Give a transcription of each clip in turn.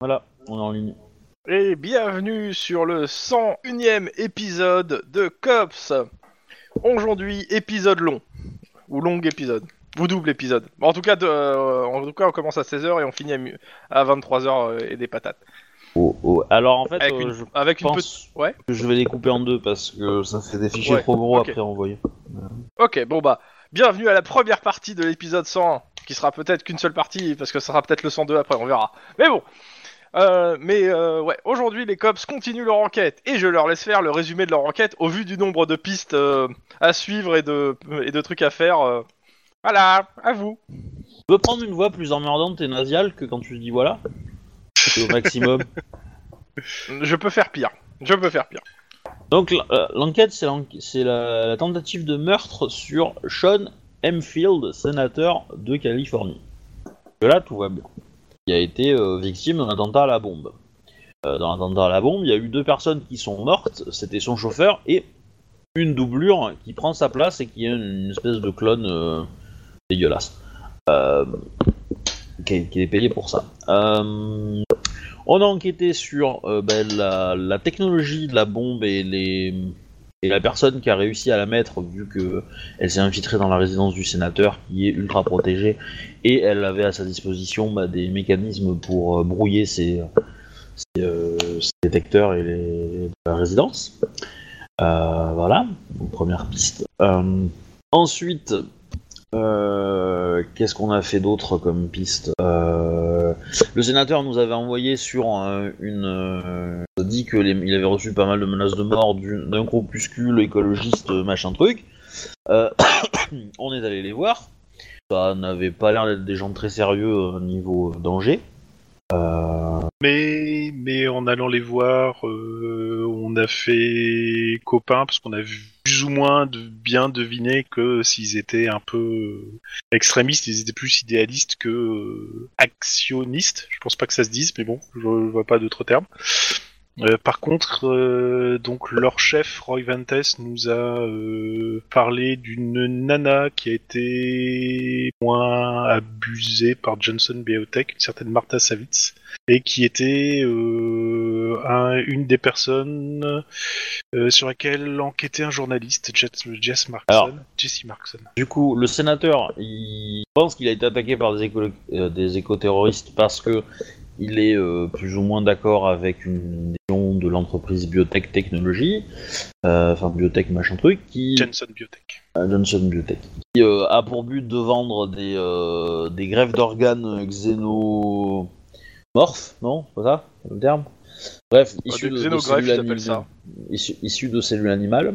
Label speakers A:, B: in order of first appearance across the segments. A: On est en ligne.
B: Et bienvenue sur le 101ème épisode de Cops. Aujourd'hui, épisode long. Ou long épisode. Ou double épisode. Bon, en, tout cas, de- euh, en tout cas, on commence à 16h et on finit à mu- à, 23h et des patates.
A: Oh, oh. Alors en fait,
B: Avec
A: euh,
B: une-
A: je
B: Avec une petite...
A: pense
B: ouais.
A: que je vais les couper en deux parce que ça fait des fichiers
B: Ouais,
A: trop gros
B: ok.
A: après à envoyer.
B: Ok, bon bah, bienvenue à la première partie de l'épisode 101, qui sera peut-être qu'une seule partie, parce que ça sera peut-être le 102 après, on verra. Mais bon Euh, mais euh, ouais, aujourd'hui les cops continuent leur enquête et je leur laisse faire le résumé de leur enquête au vu du nombre de pistes euh, à suivre et de, et de trucs à faire. euh. Voilà, à vous.
A: Tu peux prendre une voix plus emmerdante et nasiale que quand tu dis voilà C'est au maximum.
B: Je peux faire pire. Je peux faire pire.
A: Donc l- euh, l'enquête, c'est l'enqu- c'est la, la tentative de meurtre sur Sean Hemfield, sénateur de Californie. Que là, tout va bien. Il a été euh, victime d'un attentat à la bombe. Euh, dans l'attentat à la bombe, il y a eu deux personnes qui sont mortes. C'était son chauffeur et une doublure qui prend sa place et qui est une espèce de clone euh, dégueulasse. Euh, qui, qui est payé pour ça. Euh, on a enquêté sur euh, ben, la, la technologie de la bombe et, les, et la personne qui a réussi à la mettre, vu que elle s'est infiltrée dans la résidence du sénateur, qui est ultra protégée, et elle avait à sa disposition bah, des mécanismes pour euh, brouiller ses, ses, euh, ses détecteurs et les, la résidence. Euh, voilà, donc, première piste. Euh, ensuite, euh, qu'est-ce qu'on a fait d'autre comme piste Euh, le sénateur nous avait envoyé sur euh, une. euh, dit qu'il avait reçu pas mal de menaces de mort du- d'un groupuscule écologiste, euh, machin truc. Euh, on est allé les voir. Ça n'avait pas l'air d'être des gens très sérieux au niveau euh, danger.
C: Mais, mais en allant les voir, euh, on a fait copain parce qu'on a vu- plus ou moins de, bien deviné que s'ils étaient un peu euh, extrémistes, ils étaient plus idéalistes que euh, actionnistes. Je pense pas que ça se dise, mais bon, je, je vois pas d'autres termes. Euh, par contre, euh, donc leur chef Roy Ventes nous a euh, parlé d'une nana qui a été moins abusée par Johnson Biotech, une certaine Martha Savitz et qui était euh, un- une des personnes euh, sur laquelle enquêtait un journaliste, Jess, Jess Markson,
A: Alors.
C: Jesse Markson.
A: Du coup, le sénateur, il pense qu'il a été attaqué par des, écolo- euh, des éco-terroristes parce que il est euh, plus ou moins d'accord avec une vision de l'entreprise Biotech Technologie, euh, enfin Biotech machin truc, qui
C: Jensen Biotech.
A: à Johnson Biotech, qui euh, a pour but de vendre des, euh, des greffes d'organes xénomorphes, non C'est pas ça le terme Bref, issus
B: des
A: de, de
B: xénogreffes,
A: cellules
B: ils appellent
A: animales.
B: ça.
A: Issus- issus de cellules animales,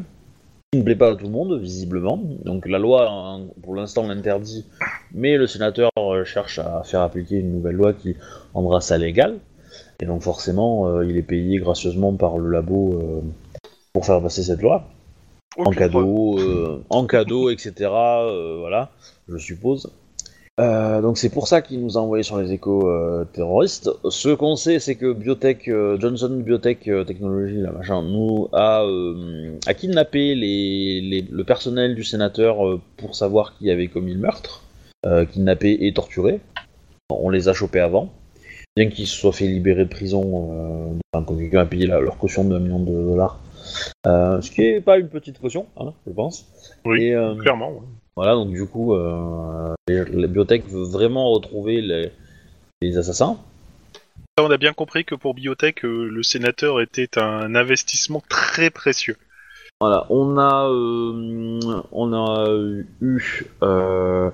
A: qui ne plaît pas à tout le monde, visiblement. Donc la loi, hein, pour l'instant, l'interdit, mais le sénateur euh, cherche à faire appliquer une nouvelle loi qui rendra ça légal. Et donc forcément, euh, il est payé gracieusement par le labo euh, pour faire passer cette loi en
B: Aucune preuve.
A: cadeau, euh, en cadeau, etc. euh, voilà, je suppose. Euh, donc c'est pour ça qu'il nous a envoyé sur les échos euh, terroristes. Ce qu'on sait, c'est que Biotech, euh, Johnson Biotech euh, Technology, là, machin, nous a, euh, a kidnappé les, les- le personnel du sénateur euh, pour savoir qui avait commis le meurtre, euh, kidnappé et torturé. On les a chopés avant, bien qu'ils se soient fait libérer de prison, euh, enfin, que quelqu'un a payé la- leur caution de 1 million de dollars. Euh, ce qui est pas une petite caution, hein, je pense.
C: Oui,
A: Et, euh,
C: Clairement, ouais.
A: voilà, donc du coup, euh, les- la biotech veut vraiment retrouver les, les assassins.
C: Ça, on a bien compris que pour Biotech, euh, le sénateur était un investissement très précieux.
A: Voilà, on a, euh, on a eu. euh,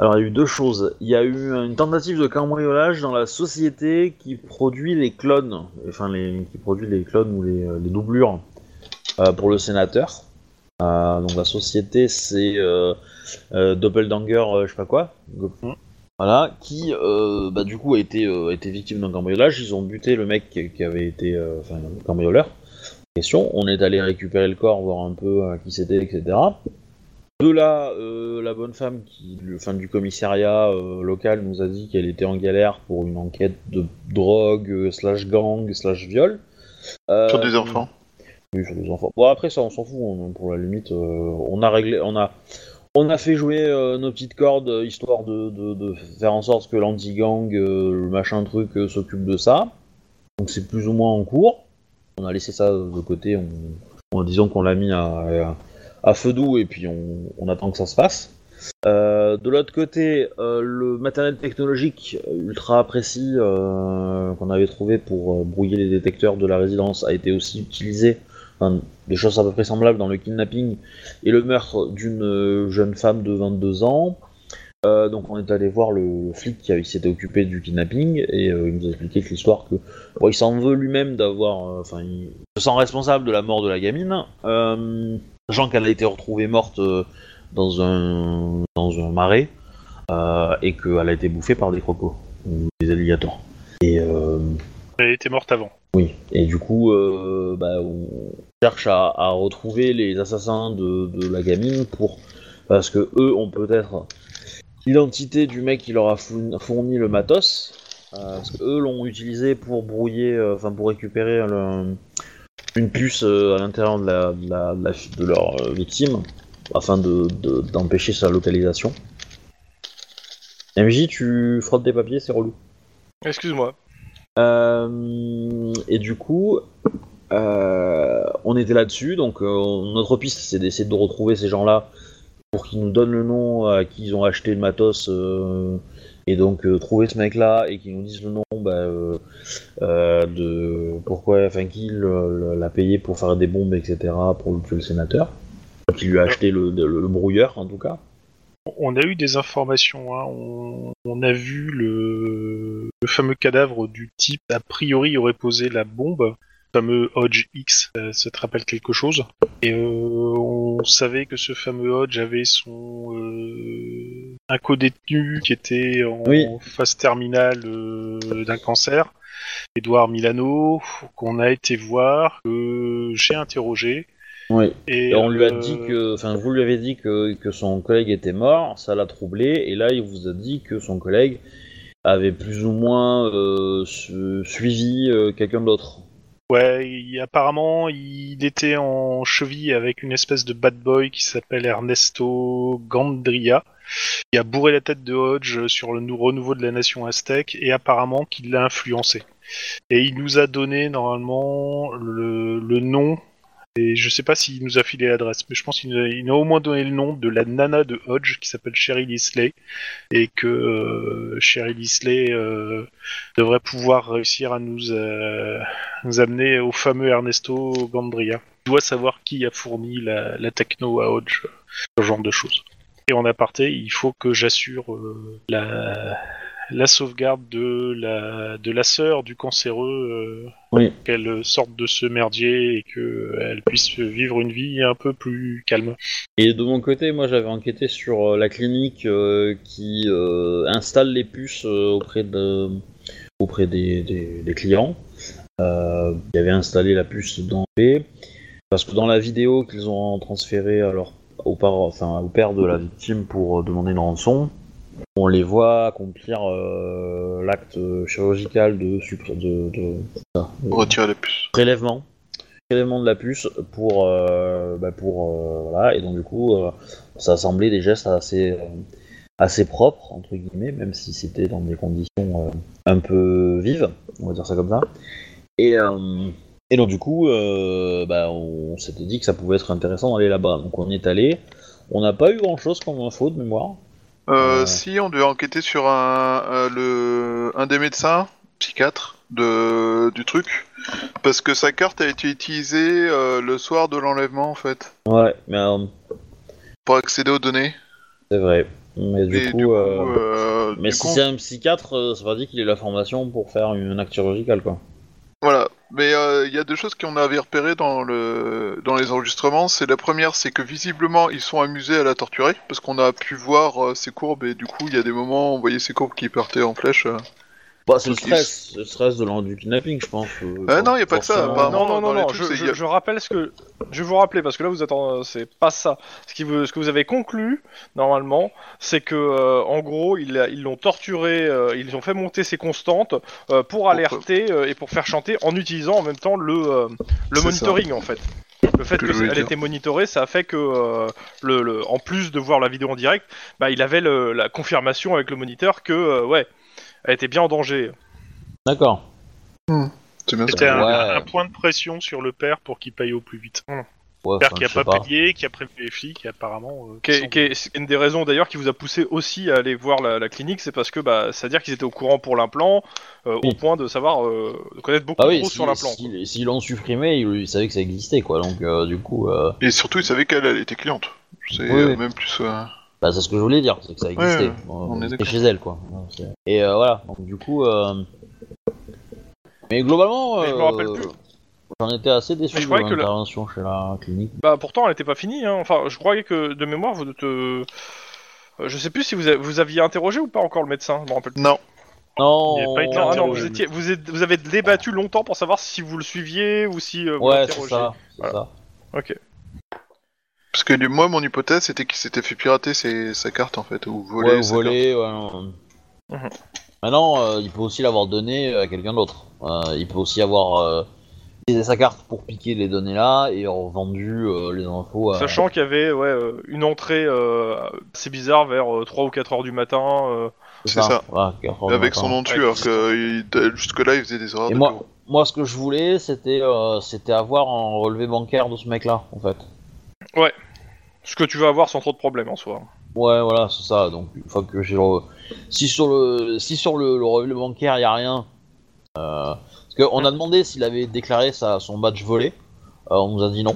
A: alors, il y a eu deux choses. Il y a eu une tentative de cambriolage dans la société qui produit les clones, enfin, les, qui produit les clones ou les, les doublures euh, pour le sénateur. Euh, donc, la société, c'est euh, euh, Doppelganger, euh, je sais pas quoi. Go-
C: Mhm.
A: Voilà, qui euh, bah, du coup a été, euh, a été victime d'un cambriolage. Ils ont buté le mec qui qui avait été. euh, Enfin, le cambrioleur question. On est allé récupérer le corps, voir un peu euh, qui c'était, etc. De là, euh, la bonne femme qui, le, enfin, du commissariat euh, local nous a dit qu'elle était en galère pour une enquête de drogue, euh, slash gang, slash viol. Euh,
D: Sur des enfants.
A: oui, sur des enfants. Bon, après, ça, on s'en fout. on- pour la limite, euh, on a réglé, on a, on a fait jouer euh, nos petites cordes euh, histoire de, de- de faire en sorte que l'anti-gang, euh, le machin truc, euh, s'occupe de ça. Donc c'est plus ou moins en cours. On a laissé ça de côté on, en disant qu'on l'a mis à, à- à feu doux et puis on, on attend que ça se passe. Euh, de l'autre côté, euh, le matériel technologique ultra précis euh, qu'on avait trouvé pour euh, brouiller les détecteurs de la résidence a été aussi utilisé, enfin, des choses à peu près semblables dans le kidnapping et le meurtre d'une euh, jeune femme de 22 ans. Euh, donc on est allé voir le, flic qui, avait- qui s'était occupé du kidnapping et euh, il nous a expliqué que l'histoire que bon, il s'en veut lui-même d'avoir, euh, enfin il se sent responsable de la mort de la gamine, euh, sachant qu'elle a été retrouvée morte euh, dans un dans un marais euh, et qu'elle a été bouffée par des crocos ou des alligators. Et euh,
C: Elle était morte avant.
A: oui. Et du coup, euh, bah, on cherche à, à retrouver les assassins de, de la gamine pour parce que eux ont peut-être l'identité du mec qui leur a fourni fourni le matos. euh, parce que eux l'ont utilisé pour brouiller, euh, enfin pour récupérer le- une puce euh, à l'intérieur de, la, de, la- de la- de leur euh, victime afin de- de- d'empêcher sa localisation. MJ, tu frottes des papiers, c'est relou.
B: Excuse-moi.
A: Euh, et du coup, euh, on était là-dessus, donc euh, notre piste c'est d'essayer de retrouver ces gens-là pour qu'ils nous donnent le nom euh, à qui ils ont acheté le matos, euh, et donc euh, trouver ce mec-là et qu'ils nous disent le nom bah, euh, euh, de pourquoi, enfin qui le- le- l'a payé pour faire des bombes, etc., pour le tuer le sénateur, qui lui a acheté le, le- le brouilleur en tout cas.
C: On a eu des informations, hein. on, on a vu le, le fameux cadavre du type, a priori aurait posé la bombe, le fameux Hodge X, euh, ça te rappelle quelque chose Et euh, on savait que ce fameux Hodge avait son... euh, un co-détenu qui était en
A: Oui.
C: phase terminale euh, d'un cancer, Edouard Milano, qu'on a été voir, que j'ai interrogé.
A: Oui.
C: Et,
A: Et on lui a
C: euh,
A: dit que, enfin, vous lui avez dit que, que son collègue était mort, ça l'a troublé, et là, il vous a dit que son collègue avait plus ou moins euh, su- suivi euh, quelqu'un d'autre.
C: Ouais, il- apparemment, il était en cheville avec une espèce de bad boy qui s'appelle Ernesto Gandria, qui a bourré la tête de Hodge sur le nou- renouveau de la nation aztèque et apparemment qu'il l'a influencé. Et il nous a donné normalement le, le nom, et je sais pas s'il nous a filé l'adresse, mais je pense qu'il nous, a- il nous a au moins donné le nom de la nana de Hodge qui s'appelle Cheryl Isley, et que euh, Cheryl Isley euh, devrait pouvoir réussir à nous... euh, nous amener au fameux Ernesto Gandria. Il doit savoir qui a fourni la, la techno à Hodge, ce genre de choses. Et en aparté, il faut que j'assure euh, la, la sauvegarde de la, de la sœur du cancéreux, euh,
A: Oui.
C: qu'elle sorte de ce merdier et qu'elle puisse vivre une vie un peu plus calme.
A: Et de mon côté, moi, j'avais enquêté sur euh, la clinique euh, qui euh, installe les puces euh, auprès de, auprès des, des- des clients. Euh, il y avait installé la puce dans P, parce que dans la vidéo qu'ils ont transférée à leur- au, par- enfin, au père de la victime pour euh, demander une rançon, on les voit accomplir euh, l'acte chirurgical de, suppr- de- de- ça, de-
D: Retire les puces.
A: prélèvement prélèvement de la puce pour euh, bah, pour euh, voilà et donc du coup euh, ça semblait des gestes assez euh, assez propres entre guillemets même si c'était dans des conditions euh, un peu vives on va dire ça comme ça et euh, et donc du coup euh, bah, on, s'était dit que ça pouvait être intéressant d'aller là-bas donc on est allé on n'a pas eu grand chose comme info de mémoire
D: Euh,
A: Euh.
D: Si, on devait enquêter sur un, euh, le, un des médecins, psychiatre de, du truc, parce que sa carte a été utilisée euh, le soir de l'enlèvement en fait,
A: ouais mais euh,
D: pour accéder aux données.
A: c'est vrai mais du
D: Et
A: coup,
D: du coup,
A: euh,
D: euh,
A: mais
D: du
A: si
D: coup,
A: c'est un psychiatre euh, ça veut dire qu'il a eu la formation pour faire une acte chirurgicale quoi
D: Voilà. Mais euh, il y a deux choses qu'on avait repérées dans, le... dans les enregistrements. C'est la première, c'est que visiblement ils sont amusés à la torturer parce qu'on a pu voir euh, ses courbes et du coup il y a des moments on voyait ses courbes qui partaient en flèche. euh.
A: Bah, c'est le
D: Donc,
A: stress, le stress de l'en- du kidnapping, je pense. euh,
D: Ah non, y a pas que ça,
B: Non,
D: Bah,
B: non, non,
D: dans
B: non,
D: les
B: je,
D: trucs,
B: je-
D: c'est-
B: je rappelle ce que. Je vais vous rappeler parce que là vous êtes en- C'est pas ça. Ce, qui vous, ce que vous avez conclu, normalement, c'est que, euh, en gros, ils ils l'ont torturé, euh, ils ont fait monter ses constantes euh, pour alerter euh, et pour faire chanter en utilisant en même temps le, euh, le
D: C'est
B: monitoring en fait. Le fait
D: Que je voulais
B: qu'elle
D: dire.
B: était monitorée, ça a fait que, euh, le, le- en plus de voir la vidéo en direct, bah, il avait le- la confirmation avec le moniteur que, euh, ouais, elle était bien en danger.
A: D'accord.
D: C'est bien
C: C'était
D: ça.
C: un,
A: Ouais.
C: un point de pression sur le père pour qu'il paye au plus vite.
A: Ouais,
C: Le père
A: enfin,
C: qui a
A: je sais
C: pas, payé, qui a prévu les flics, et apparemment. euh,
B: Qui est-
C: sans-
B: qui est- c'est une des raisons d'ailleurs qui vous a poussé aussi à aller voir la, la clinique, c'est parce que bah, c'est-à-dire qu'ils étaient au courant pour l'implant, euh, au
A: Oui.
B: point de savoir euh, de connaître beaucoup
A: Ah oui,
B: trop
A: si-
B: sur l'implant. quoi.
A: si- s'ils l'ont supprimé, ils, ils savaient que ça existait, quoi. Donc, euh, du coup, euh,
D: Et surtout, il savait qu'elle elle était cliente. C'est
A: Oui, oui.
D: euh, même plus. euh,
A: bah, c'est ce que je voulais dire, c'est que ça existait.
D: ouais,
A: Bon,
D: on est
A: c'était
D: d'accord.
A: chez elle, quoi. Ouais, c'est- Et euh, voilà, donc du coup. euh, Mais globalement,
B: Mais je me
A: euh,
B: rappelle plus.
A: j'en étais assez
B: Mais
A: déçu
B: je
A: de
B: croyais que le-
A: l'intervention chez la clinique.
B: Bah pourtant elle n'était pas finie, hein. enfin je croyais que de mémoire vous te... euh, Je sais plus si vous, a- vous aviez interrogé ou pas encore le médecin, je me rappelle plus.
D: Non,
A: Non, Ah.
C: Il y avait pas été
B: Non, ah non,
C: interrogé.
B: vous, étiez, vous, êtes- vous avez débattu longtemps pour savoir si vous le suiviez ou si euh, vous
A: Ouais, c'est
B: l'interrogez.
A: ça. c'est
B: Voilà.
A: ça.
B: Ok.
D: parce que du- moi, mon hypothèse, c'était qu'il s'était fait pirater ses- sa carte en fait, ou voler.
A: Ouais, ou
D: sa
A: voler, ouais. non.
B: Mhm.
A: Maintenant, euh, il peut aussi l'avoir donné à quelqu'un d'autre. Euh, il peut aussi avoir euh, utilisé sa carte pour piquer les données là et revendu euh, les infos à.
B: Sachant qu'il y avait ouais, euh, une entrée c'est bizarre vers euh, 3 ou 4 heures du matin. euh,
D: c'est ça.
A: voilà, qui
D: carte.
A: reprend
D: Avec
A: le
D: son
A: matin.
D: nom dessus, alors que il- euh, jusque-là, il faisait des erreurs.
A: hein. Et
D: de
A: moi,
D: bureau.
A: moi, ce que je voulais, c'était euh, c'était avoir un relevé bancaire de ce mec-là, en fait.
B: ce que tu vas avoir sans trop de problèmes en soi.
A: Ouais, voilà, c'est ça. Donc, une fois que j'ai le... si sur le si sur le, le relevé bancaire il y a rien, euh, parce qu'on a demandé s'il avait déclaré sa, son badge volé, Euh, on nous a dit non.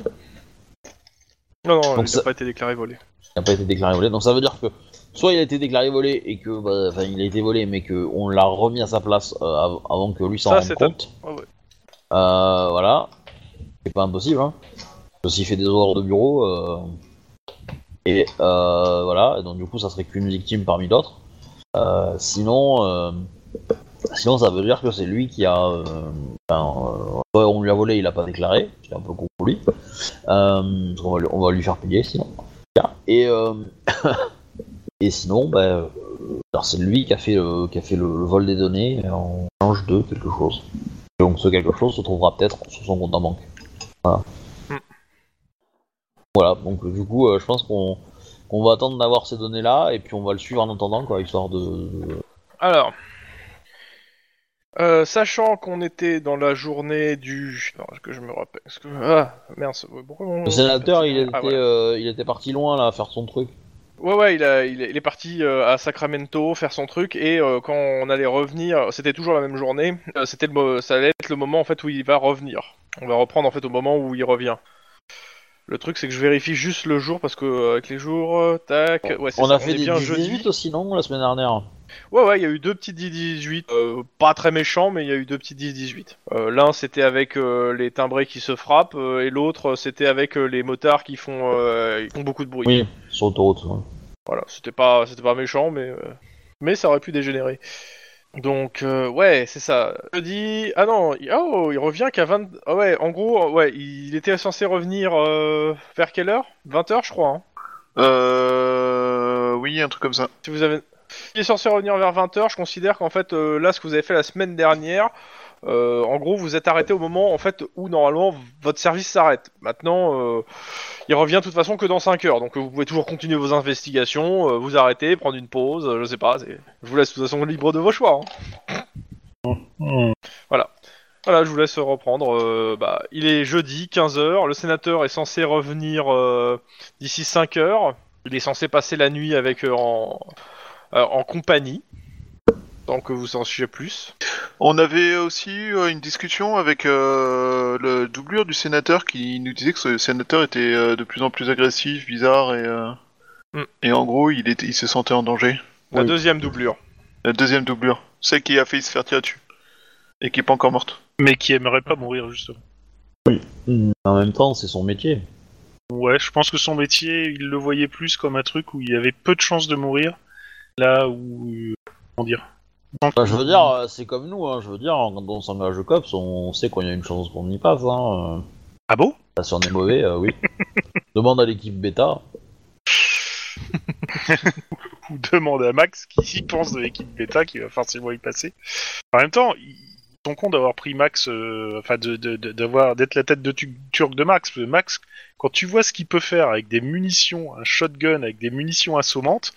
B: Non, non,
A: Donc
B: il
A: ça-
B: n'a pas été déclaré volé.
A: Il n'a pas été déclaré volé. Donc ça veut dire que soit il a été déclaré volé et que bah, enfin il a été volé mais que on l'a remis à sa place euh, av- avant que lui s'en
B: Ça,
A: rende
B: c'est
A: compte.
B: Ah ouais.
A: Euh, voilà, c'est pas impossible. Hein. Parce que S'il fait des horaires de bureau euh, et euh, voilà, donc du coup ça serait qu'une victime parmi d'autres. Euh, sinon, euh, sinon ça veut dire que c'est lui qui a, euh, enfin, euh, on lui a volé, il a pas déclaré, c'est un peu con pour lui. Euh, on, va, lui- on va lui faire payer sinon. Et, euh, et sinon, bah, euh, alors c'est lui qui a fait, euh, qui a fait le, le vol des données euh, en change de quelque chose. Donc ce quelque chose se trouvera peut-être sur son compte en banque. Voilà.
B: Mm.
A: Voilà, donc euh, du coup, euh, je pense qu'on qu'on va attendre d'avoir ces données-là et puis on va le suivre en attendant, quoi, histoire de. de-
B: Alors, euh, sachant qu'on était dans la journée du... Non, est-ce que je me rappelle est-ce que... Ah, merde, c'est- pourquoi mon-
A: Le sénateur, il était,
B: Hmm. Ah, voilà.
A: euh, il était parti loin là, à faire son truc.
B: Ouais, ouais, il, a- il est, il est parti euh, à Sacramento faire son truc et euh, quand on allait revenir, c'était toujours la même journée. euh, c'était le, mo- ça allait être le moment en fait où il va revenir. On va reprendre en fait au moment où il revient. Le truc, c'est que je vérifie juste le jour parce que euh, avec les jours, euh, tac, ouais, c'est
A: on
B: ça,
A: a fait
B: est
A: des
B: bien
A: 18
B: jeudi.
A: aussi, non, la semaine dernière
B: Ouais, ouais, il y a eu deux petits 10-18, euh, pas très méchants, mais il y a eu deux petits 10-18. Euh, L'un, c'était avec euh, les timbrés qui se frappent, euh, et l'autre, euh, c'était avec euh, les motards qui font, euh, qui font beaucoup de bruit.
A: Oui, sur l'autoroute. ouais.
B: Voilà, c'était pas, c'était pas méchant, mais, euh, mais ça aurait pu dégénérer. Donc, euh, ouais, c'est ça. Je dis, ah non, il, oh, il revient qu'à 20... Ah ouais, en gros, ouais, il était censé revenir euh, vers quelle heure 20h, je crois, hein.
D: Euh... Oui, un truc comme ça.
B: Si vous avez... Il est censé revenir vers 20h, je considère qu'en fait, euh, là, ce que vous avez fait la semaine dernière, euh, en gros, vous êtes arrêté au moment en fait où normalement votre service s'arrête. Maintenant, euh, il revient de toute façon que dans 5 heures, donc euh, vous pouvez toujours continuer vos investigations, euh, vous arrêter, prendre une pause, euh, je sais pas, c'est- je vous laisse de toute façon libre de vos choix. hein.
C: Hmm.
B: Voilà, je vous laisse reprendre. euh, bah, il est jeudi, 15h. Le sénateur est censé revenir euh, d'ici 5h. Il est censé passer la nuit avec euh, en, euh, en compagnie. Tant que vous en suivez plus.
D: On avait aussi eu euh, une discussion avec euh, le doublure du sénateur qui nous disait que ce sénateur était euh, de plus en plus agressif, bizarre et euh,
B: Mm.
D: et en gros il était, il se sentait en danger.
B: La
A: Oui.
B: deuxième doublure.
D: La deuxième doublure, celle qui a failli se faire tirer dessus et qui est pas encore morte.
C: Mais qui aimerait pas mourir, justement.
A: Hmm. En même temps, c'est son métier.
C: Ouais, je pense que son métier, il le voyait plus comme un truc où il avait peu de chances de mourir. Là où. euh, Comment dire
A: Bah, je veux dire, euh, c'est comme nous, hein, je veux dire, quand on s'engage au COPS, on sait qu'on y a une chance qu'on y passe. Hein, euh.
C: Ah bon
A: Bah, si on est mauvais, euh, oui. Demande à l'équipe bêta.
C: Ou demande à Max qui y pense de l'équipe bêta qui va forcément y passer. En même temps, ils sont cons d'avoir pris Max, euh, enfin de- de- de- d'avoir d'être la tête de tu- turc de Max. Parce que Max, quand tu vois ce qu'il peut faire avec des munitions, un shotgun avec des munitions assommantes,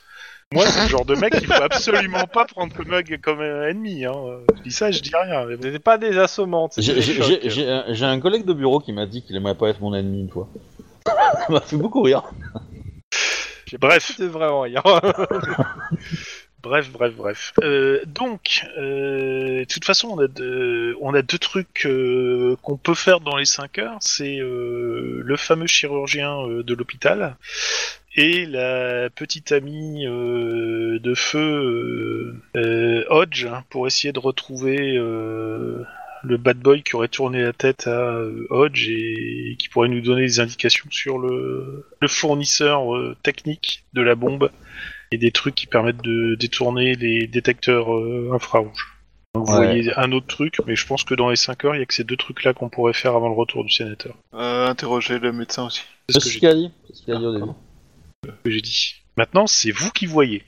C: Moi, c'est le genre de mec qu'il faut absolument pas prendre comme, comme euh, ennemi. Hein. Je dis ça, je dis rien. Mais bon.
B: C'était pas des assommantes. c'était
A: J'ai-
B: des
A: J'ai
B: chocs.
A: j'ai- j'ai
C: hein.
A: un, j'ai un collègue de bureau qui m'a dit qu'il aimerait pas être mon ennemi une fois. Ça m'a fait beaucoup rire.
C: Bref,
B: C'était vraiment rien.
C: bref, bref, bref. Euh, donc, euh, de toute façon, on a deux, on a deux trucs euh, qu'on peut faire dans les 5 heures. C'est euh, le fameux chirurgien euh, de l'hôpital et la petite amie euh, de feu euh, euh, Hodge hein, pour essayer de retrouver euh, le bad boy qui aurait tourné la tête à euh, Hodge et qui pourrait nous donner des indications sur le, le fournisseur euh, technique de la bombe et des trucs qui permettent de détourner les détecteurs euh, infrarouges. Donc vous
A: Ouais.
C: voyez un autre truc, mais je pense que dans les 5 heures, il y a que ces deux trucs-là qu'on pourrait faire avant le retour du sénateur.
D: Euh, interroger le médecin aussi.
C: C'est
A: C'est
C: ce que
A: ce
C: j'ai- Ah,
A: qu'il a dit. C'est ce qu'il a dit au début.
C: que j'ai dit. Maintenant, c'est vous qui voyez.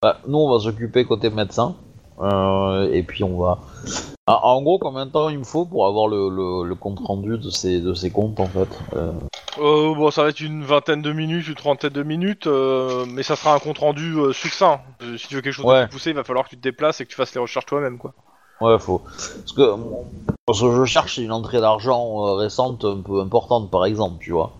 A: Bah, nous, on va s'occuper côté médecin. euh, et puis, on va. En, en gros, combien de temps il me faut pour avoir le, le- le compte rendu de ces, de ces comptes, en fait euh,
B: Euh, bon, ça va être une vingtaine de minutes, une trentaine de minutes, euh, mais ça sera un compte rendu euh, succinct. Euh, si tu veux quelque chose
A: Ouais.
B: de plus poussé, il va falloir que tu te déplaces et que tu fasses les recherches toi-même, quoi.
A: Ouais, faut. Parce que bon, ce que je cherche, c'est une entrée d'argent euh, récente, un peu importante, par exemple, tu vois.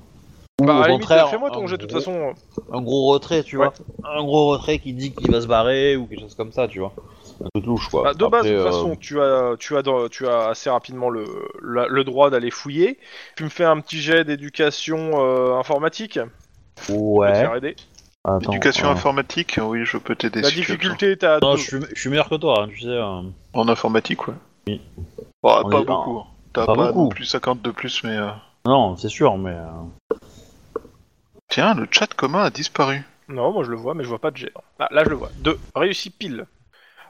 A: Ou
B: bah,
A: au
B: à la limite,
A: contraire, euh,
B: fais-moi ton
A: un
B: jeu, de toute
A: gros-
B: façon. euh,
A: Un gros retrait, tu
B: Ouais.
A: vois. Un gros retrait qui dit qu'il va se barrer ou quelque chose comme ça, tu vois. Un peu louche, quoi.
B: Bah, de base,
A: Après,
B: de
A: euh,
B: toute façon, tu as, tu, as, dans- tu as assez rapidement le, le, le droit d'aller fouiller. Tu me fais un petit jet d'éducation euh, informatique. Je vais te
A: Ouais.
B: faire aider.
A: Attends,
D: Éducation
A: euh,
D: informatique, oui, je peux t'aider.
B: La
D: si tu veux.
B: difficulté, t'as
A: Non,
B: deux.
A: je suis, je suis meilleur que toi, hein, tu sais. euh.
D: En informatique, ouais.
A: Oui.
D: Bah,
A: On
D: pas
A: est-
D: beaucoup. hein. T'as
A: pas
D: pas,
A: beaucoup.
D: non plus 50 de plus, mais. euh,
A: Non, c'est sûr, mais. euh,
D: Tiens, le chat commun a disparu.
B: Non, moi je le vois, mais je vois pas de jet. Ah, là, je le vois. Deux. Réussi pile.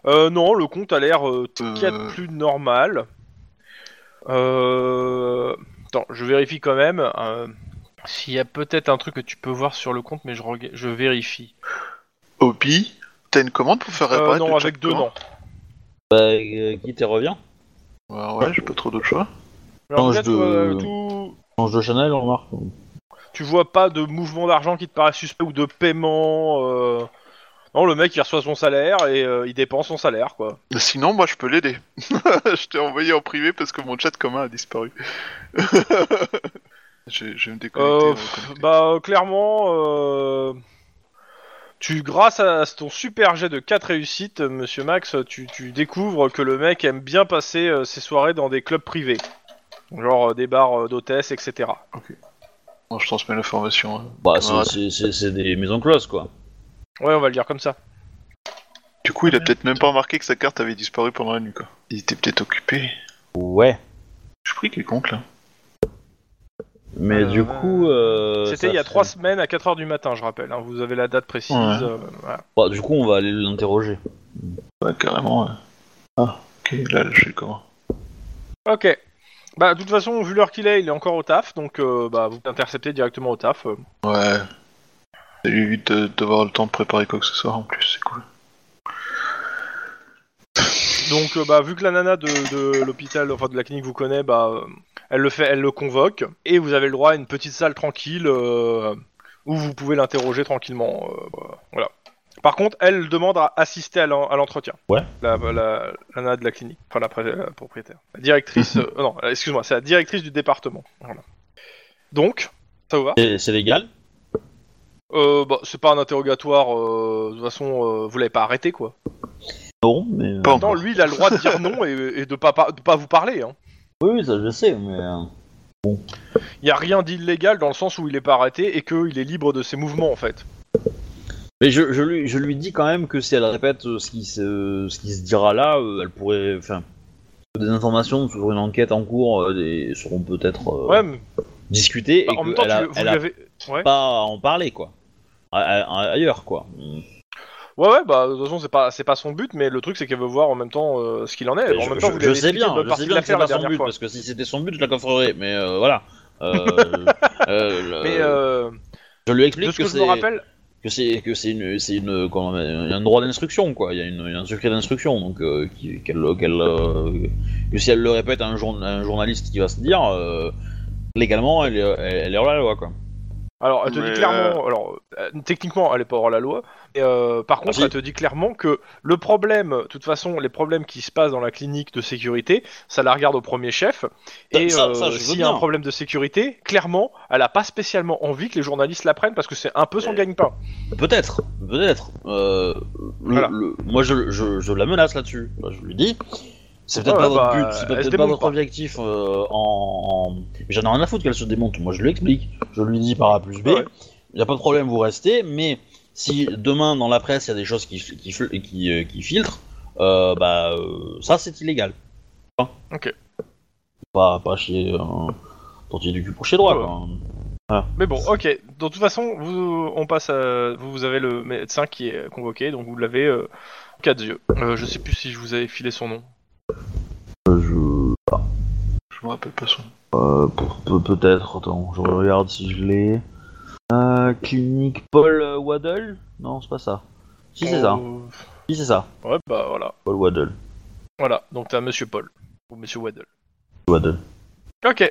B: Euh, non, le compte a l'air euh, t'inquiète,
D: Euh.
B: plus normal. Euh... Attends, je vérifie quand même. euh, S'il y a peut-être un truc que tu peux voir sur le compte, mais je, rega- je vérifie.
D: Obi, t'as une commande pour faire
B: Euh,
D: réparer
B: non,
D: le chat
B: avec deux,
D: commun
B: non.
A: Bah, euh, quitte et reviens.
D: Bah ouais, j'ai pas trop d'autres choix.
B: Alors,
A: Change
B: déjà, tu
A: de-
B: vois, tout-
A: Change de Chanel, on remarque.
B: Tu vois pas de mouvement d'argent qui te paraît suspect ou de paiement. euh, Non, le mec il reçoit son salaire et euh, il dépense son salaire, quoi.
D: Sinon, moi, je peux l'aider. je t'ai envoyé en privé parce que mon chat commun a disparu. je, je vais me déconnecter. me
B: Euh,
D: reconnecter.
B: Bah euh, clairement, euh, tu grâce à ton super jet de 4 réussites, euh, Monsieur Max, tu, tu découvres que le mec aime bien passer euh, ses soirées dans des clubs privés, genre euh, des bars euh, d'hôtesses, etc.
D: Bon, je transmets l'information. hein.
A: Bah, c'est-
D: Ouais.
A: c'est- c'est c'est des maisons closes, quoi.
B: Ouais, on va le dire comme ça.
D: Du coup, il a peut-être même pas remarqué que sa carte avait disparu pendant la nuit, quoi. Il était peut-être occupé.
A: Ouais.
D: Je prie quelconque, là.
A: Mais
B: Euh,
A: du coup. euh,
B: C'était
A: ça
B: il y a
A: fait-
B: 3 semaines à 4 heures du matin, je rappelle. hein, vous avez la date précise.
D: Ouais.
B: euh, voilà.
A: Bah, du coup, on va aller l'interroger.
D: Ouais, carrément. ouais. Ah, ok, là, je sais comment.
B: Ok. Bah de toute façon, vu l'heure qu'il est, il est encore au taf, donc euh, bah vous interceptez directement au taf. euh.
D: Ouais. Ça lui évite de- d'avoir le temps de préparer quoi que ce soit en plus, c'est cool.
B: Donc euh, bah vu que la nana de, de l'hôpital, enfin de la clinique vous connaît, bah euh, elle le fait, elle le convoque et vous avez le droit à une petite salle tranquille euh, où vous pouvez l'interroger tranquillement. euh, bah, voilà. Par contre, elle demande à assister à l'en- à l'entretien.
A: Ouais.
B: La, la- la nana de la clinique, enfin la, pré- la propriétaire, la directrice. euh, non, excuse-moi, c'est la directrice du département. Voilà. Donc, ça vous va
A: C'est c'est légal
B: euh, bah, C'est pas un interrogatoire. euh, de toute façon, euh, vous l'avez pas arrêté quoi.
A: Non, mais. euh,
D: Pas
B: Non, lui, il a le droit de dire non et, et de pas par- de pas vous parler. Hein.
A: Oui, oui, ça je sais, mais. euh,
B: Il n'y a rien d'illégal dans le sens où il est pas arrêté et qu'il est libre de ses mouvements en fait.
A: Mais je, je lui, je lui dis quand même que si elle répète euh, ce qui se, euh, ce qui se dira là, euh, elle pourrait. Enfin. Des informations sur une enquête en cours euh, des- seront peut-être euh,
B: Ouais, mais
A: discutées
B: bah,
A: et
B: en même
A: qu'elle
B: temps, tu
A: a,
B: le- vous
A: elle
B: lui
A: a
B: avez. Ouais.
A: pas à en parler, quoi. A- a- ailleurs, quoi.
B: ouais, ouais, bah de toute façon, c'est pas, c'est pas son but, mais le truc c'est qu'elle veut voir en même temps euh, ce qu'il en est. En
A: je,
B: même temps,
A: je-
B: vous lui
A: je
B: avez
A: sais
B: expliqué
A: bien,
B: une bonne
A: je
B: partie
A: sais
B: de
A: bien que c'est
B: l'affaire la
A: pas son
B: dernière
A: but,
B: fois.
A: parce que si c'était son but, je la coffrerais, mais euh, voilà. Euh, euh,
B: Mais
A: le-
B: euh,
A: je lui
B: de
A: explique
B: ce que,
A: que
B: je me
A: c'est
B: rappelle,
A: que c'est que c'est une c'est une comment, euh, un droit d'instruction quoi. Il y a une, un secret d'instruction donc euh, qui- qu'elle qu'elle, euh, que si elle le répète à un, jour- à un journaliste qui va se dire euh, légalement elle, est- elle, elle est hors la loi quoi.
B: Alors, elle te
D: Mais,
B: dit clairement, alors euh, techniquement, elle est pas hors la loi. Et, euh, par contre,
A: si.
B: elle te dit clairement que le problème, de toute façon, les problèmes qui se passent dans la clinique de sécurité, ça la regarde au premier chef.
A: Ça-
B: Et
A: Bah, ça-
B: euh,
A: ça, je veux
B: s'il y a un
A: bien.
B: problème de sécurité, clairement, elle a pas spécialement envie que les journalistes la prennent parce que c'est un peu son
A: Mais-
B: gagne-pain.
A: Peut-être, peut-être. Euh, le-
B: Voilà.
A: le- moi, je, je- je la menace là-dessus. Moi, je lui dis. C'est peut-être
B: Ouais,
A: pas
B: bah,
A: votre but, c'est
B: elle se
A: peut-être pas
B: démonte
A: votre
B: pas.
A: objectif euh, en. en- J'en ai rien à foutre qu'elle se démonte. Moi, je lui explique. Je lui dis par A plus B.
B: Ouais.
A: Il y a pas de problème, vous restez. Mais si demain dans la presse il y a des choses qui qui fil- qui, euh, qui filtrent, euh, bah euh, ça c'est illégal. Hein
B: Ok.
A: Pas pas chez euh, tortiller du cul pour chez droit.
B: Ouais.
A: quoi.
B: Mais bon, ok. De toute façon, vous, on passe à- vous, vous avez le médecin qui est convoqué, donc vous l'avez euh, quatre yeux. Euh, je sais plus si je vous avais filé son nom.
A: Euh, je
D: Je me rappelle pas son nom.
A: Euh, pe- pe- peut-être, attends, je regarde si je l'ai. Euh, clinique Paul euh, Waddle Non, c'est pas ça. Si c'est ça,
B: Euh,
A: si c'est ça,
B: Ouais, bah voilà.
A: Paul Waddle.
B: Voilà, donc t'as Monsieur Paul ou Monsieur Waddle.
A: Waddle.
B: Ok.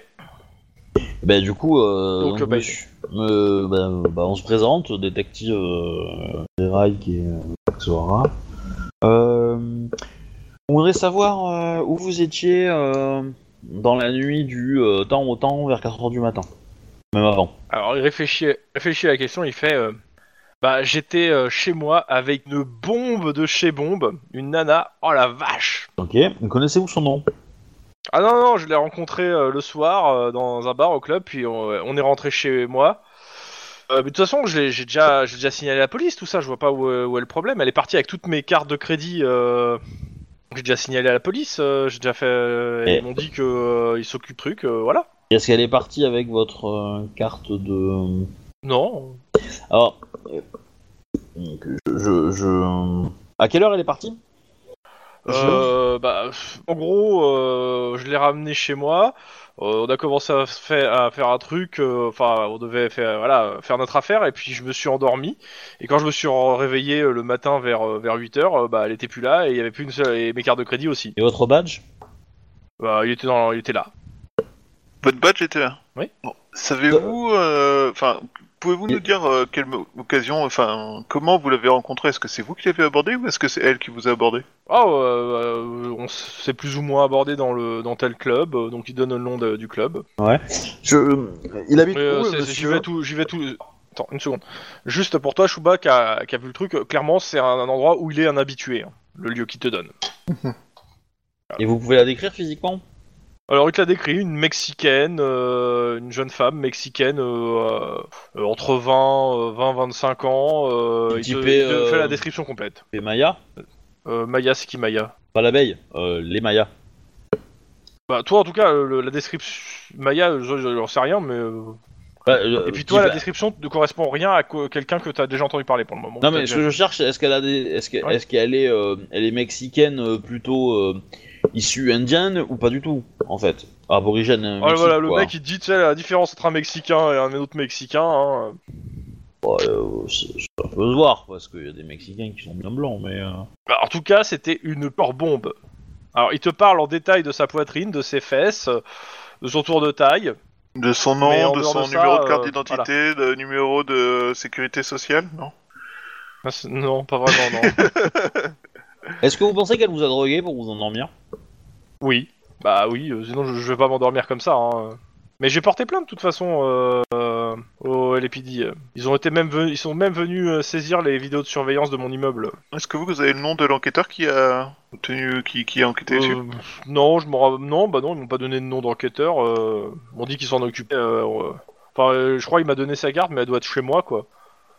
A: Bah du coup, euh,
B: Donc, bah,
A: monsieur- euh, bah, bah, on se présente, détective euh, des rails qui est euh, Xora. Euh, on voudrait savoir euh, où vous étiez euh, dans la nuit du euh, temps au temps vers 4h du matin. Même avant.
B: Alors il réfléchit, réfléchit à la question, il fait euh, Bah j'étais euh, chez moi avec une bombe de chez bombe, une nana, oh la vache
A: Ok, connaissez-vous son nom
B: Ah non, non, je l'ai rencontrée euh, le soir euh, dans un bar au club, puis on, euh, on est rentré chez moi. Euh, mais de toute façon, je l'ai- j'ai déjà, j'ai déjà signalé à la police, tout ça, je vois pas où, est- où est le problème. Elle est partie avec toutes mes cartes de crédit. euh, J'ai déjà signalé à la police, euh, j'ai déjà fait. euh,
A: Et-
B: Ils m'ont dit qu'ils s'occupent truc, euh, voilà.
A: Est-ce qu'elle est partie avec votre euh, carte de... euh,
B: Non,
A: Alors, euh, je, je, je- À quelle heure elle est partie
B: Euh, bah, pff, en gros, euh, je l'ai ramené chez moi. Euh, on a commencé à, fa- à faire un truc. euh, Enfin, on devait faire, voilà, faire notre affaire. Et puis je me suis endormi. Et quand je me suis en- réveillé euh, le matin vers euh, vers 8 heures, euh, bah, elle était plus là. Et il y avait plus une seule. Et mes cartes de crédit aussi.
A: Et votre badge
B: Bah, il était dans, il était là.
D: Votre badge était là
B: Oui.
D: Bon, Savez-vous, euh, enfin, pouvez-vous nous
A: Oui.
D: dire euh, quelle mo- occasion, enfin, comment vous l'avez rencontrée Est-ce que c'est vous qui l'avez abordée ou est-ce que c'est elle qui vous a abordé
B: Oh, euh, euh, on s- s'est plus ou moins abordé dans le dans tel club. euh, donc il donne le nom de- du club.
A: je, Il habite
B: Mais, euh, c'est- c'est- j'y vais tout, j'y vais tout. Attends, une seconde. Juste pour toi, Chouba, qui a, qui a vu le truc, euh, clairement, c'est un, un endroit où il est un habitué, hein, le lieu qu'il te donne.
A: Et vous pouvez la décrire physiquement
B: Alors, il te l'a décrit, une mexicaine, euh, une jeune femme mexicaine, euh, euh, entre 20, euh, 20, 25 ans. euh, il te,
A: Typée,
B: il te fait
A: euh,
B: la description complète.
A: Les Mayas
B: Euh, Maya, c'est qui Maya
A: Pas l'abeille, euh, les Mayas.
B: Bah, toi, en tout cas, euh, le- la description. Maya, euh, je je- j'en sais rien, mais. euh,
A: Bah, euh,
B: Et puis, toi, la
A: type-
B: description ne correspond rien à co- quelqu'un que t'as déjà entendu parler pour le moment.
A: Non
B: T'as
A: mais
B: déjà-
A: ce que je cherche, est-ce qu'elle a des... est-ce que-
B: Ouais.
A: est-ce qu'elle est, euh, elle est mexicaine euh, plutôt euh, issue indienne ou pas du tout en fait Aborigène. euh,
B: Ah,
A: Mexique,
B: voilà, le
A: quoi.
B: mec il dit tu sais, la différence entre un Mexicain et un autre Mexicain. hein.
A: Bon, euh, c'est- ça peut se voir parce qu'il y a des Mexicains qui sont bien blancs, mais. euh,
B: Bah, en tout cas, c'était une peur bombe. Alors, il te parle en détail de sa poitrine, de ses fesses, euh, de son tour de taille.
D: De son
B: Mais en
D: nom, de
B: dehors
D: son
B: de ça,
D: numéro de
B: euh,
D: carte d'identité, de numéro de sécurité sociale, non
B: Ah, c'est- Non, pas vraiment, non.
A: Est-ce que vous pensez qu'elle vous a drogué pour vous endormir
B: oui. Bah oui, euh, sinon je, je vais pas m'endormir comme ça. hein. Mais j'ai porté plainte de toute façon euh, euh, au LPD. Ils ont été même venus, ils sont même venus euh, saisir les vidéos de surveillance de mon immeuble.
D: Est-ce que vous, vous avez le nom de l'enquêteur qui a obtenu, qui, qui a enquêté dessus
B: Euh, non, je m'en ra- non, bah non, ils m'ont pas donné de nom d'enquêteur. euh, Ils m'ont dit qu'ils s'en occupaient. euh, euh, Enfin, euh, je crois qu'il m'a donné sa carte, mais elle doit être chez moi, quoi.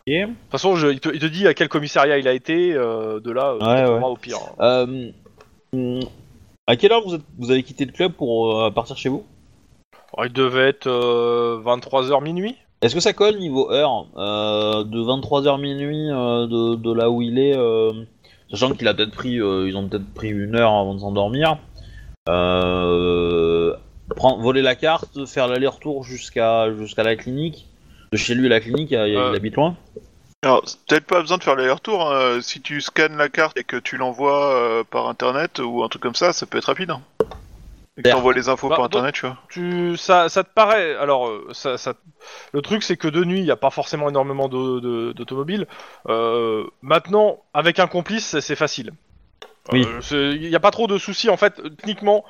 A: Ok.
B: De toute façon, je- il, te, il te dit à quel commissariat il a été. euh, de là,
A: Ouais,
B: euh, on trouvera
A: ouais.
B: au pire. hein.
A: Euh, hum, à quelle heure vous, êtes- vous avez quitté le club pour euh, partir chez vous
B: Alors, il devait être 23h minuit.
A: Est-ce que ça colle niveau heure euh, de 23h minuit euh, de, de là où il est euh, Sachant qu'il a peut-être pris, euh, ils ont peut-être pris une heure avant de s'endormir. Euh, prendre- voler la carte, faire l'aller-retour jusqu'à jusqu'à la clinique. De chez lui à la clinique, il-
B: Euh.
A: il habite loin.
D: Alors, c'est peut-être pas besoin de faire l'aller-retour. hein. Si tu scannes la carte et que tu l'envoies euh, par internet ou un truc comme ça, ça peut être rapide. hein. Et que t'envoies les infos
B: Bah,
D: par
B: donc-
D: internet, tu vois.
B: Tu, ça, ça te paraît. Alors, euh, ça, ça- le truc, c'est que de nuit, il n'y a pas forcément énormément de- de- d'automobiles. Euh, maintenant, avec un complice, c'est- c'est facile.
A: Oui.
B: Euh, c'est- Il n'y a pas trop de soucis, en fait, euh, techniquement.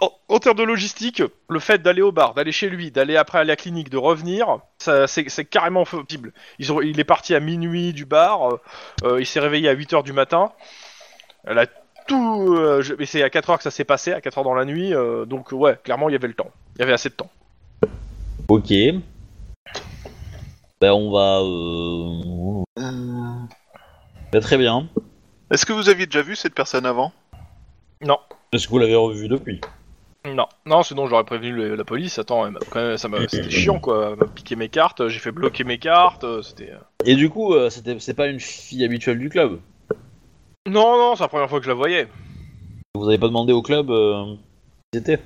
B: En, en termes de logistique, le fait d'aller au bar, d'aller chez lui, d'aller après à la clinique, de revenir, ça, c'est c'est carrément possible. Ils ont, il est parti à minuit du bar, euh, euh, il s'est réveillé à 8h du matin. Elle a tout. euh, je- mais c'est à 4h que ça s'est passé, à 4h dans la nuit, euh, donc ouais, clairement, il y avait le temps. Il y avait assez de temps.
A: Ok. Ben on va. euh,
D: Hum.
A: ben, très bien.
D: Est-ce que vous aviez déjà vu cette personne avant
A: Est-ce que vous l'avez revu depuis
B: Non, non, sinon j'aurais prévenu le- la police. Attends, elle m'a- quand même, ça m'a- c'était chiant quoi. Elle m'a piqué mes cartes, j'ai fait bloquer mes cartes, euh, c'était.
A: Et du coup, euh, c'était- c'est pas une fille habituelle du club.
B: Non, non, c'est la première fois que je la voyais.
A: Vous avez pas demandé au club euh, qui c'était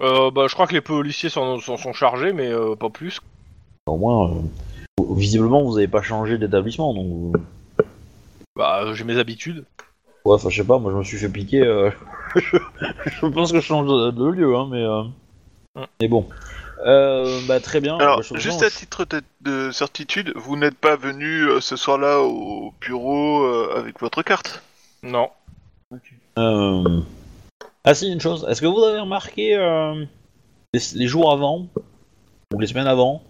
B: Euh, bah, je crois que les policiers s'en s'en sont chargés, mais euh, pas plus.
A: Au moins, euh, vous- visiblement, vous avez pas changé d'établissement, donc. vous-
B: Bah, euh, j'ai mes habitudes.
A: Ouais, enfin, je sais pas, moi je me suis fait piquer. euh, je, je pense que je change de, de lieu, hein, mais. euh,
B: Mm.
A: Mais bon. Euh, bah, très bien.
D: Alors,
A: Bah, je-
D: juste
A: non,
D: à titre de, de certitude, vous n'êtes pas venu euh, ce soir-là au bureau euh, avec votre carte.
B: Non.
A: Euh, Ah si, une chose. Est-ce que vous avez remarqué euh, les, les jours avant ou les semaines avant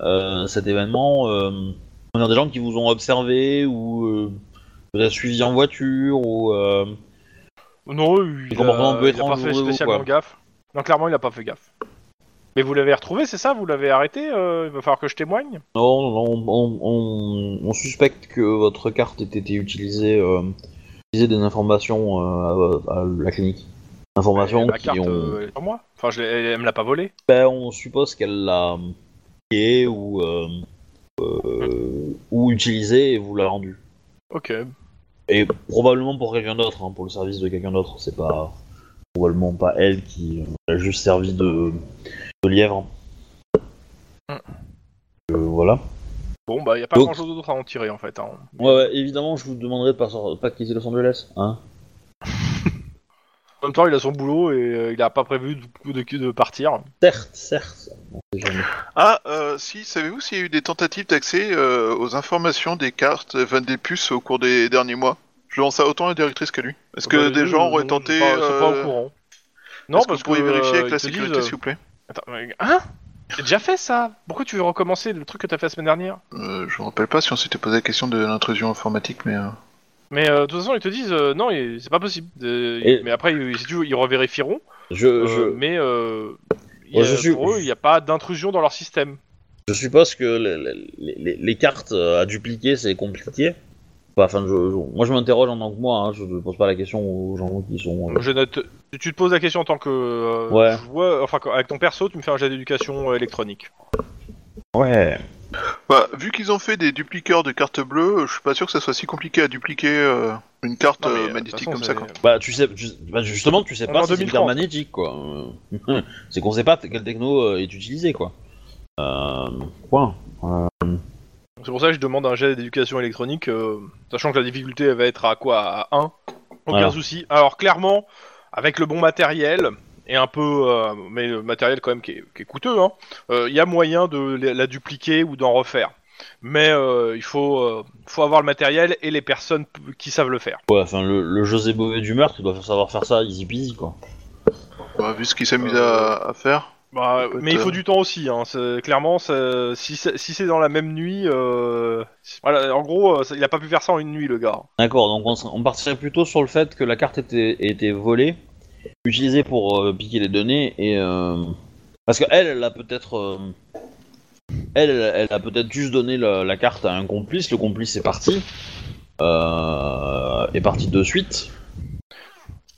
A: euh, cet événement euh, on a des gens qui vous ont observé ou euh, vous avez suivi en voiture ou euh,
B: Non, il,
A: C'est complètement un peu
B: il
A: étrange
B: pas
A: de
B: fait
A: vous,
B: spécialement
A: quoi.
B: gaffe. Non, clairement, il a pas fait gaffe. Mais vous l'avez retrouvé, c'est ça Vous l'avez arrêté euh, Il va falloir que je témoigne
A: non, non, on, on- on- on suspecte que votre carte ait été utilisée euh, utilisée des informations euh, à, à la clinique. Informations
B: Ma
A: qui
B: carte,
A: ont
B: euh, elle est sur moi. Enfin, je l'ai- elle, elle me l'a pas volée.
A: Ben, on suppose qu'elle l'a piqué ou, euh, euh, ou utilisé et vous l'a rendu.
B: Ok.
A: Et probablement pour quelqu'un d'autre, hein, pour le service de quelqu'un d'autre. C'est pas probablement pas elle qui euh, l'a juste servi de, de lièvre.
B: Mm.
A: Euh, voilà.
B: Bon, bah, il a pas
A: Donc-
B: grand chose d'autre à en tirer en fait. hein.
A: Ouais, ouais, évidemment, je vous demanderai de pas, sor- pas quitter Los Angeles. Hein.
B: En même temps, il a son boulot et euh, il a pas prévu de, de- de partir.
A: Certes, certes. On sait jamais.
D: Ah, euh, si, savez-vous s'il y a eu des tentatives d'accès euh, aux informations des cartes, enfin des puces au cours des derniers mois Je lance ça autant à la directrice qu'à lui. Est-ce que
B: Bah,
D: des
B: nous,
D: gens
B: nous,
D: auraient tenté.
B: Pas, sont pas
D: euh,
B: au courant.
D: est-ce
B: Non,
D: que
B: parce
D: vous pourriez
B: que,
D: vérifier
B: euh,
D: avec la
B: ils te
D: sécurité,
B: disent, euh,
D: s'il vous plaît
B: Attends, mais- hein T'as déjà fait ça Pourquoi tu veux recommencer le truc que t'as fait la semaine dernière
D: Euh, Je me rappelle pas si on s'était posé la question de l'intrusion informatique, mais. euh,
B: Mais euh, de toute façon, ils te disent euh, non, il- c'est pas possible. Euh,
A: Et-
B: Mais après, ils, si tu veux, ils revérifieront.
A: Je,
B: euh,
A: je,
B: Mais euh, il y
A: Ouais,
B: a-
A: je suis-
B: pour eux, il n'y a pas d'intrusion dans leur système.
A: Je suppose que les, les- les- les cartes euh, à dupliquer, c'est compliqué. Bah, Enfin, je- je- moi, je m'interroge en tant que moi, hein, je ne pose pas la question aux gens qui sont... euh,
B: Je note. si Tu te poses la question en tant que euh,
A: Ouais.
B: joueur, enfin quand- avec ton perso, tu me fais un jet d'éducation euh, électronique.
A: Ouais.
D: Bah, vu qu'ils ont fait des dupliqueurs de cartes bleues, euh, je suis pas sûr que ça soit si compliqué à dupliquer euh, une carte
B: Non, mais,
D: euh,
B: euh,
D: magnétique
B: de toute
D: comme
B: façon,
D: ça. Quoi.
B: c'est-
A: Bah, tu sais, tu- bah, justement, tu sais
B: On est
A: pas
B: en
A: si c'est
B: 2030.
A: hyper magnétique, quoi. Euh, c'est qu'on sait pas t- quelle techno euh, est utilisée, quoi. Euh, point.
B: C'est pour ça que je demande un jet d'éducation électronique, euh, sachant que la difficulté elle va être à quoi À 1 Aucun
A: Voilà.
B: souci. Alors clairement, avec le bon matériel, et un peu... euh, mais le matériel quand même qui est, qui est coûteux, hein, euh, il y a moyen de la la dupliquer ou d'en refaire. Mais euh, il faut, euh, faut avoir le matériel et les personnes p- qui savent le faire.
A: Ouais, enfin, le, le José Bové du meurtre, il doit savoir faire ça easy peasy, quoi.
D: Bah, vu ce qu'ils s'amusent
B: Euh,
D: à, à faire.
B: Bah,
D: Écoute,
B: mais il faut
D: euh,
B: du temps aussi. Hein. c'est- Clairement, c'est- si c'est si c'est dans la même nuit... euh, c'est- voilà, en gros, euh, ça- il a pas pu faire ça en une nuit, le gars.
A: D'accord, donc on, se- on partirait plutôt sur le fait que la carte était, était volée, utilisée pour euh, piquer les données, et... euh, parce que elle, elle a peut-être... euh, elle, elle a peut-être juste donné la, la carte à un complice, le complice est parti, euh, est parti de suite.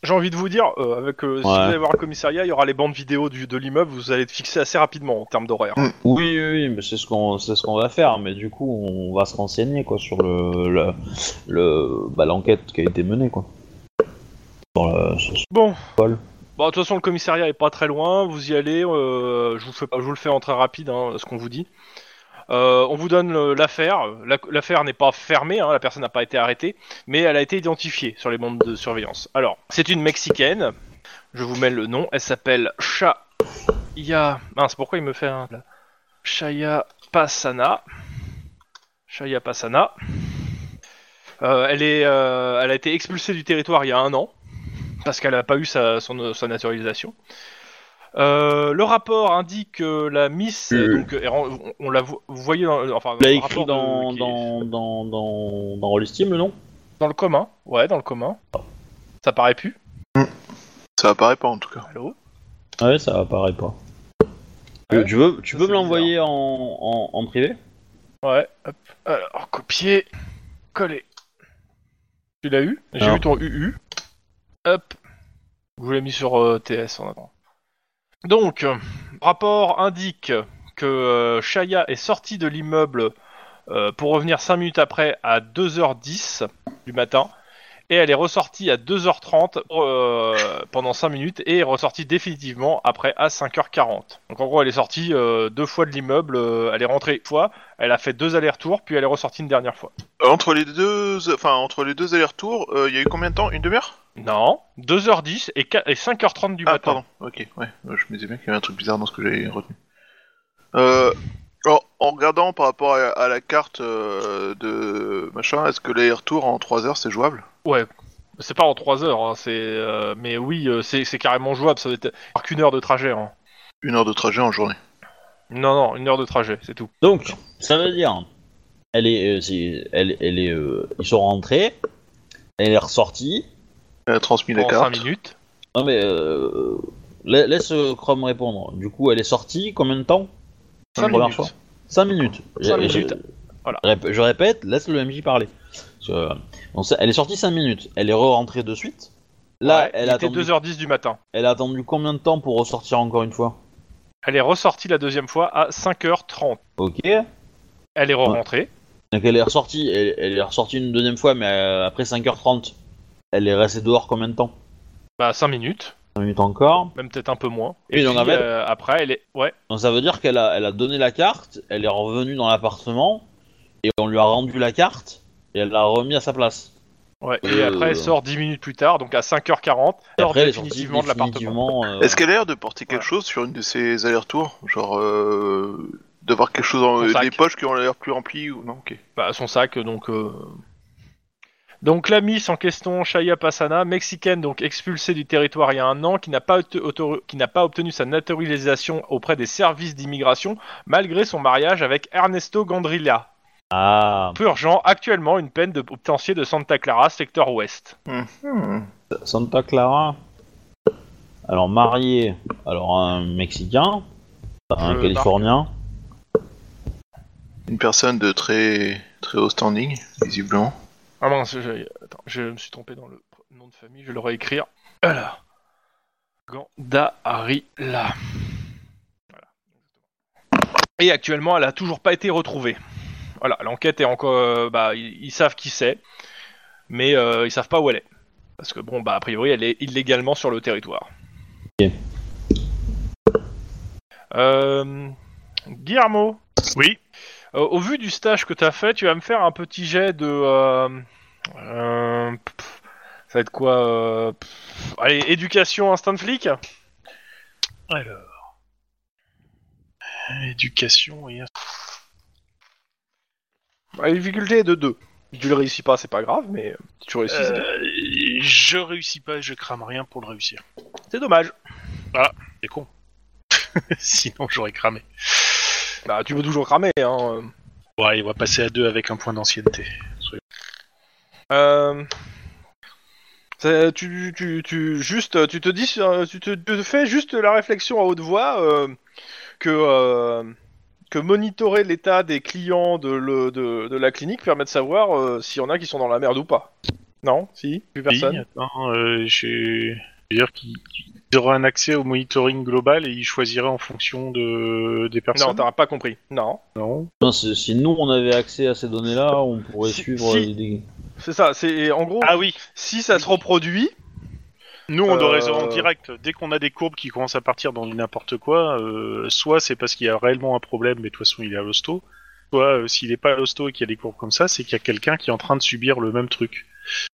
B: J'ai envie de vous dire, euh, avec euh, si vous
A: Ouais.
B: allez voir le commissariat, il y aura les bandes vidéo du, de l'immeuble, vous allez être fixer assez rapidement en termes d'horaire.
A: Oui, oui, oui, mais c'est ce qu'on c'est ce qu'on va faire, mais du coup, on va se renseigner, quoi, sur le... le, le- bah, l'enquête qui a été menée, quoi. Sur le- sur-
B: Bon.
A: Paul.
B: Bon, de toute façon, le commissariat est pas très loin, vous y allez, euh, je, vous fais, pas- je vous le fais en très rapide, hein, ce qu'on vous dit. Euh, on vous donne euh, l'affaire, La- l'affaire n'est pas fermée, hein, la personne n'a pas été arrêtée, mais elle a été identifiée sur les bandes de surveillance. Alors, c'est une Mexicaine Je vous mets le nom. Elle s'appelle Shaya. Mince, pourquoi il me fait un. Shaya Pasana. Shaya Pasana. Euh, elle, est, euh, elle a été expulsée du territoire il y a un an, parce qu'elle n'a pas eu sa, son- sa naturalisation. Euh, le rapport indique que la Miss,
A: Euh.
B: donc, est ren- on, on la vo- vous voyez, dans, enfin,
A: Tu l'as
B: le
A: écrit
B: rapport de-
A: dans,
B: qui est-
A: dans, dans, dans, dans Rollistim, le nom
B: dans le commun, ouais, dans le commun. Ça paraît plus.
D: Ça apparaît pas en tout cas.
B: Allô.
A: Ah Ouais, ça apparaît pas.
B: Ouais.
A: Euh, tu veux, tu
B: Ça,
A: peux
B: c'est
A: me l'envoyer en, en, en privé
B: Ouais. Hop. Alors copier, coller. Tu l'as eu J'ai
A: Alors.
B: eu ton UU. Hop. Je vous l'ai mis sur euh, TS en attendant. Donc, euh, rapport indique que euh, Shaya est sortie de l'immeuble euh, pour revenir 5 minutes après à 2h10 du matin. Et elle est ressortie à 2h30 euh, pendant 5 minutes et est ressortie définitivement après à 5h40. Donc en gros elle est sortie euh, deux fois de l'immeuble, euh, elle est rentrée une fois, elle a fait deux allers-retours puis elle est ressortie une dernière fois.
D: Euh, Entre les deux, enfin entre les deux allers-retours, euh, il y a eu combien de temps Une demi-heure
B: Non, 2h10 et, qua- et 5h30 du
D: Ah
B: matin.
D: pardon. Ok. Ouais. Euh, Je me disais bien qu'il y avait un truc bizarre dans ce que j'avais retenu. Euh, en, en regardant par rapport à, à la carte euh, de machin, est-ce que l'aller-retour en 3 heures c'est jouable
B: C'est pas en 3 heures, hein, c'est euh, mais oui, euh, c'est c'est carrément jouable, ça doit être alors qu'une heure de trajet. hein.
D: Une heure de trajet en journée.
B: Non, non, une heure de trajet, c'est tout.
A: Donc, ça veut dire, elle est, euh, c'est- elle, elle est, euh, ils sont rentrés, elle est ressortie.
D: Elle a transmis la
B: Pendant 5
D: carte.
B: minutes.
A: Non mais euh, la- laisse euh, Chrome répondre. Du coup, elle est sortie combien de temps
B: Cinq
A: La première
B: minutes.
A: fois 5 minutes.
B: Cinq
A: Je- je-
B: minutes. Voilà.
A: rép- je répète, laisse le MJ parler. Parce que, euh, donc, ça- elle est sortie 5 minutes. Elle est re-rentrée de suite. Là,
B: Ouais,
A: elle,
B: il
A: a
B: était
A: attendu,
B: 2h10 du matin.
A: elle a attendu combien de temps pour ressortir encore une fois
B: Elle est ressortie la deuxième fois à 5h30.
A: Ok.
B: Elle est rentrée.
A: Donc elle est ressortie, elle, elle est ressortie une deuxième fois, mais euh, après 5h30, elle est restée dehors combien de temps
B: Bah 5 minutes,
A: 5 minutes encore.
B: même peut-être un peu moins.
A: Oui, il y en avait.
B: euh, après, elle est ouais,
A: Donc ça veut dire qu'elle a, elle a donné la carte, elle est revenue dans l'appartement, et on lui a rendu la carte, et elle l'a remis à sa place.
B: ouais. Et
A: Euh.
B: après, elle sort 10 minutes plus tard, donc à 5h40,
A: Et
B: sort
A: après, elle est sortie
B: définitivement de
A: définitivement,
B: l'appartement.
A: euh,
D: Est-ce qu'elle a l'air de porter quelque
B: Ouais.
D: chose sur une de ses allers-retours Genre euh, d'avoir quelque chose dans
B: Son sac.
D: les poches qui ont l'air plus remplies ou non Ok.
B: Bah, son sac, donc. euh. Donc la Miss en question, Shaya Pasana, mexicaine, donc expulsée du territoire il y a un an, qui n'a pas, auto- autor- qui n'a pas obtenu sa naturalisation auprès des services d'immigration, malgré son mariage avec Ernesto Gandrilla,
A: Ah,
B: purgeant actuellement une peine de potentier de Santa Clara, secteur ouest.
A: Santa Clara. Alors marié, alors un Mexicain, un
B: Je-
A: Californien.
D: Une personne de très très haut standing, visiblement.
B: Ah mince, je, attends, je me suis trompé dans le nom de famille, je vais le réécrire. Alors. Gandarilla. Voilà. Et actuellement, elle a toujours pas été retrouvée. Voilà, l'enquête est encore. euh, bah, ils, ils savent qui c'est, mais euh, ils savent pas où elle est. Parce que bon, bah, a priori, elle est illégalement sur le territoire.
A: Ok.
B: Euh, Guillermo,
C: Oui.
B: euh, au vu du stage que t'as fait, tu vas me faire un petit jet de. euh, euh, pff, ça va être quoi euh, pff, Allez, éducation instinct de flic
C: Alors. Éducation et.
B: La difficulté est de 2. Si tu le réussis pas, c'est pas grave, mais si tu réussis, c'est bien.
C: Euh, je réussis pas et je crame rien pour le réussir.
B: c'est dommage.
C: C'est con. Sinon, j'aurais cramé.
B: Bah, tu peux toujours cramer. Hein.
C: Ouais, on va passer à deux avec un point d'ancienneté.
B: Euh, ça- tu, tu, tu, juste, tu te dis, euh, tu te, te fais juste la réflexion à haute voix euh, que euh, que monitorer l'état des clients de, le, de, de la clinique permet de savoir euh, s'il y en a qui sont dans la merde ou pas. Non, si, plus personne.
C: Oui, attends, euh, je... C'est-à-dire qu'il il aura un accès au monitoring global et il choisira en fonction de... des
B: Non,
C: personnes.
B: t'as pas compris. Non.
C: Non.
A: Non, si si nous on avait accès à ces données-là, on pourrait
B: Si-
A: suivre
B: si.
A: les-
B: C'est ça, c'est en gros,
C: Ah oui,
B: si ça se reproduit,
C: nous on
B: Euh,
C: doit raisonner en direct. Dès qu'on a des courbes qui commencent à partir dans du n'importe quoi, euh, soit c'est parce qu'il y a réellement un problème, mais de toute façon il est à l'hosto, soit euh, s'il n'est pas à l'hosto et qu'il y a des courbes comme ça, c'est qu'il y a quelqu'un qui est en train de subir le même truc.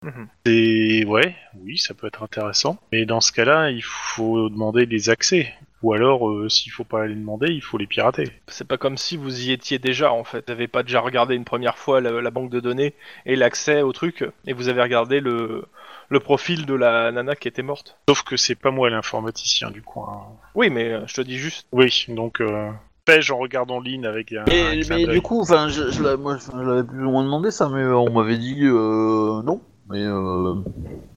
B: Mhm.
C: C'est ouais, oui, ça peut être intéressant. Mais dans ce cas-là, il faut demander les accès. Ou alors, euh, s'il faut pas les demander, il faut les pirater.
B: C'est pas comme si vous y étiez déjà en fait. Vous avez pas déjà regardé une première fois la, la banque de données et l'accès au truc, et vous avez regardé le, le profil de la nana qui était morte.
C: Sauf que c'est pas moi l'informaticien du coin.
B: Oui, mais euh, je te dis juste.
C: Oui, donc euh, pêche en regardant ligne avec un.
A: Mais,
C: un clin
A: mais
C: d'œil.
A: du coup, enfin, je, je, l'avais- moi, je l'avais plus ou moins demandé ça, mais euh, on m'avait dit euh, non. Mais euh,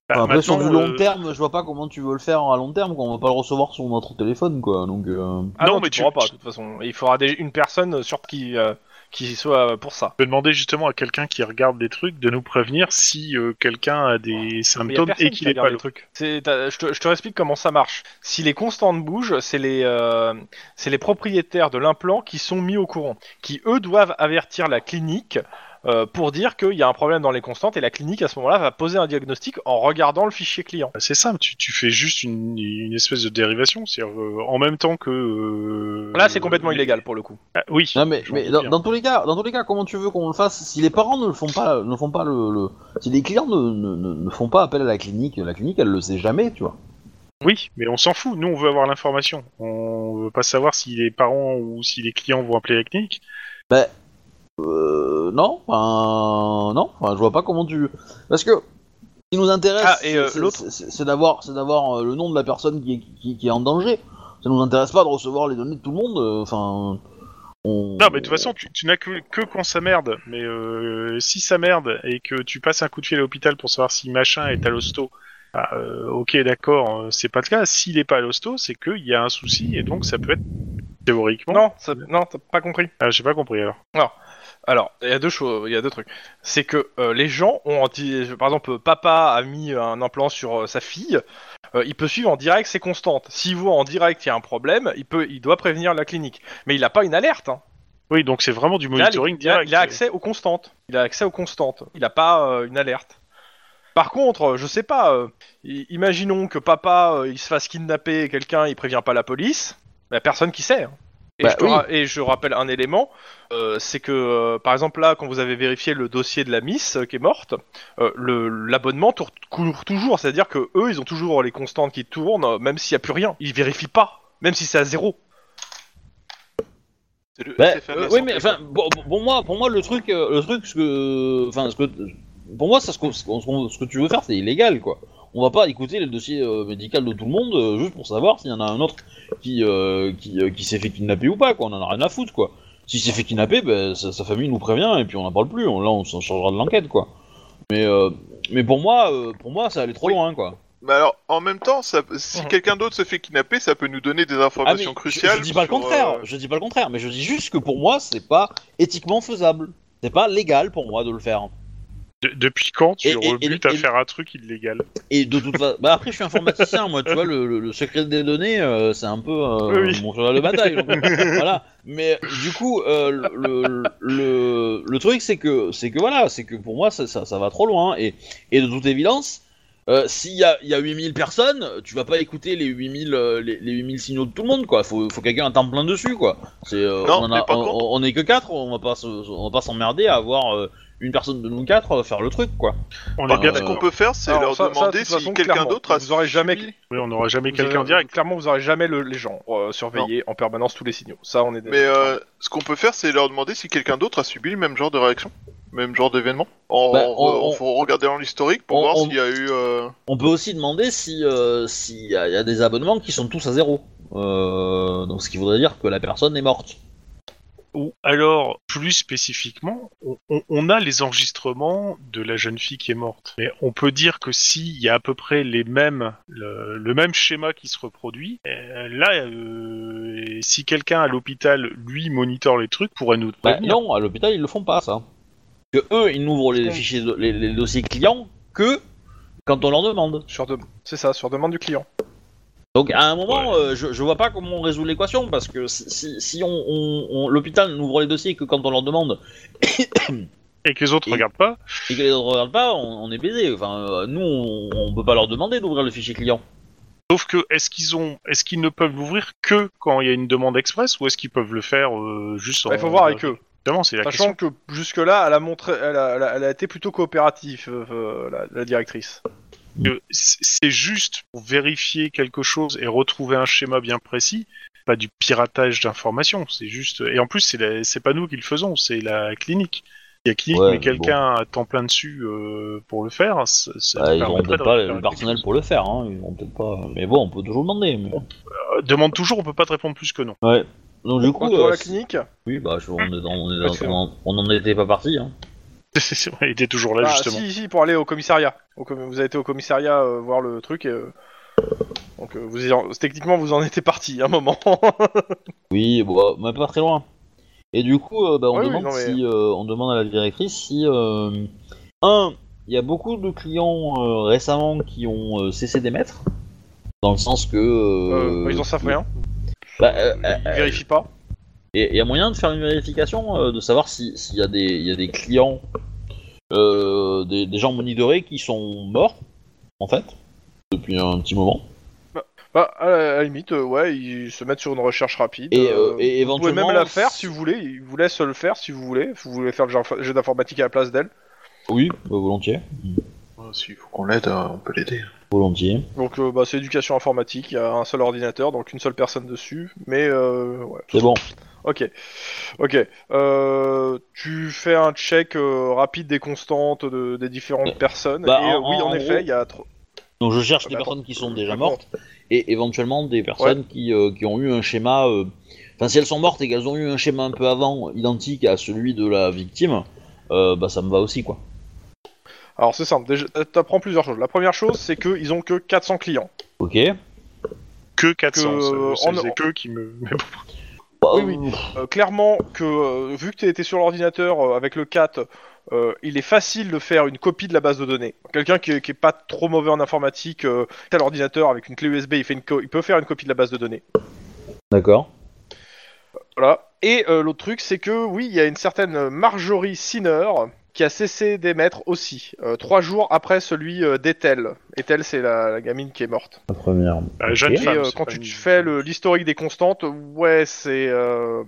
C: Bah,
A: enfin, après, sur du
C: maintenant,
A: long
C: euh,
A: terme, je vois pas comment tu veux le faire à long terme, quoi. On va pas le recevoir sur notre téléphone, quoi. Donc, euh,
B: Ah
C: Non,
B: non,
C: mais
B: mais
C: tu-
B: tu pourras pas de toute façon. Il faudra déjà une personne euh, sur qui euh, qui soit euh, pour ça.
C: Je peux demander justement à quelqu'un qui regarde des trucs de nous prévenir si euh, quelqu'un a des
B: Ah, Mais y a
C: symptômes
B: personne
C: et
B: qui
C: qu'il est
B: regarde
C: pas
B: les
C: le
B: trucs. C'est- t'as- Je te, je te réexplique comment ça marche. Si les constantes bougent, c'est les, euh, c'est les propriétaires de l'implant qui sont mis au courant, qui eux doivent avertir la clinique euh, pour dire qu'il y a un problème dans les constantes et la clinique à ce moment-là va poser un diagnostic en regardant le fichier client.
C: Bah, C'est simple, tu, tu fais juste une, une espèce de dérivation, c'est-à-dire euh, en même temps que. euh,
B: Là, c'est complètement
C: les-
B: illégal pour le coup.
C: Ah, oui.
A: Non mais,
C: j'en
A: mais
C: doute
A: dans,
C: bien.
A: dans tous les cas, dans tous les cas, comment tu veux qu'on le fasse Si les parents ne le font pas, ne font pas le, le- si les clients ne, ne- ne- ne font pas appel à la clinique, la clinique elle le sait jamais, tu vois.
C: Oui, mais on s'en fout. Nous, on veut avoir l'information. On veut pas savoir si les parents ou si les clients vont appeler la clinique.
A: Euh, non, enfin, non, enfin, je vois pas comment tu. Parce que ce qui nous intéresse,
B: Ah, et, euh,
A: c'est-
B: l'autre
A: c'est c'est- c'est d'avoir, c'est d'avoir euh, le nom de la personne qui est, qui, qui est en danger. Ça nous intéresse pas de recevoir les données de tout le monde. euh, Enfin, on-
C: Non, mais de toute façon, tu, tu n'as que, que quand ça merde. Mais euh, si ça merde et que tu passes un coup de fil à l'hôpital pour savoir si machin est à l'hosto, bah, euh, ok, d'accord, euh, c'est pas le cas. S'il est pas à l'hosto, c'est qu'il y a un souci et donc ça peut être théoriquement.
B: Non, ça- non, t'as pas compris.
C: Ah, j'ai pas compris alors.
B: Alors, il y a deux choses, il y a deux trucs. C'est que euh, les gens ont, anti- par exemple, papa a mis un implant sur euh, sa fille. euh, il peut suivre en direct, c'est constante. S'il voit en direct qu'il y a un problème, il peut, il doit prévenir la clinique. Mais il n'a pas une alerte. hein.
C: Oui, donc c'est vraiment du
B: Il a-
C: monitoring
B: il, a,
C: direct. euh.
B: il a accès aux constantes. Il a accès aux constantes. Il n'a pas euh, une alerte. Par contre, euh, je sais pas. euh, i- imaginons que papa euh, il se fasse kidnapper et quelqu'un, il prévient pas la police. La personne qui sait. hein. Et,
A: Bah
B: je te
A: oui.
B: ra- et je rappelle un élément, euh, c'est que euh, par exemple là, quand vous avez vérifié le dossier de la Miss euh, qui est morte, euh, le- l'abonnement tour- court toujours, c'est-à-dire que eux, ils ont toujours les constantes qui tournent, euh, même s'il n'y a plus rien. Ils vérifient pas, même si c'est à zéro.
D: C'est le
A: Bah,
D: SFM,
A: euh,
D: la
A: oui,
D: santé,
A: mais enfin, pour, pour- pour moi, pour moi, le truc, euh, le truc, ce que, enfin, ce que, pour moi, ça, ce, qu'on- ce qu'on- ce que tu veux faire, c'est illégal, quoi. On va pas écouter les dossiers euh, médical de tout le monde euh, juste pour savoir s'il y en a un autre qui, euh, qui, euh, qui s'est fait kidnapper ou pas, quoi. On en a rien à foutre, quoi. S'il s'est fait kidnapper, ben, sa, sa famille nous prévient et puis on n'en parle plus. On- là, on s'en chargera de l'enquête, quoi. Mais, euh, mais pour moi, euh, pour moi, ça allait trop loin, quoi.
D: Mais alors, en même temps, ça- si
B: Mhm.
D: quelqu'un d'autre se fait kidnapper, ça peut nous donner des
A: Ah, mais
D: informations
A: je,
D: cruciales.
A: je dis pas le
D: sur,
A: contraire,
D: euh,
A: je dis pas le contraire, mais je dis juste que pour moi, c'est pas éthiquement faisable. C'est pas légal pour moi de le faire.
C: De- depuis quand tu
A: Et- et-
C: rebutes
A: et-
C: à
A: et-
C: faire un truc illégal
A: Et de toute façon, bah après je suis informaticien, moi, tu vois, le, le- le secret des données, euh, c'est un peu euh,
C: Oui.
A: mon cheval de bataille. donc, voilà. Mais du coup, euh, le, le, le- le truc, c'est que, c'est que voilà, c'est que pour moi, ça, ça, ça va trop loin. Et, et de toute évidence, euh, s'il y a, il y a 8000 personnes, tu vas pas écouter les 8000, euh, les, les 8000 signaux de tout le monde, quoi. Faut, faut quelqu'un à temps plein dessus, quoi. C'est, euh,
D: Non,
A: on, en
D: mais
A: a-
D: par
A: on-
D: contre-
A: on est que 4, on va pas se- on va pas s'emmerder à avoir euh, une personne de nous 4 faire le truc, quoi.
C: On est bien
A: euh,
D: Ce qu'on
C: d'accord.
D: peut faire, c'est
B: Bah, Alors,
D: leur
B: ça- ça, de
D: demander
B: toute façon,
D: si quelqu'un
B: clairement,
D: d'autre a
B: vous aurez jamais-
D: suivi-
C: Oui, on n'aura jamais
B: Vous
C: quelqu'un en
B: avez-
C: direct.
B: Clairement, vous aurez jamais le- les gens euh, surveiller en permanence tous les signaux. Ça, on est.
D: Mais euh, ce qu'on peut faire, c'est leur demander si quelqu'un d'autre a subi le même genre de réaction, même genre d'événement. En,
A: Bah,
D: en-
A: on-
D: en- faut regarder dans l'historique pour
A: on-
D: voir
A: on-
D: s'il y a eu. euh,
A: On peut aussi demander si euh, s'il y, a il y a des abonnements qui sont tous à zéro. Euh, donc ce qui voudrait dire que la personne est morte.
C: Ou alors, plus spécifiquement, on, on- on a les enregistrements de la jeune fille qui est morte. Mais on peut dire que s'il y a à peu près les mêmes, le, le même schéma qui se reproduit, euh, là, euh, et si quelqu'un à l'hôpital, lui, monitor les trucs, pourrait nous
A: Bah,
C: prévenir.
A: non, à l'hôpital ils le font pas ça. Que eux ils n'ouvrent les fichiers, de- les, les dossiers clients que quand on leur demande.
B: Sur de- C'est ça, sur demande du client.
A: Donc à un moment, euh, je, je vois pas comment on résout l'équation parce que si, si, si on, on- on- l'hôpital n'ouvre les dossiers que quand on leur demande
C: et que les autres
A: Et-
C: regardent pas,
A: et que les autres regardent pas, on, on est baisé. Enfin, euh, nous on, on peut pas leur demander d'ouvrir le fichier client.
C: sauf que est-ce qu'ils ont, est-ce qu'ils ne peuvent l'ouvrir que quand il y a une demande express, ou est-ce qu'ils peuvent le faire euh, juste en...
B: Bah, Il faut voir avec eux.
C: Évidemment, c'est la question.
B: Sachant que jusque-là, elle a montré, elle a, elle a- elle a été plutôt coopérative, euh, euh, la, la directrice.
C: que c- c'est juste pour vérifier quelque chose et retrouver un schéma bien précis, pas du piratage d'informations. C'est juste. Et en plus, c'est la- c'est pas nous qui le faisons, c'est la clinique. Il y a clinique,
A: Ouais,
C: mais
A: bon.
C: quelqu'un à temps plein dessus euh, pour le faire. Ça, ça
A: Bah,
C: nous
A: ils n'auront
C: permettrait
A: peut-être
C: de
A: pas
C: récupérer
A: le
C: quelque
A: personnel
C: chose.
A: pour le faire, hein. Ils vont peut-être pas. Mais bon, on peut toujours demander. mais-
C: Euh, Demande toujours, on peut pas te répondre plus que non.
A: Ouais. Donc du coup,
B: Retour à
A: euh,
B: la clinique.
A: oui, bah, je- on, est dans- on est dans-
B: Excellent.
A: on- on en était pas parti. Hein.
C: Il était toujours là
B: Ah,
C: justement.
B: si, si, pour aller au commissariat. Au com- vous avez été au commissariat euh, voir le truc. Et, euh, Donc, euh, vous y en- techniquement, vous en étiez parti un moment.
A: Oui, bon, mais pas très loin. Et du coup, euh, bah, on,
B: Ouais, oui,
A: demande
B: non, mais-
A: si, euh, on demande à la directrice si, euh, un, il y a beaucoup de clients euh, récemment qui ont euh, cessé d'émettre, dans le sens que... euh,
B: Euh, ils en savent rien.
A: bah, euh,
B: Ils
A: euh,
B: ils vérifient pas.
A: et il y a moyen de faire une vérification, euh, de savoir si- s'il y, a des- il y a des clients, euh, des, des gens monitorés qui sont morts, en fait, depuis un petit moment.
B: Bah, à la, à la limite, euh, ouais, ils se mettent sur une recherche rapide.
A: Et,
B: euh,
A: euh, et
B: Vous pouvez
A: éventuellement...
B: même la faire si vous voulez, ils vous laissent le faire si vous voulez, si vous voulez faire le jeu- jeu d'informatique à la place d'elle.
A: Oui, euh, volontiers.
D: S'il faut qu'on l'aide, euh, on peut l'aider.
A: Volontiers.
B: Donc euh, bah, c'est éducation informatique, il y a un seul ordinateur, donc une seule personne dessus, mais euh, ouais.
A: C'est bon.
B: Ok, ok. Euh, tu fais un check euh, rapide des constantes de- des différentes personnes,
A: bah,
B: et euh,
A: en-
B: oui, en,
A: en
B: effet,
A: gros-
B: il y a trop...
A: Donc je cherche
B: Ah
A: des
B: bah,
A: personnes qui sont déjà
B: attends.
A: mortes et éventuellement des personnes qui, euh, qui ont eu un schéma. euh, Enfin, si elles sont mortes et qu'elles ont eu un schéma un peu avant, identique à celui de la victime, euh, bah ça me va aussi quoi.
B: Alors c'est simple, déjà, t'apprends plusieurs choses. La première chose, c'est qu'ils ont que 400 clients.
A: Ok.
C: Que 400,
B: que, euh,
C: que...
B: en-
C: que qui me. mais bon.
A: Bah,
B: Oui, oui. Euh, clairement que euh, vu que tu étais sur l'ordinateur euh, avec le CAT, euh, il est facile de faire une copie de la base de données. Quelqu'un qui, est- qui est pas trop mauvais en informatique, euh, t'as l'ordinateur avec une clé USB, il, fait une co- il peut faire une copie de la base de données.
A: D'accord.
B: Voilà. Et euh, l'autre truc, c'est que oui, il y a une certaine Marjorie Sinner qui a cessé d'émettre aussi, euh, trois jours après celui euh, d'Ethel. Ethel, c'est la- la gamine qui est morte.
A: La première.
C: Euh, jeune
A: Ok.
B: Et
C: femme,
B: euh,
C: c'est
B: quand
C: pas
B: tu
C: une-
B: te fais le- l'historique des constantes, ouais, c'est euh,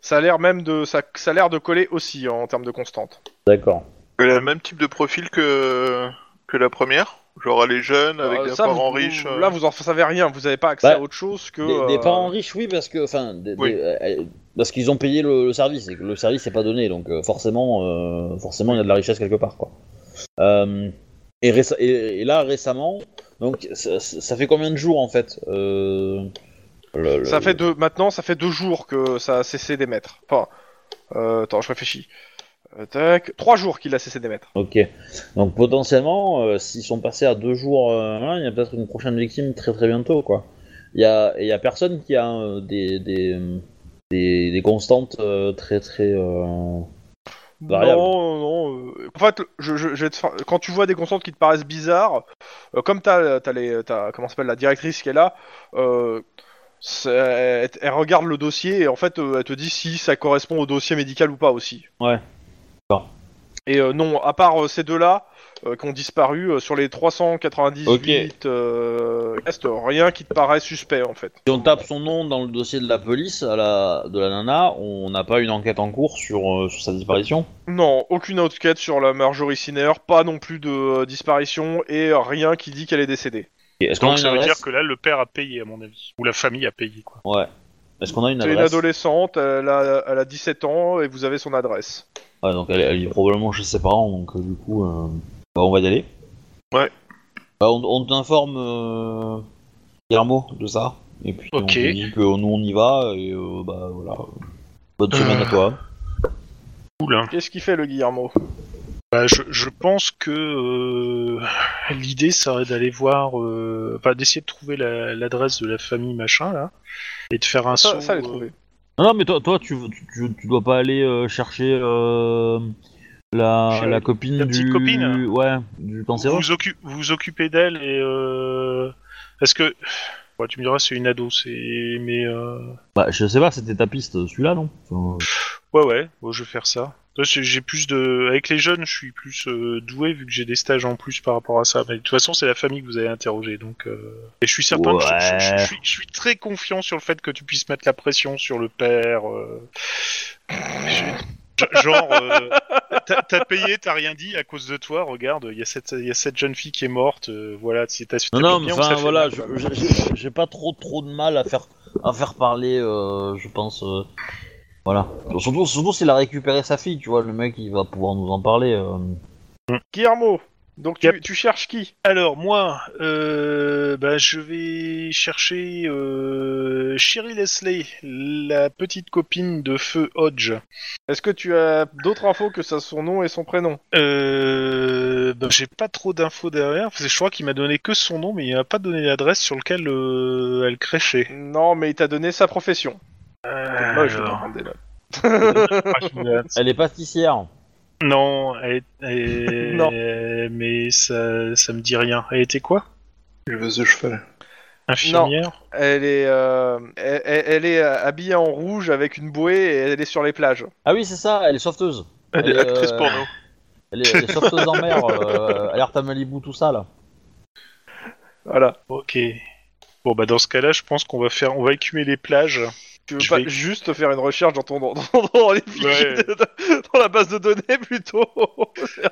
B: ça a l'air même de ça, ça a l'air de coller aussi hein, en termes de constantes.
A: D'accord.
D: Elle a le même type de profil que, que la première Genre elle est jeune, avec
B: Euh,
D: des
B: ça,
D: parents
B: vous-
D: riches. euh,
B: Là, vous en savez rien. Vous n'avez pas accès
A: Bah,
B: à autre chose que
A: Des, des
B: euh,
A: parents riches, oui, parce que enfin, des-
D: Oui.
A: des- euh, euh, parce qu'ils ont payé le, le service et que le service n'est pas donné, donc euh, forcément, euh, forcément, il y a de la richesse quelque part, quoi. Euh, et, réce- et- et là, récemment, donc ça, ça- ça fait combien de jours en fait euh, le- le-
B: Ça fait deux. Maintenant, ça fait deux jours que ça a cessé d'émettre. Enfin, euh, attends, je réfléchis. Euh, tac, trois jours qu'il a cessé d'émettre.
A: Ok. Donc potentiellement, euh, s'ils sont passés à deux jours, euh, hein, il y a peut-être une prochaine victime très très bientôt, quoi. Il y a, et il y a personne qui a euh, des, des, euh, des, des constantes euh, très très. euh, Variable.
B: Non, non. euh, en fait, je, je- je vais te faire- quand tu vois des constantes qui te paraissent bizarres, euh, comme t'as, t'as les, t'as, comment ça s'appelle la directrice qui est là, euh, c'est- elle, elle regarde le dossier et en fait, euh, elle te dit si ça correspond au dossier médical ou pas aussi.
A: Ouais. D'accord.
B: Et euh, non, à part euh, ces deux-là euh, qui ont disparu euh, sur les 398 euh, restes, rien qui te paraît suspect en fait.
A: Si on tape son nom dans le dossier de la police, à la, de la nana, on n'a pas une enquête en cours sur, euh, sur sa disparition.
B: Non, aucune enquête sur la Marjorie Sinner, pas non plus de euh, disparition et rien qui dit qu'elle est décédée.
A: Et Est-ce qu'on a
C: Donc
A: une
C: ça veut dire
A: adresse
C: que là, le père a payé, à mon avis. Ou la famille a payé, quoi.
A: Ouais. Est-ce qu'on a une
B: C'est une
A: adresse
B: adolescente, elle a, elle a 17 ans et vous avez son adresse.
A: Ouais, donc elle, elle est probablement chez ses parents, donc euh, du coup, euh, bah, on va y aller.
D: Ouais.
A: Bah, on, on t'informe, euh, Guillermo, de ça. Et puis
C: Ok.
A: on te dit que nous on y va, et euh, bah voilà. Bonne semaine à
C: Euh.
A: toi.
C: Cool, hein.
B: Qu'est-ce qu'il fait le Guillermo
C: Bah, je, je pense que euh, l'idée serait d'aller voir, euh, enfin d'essayer de trouver la- l'adresse de la famille machin là, et de faire un
B: Ça,
C: saut.
B: ça l'est
C: euh,
B: trouvé.
A: Non, non, mais toi, toi tu, tu, tu- tu dois pas aller euh, chercher euh, la,
C: Chez-
A: la copine
C: la petite
A: du.
C: copine
A: Ouais, du
C: vous
A: cancéreux.
C: vous, occu- vous vous occupez d'elle et euh, parce que ouais, tu me diras c'est une ado, c'est mais euh,
A: Bah, je sais pas, c'était ta piste, euh, celui-là, non Enfin,
C: ouais ouais, bon, je vais faire ça. Toi, j'ai j'ai plus de. Avec les jeunes, je suis plus euh, doué vu que j'ai des stages en plus par rapport à ça. Mais de toute façon, c'est la famille que vous avez interrogée, donc. euh, Et je suis certain que je- je, je- je suis, je suis très confiant sur le fait que tu puisses mettre la pression sur le père. euh, je- je- Genre, euh, t'as- t'as payé, t'as rien dit à cause de toi. Regarde, il y, a cette- il y a cette jeune fille qui est morte. euh, voilà, si t'as
A: Non,
C: t'as
A: non,
C: pas
A: mais
C: bien,
A: enfin
C: ça fait
A: voilà,
C: mal.
A: je- j'ai- j'ai- j'ai pas trop trop de mal à faire à faire parler, euh, je pense. euh, voilà. Surtout, surtout s'il a récupéré sa fille, tu vois, le mec il va pouvoir nous en parler. euh.
B: Guillermo, donc tu,
C: Yep.
B: tu cherches qui
C: Alors moi, euh, bah, je vais chercher euh, Sherry Leslie, la petite copine de Feu Hodge.
B: Est-ce que tu as d'autres infos que ça, son nom et son prénom
C: Euh, bah, j'ai pas trop d'infos derrière, parce que je crois qu'il m'a donné que son nom, mais il m'a pas donné l'adresse sur laquelle euh, elle crêchait.
B: Non, mais il t'a donné sa profession. Moi, je
C: Euh,
B: vais pas
C: Alors.
B: prendre des notes.
A: Elle est pâtissière.
C: non, elle, est- elle-
B: Non.
C: mais ça, ça me dit rien. Elle était quoi
D: Éleveuse de cheval.
C: Infirmière
B: Elle est, euh, elle, elle- elle est euh, habillée en rouge avec une bouée et elle est sur les plages.
A: Ah oui, c'est ça, elle est sauveteuse.
D: Elle est
A: euh,
D: actrice porno.
A: Elle est, elle est sauveteuse en mer, euh, alerte à Malibu, tout ça là.
B: Voilà.
C: Ok. Bon bah dans ce cas-là, je pense qu'on va faire, on va écumer les plages.
B: Tu veux
C: Je
B: pas
C: vais-
B: juste faire une recherche dans ton dans, dans- dans les fichiers
C: Ouais.
B: de- de- dans la base de données plutôt.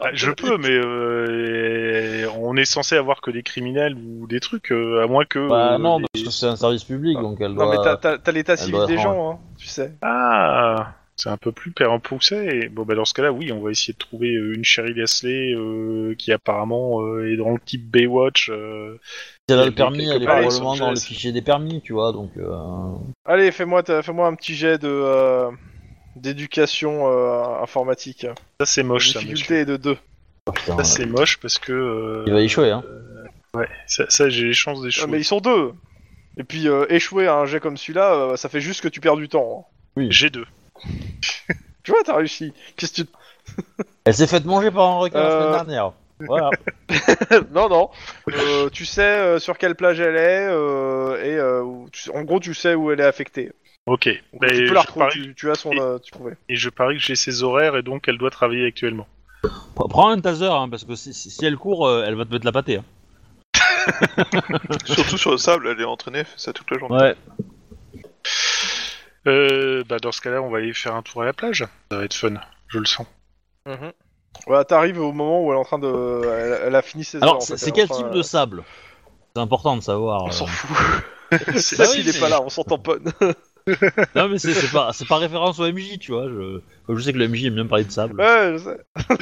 C: Ah, je peux, mais euh, on est censé avoir que des criminels ou des trucs, euh, à moins que.
A: Bah
C: euh,
A: non,
C: les-
A: parce que c'est un service public, donc elle doit.
B: Non mais t'as- t'as t'as l'état
A: elle
B: civil
A: doit
B: des
A: être
B: gens, hein, tu sais.
C: Ah, c'est un peu plus père poussé. Bon bah dans ce cas-là, oui, on va essayer de trouver euh, une Sherry Leslie euh, qui apparemment euh, est dans le type Baywatch. euh.
A: Si elle a le
C: Mais
A: permis,
C: quelque
A: elle est
C: part, ils
A: probablement
C: sont
A: dans le
C: jeunes.
A: fichier des permis, tu vois, donc. euh,
B: Allez, fais-moi ta- fais-moi un petit jet de euh, d'éducation euh, informatique.
C: Ça c'est moche,
B: La
C: ça.
B: difficulté
C: monsieur.
B: est de 2.
A: oh, putain,
C: Ça c'est moche parce que. euh,
A: il va y chouer, hein.
C: Ouais, ça, ça, j'ai les chances d'échouer.
B: Ah, mais ils sont deux. Et puis euh, échouer à un jet comme celui-là, euh, ça fait juste que tu perds du temps. hein.
C: J'ai deux.
B: Tu vois, t'as réussi. Qu'est-ce que tu
A: Elle s'est faite manger par un requin la
B: Euh.
A: semaine dernière. Voilà.
B: non, non. Euh, tu sais euh, sur quelle plage elle est euh, et euh, où- tu- en gros tu sais où elle est affectée.
C: Ok.
B: Donc,
C: Bah,
B: tu
C: je
B: peux la retrouver.
C: parie-
B: Tu, tu as son
C: et-
B: euh, tu trouvais.
C: Et je parie que j'ai ses horaires et donc elle doit travailler actuellement.
A: Prends un taser, hein, parce que si, si- si elle court, euh, elle va te mettre la pâtée. hein.
D: Surtout sur le sable, elle est entraînée, elle fait ça toute la journée.
A: Ouais.
C: Euh, bah dans ce cas-là, on va aller faire un tour à la plage. Ça va être fun. Je le sens.
B: Mhm. Voilà, t'arrives au moment où elle est en train de, elle, elle a fini ses. heures, en
A: Alors, c'est
B: fait.
A: c'est
B: Elle est
A: quel
B: en train-
A: type de sable C'est important de savoir.
B: On s'en
A: euh.
B: fout.
C: C'est-
B: Ça,
A: Ah oui,
B: s'il est
A: mais-
B: pas là, on s'en tamponne.
A: Non, mais c'est c'est pas, c'est pas référence au MJ, tu vois. Je, je sais que le MJ aime bien parler de sable.
B: ouais, je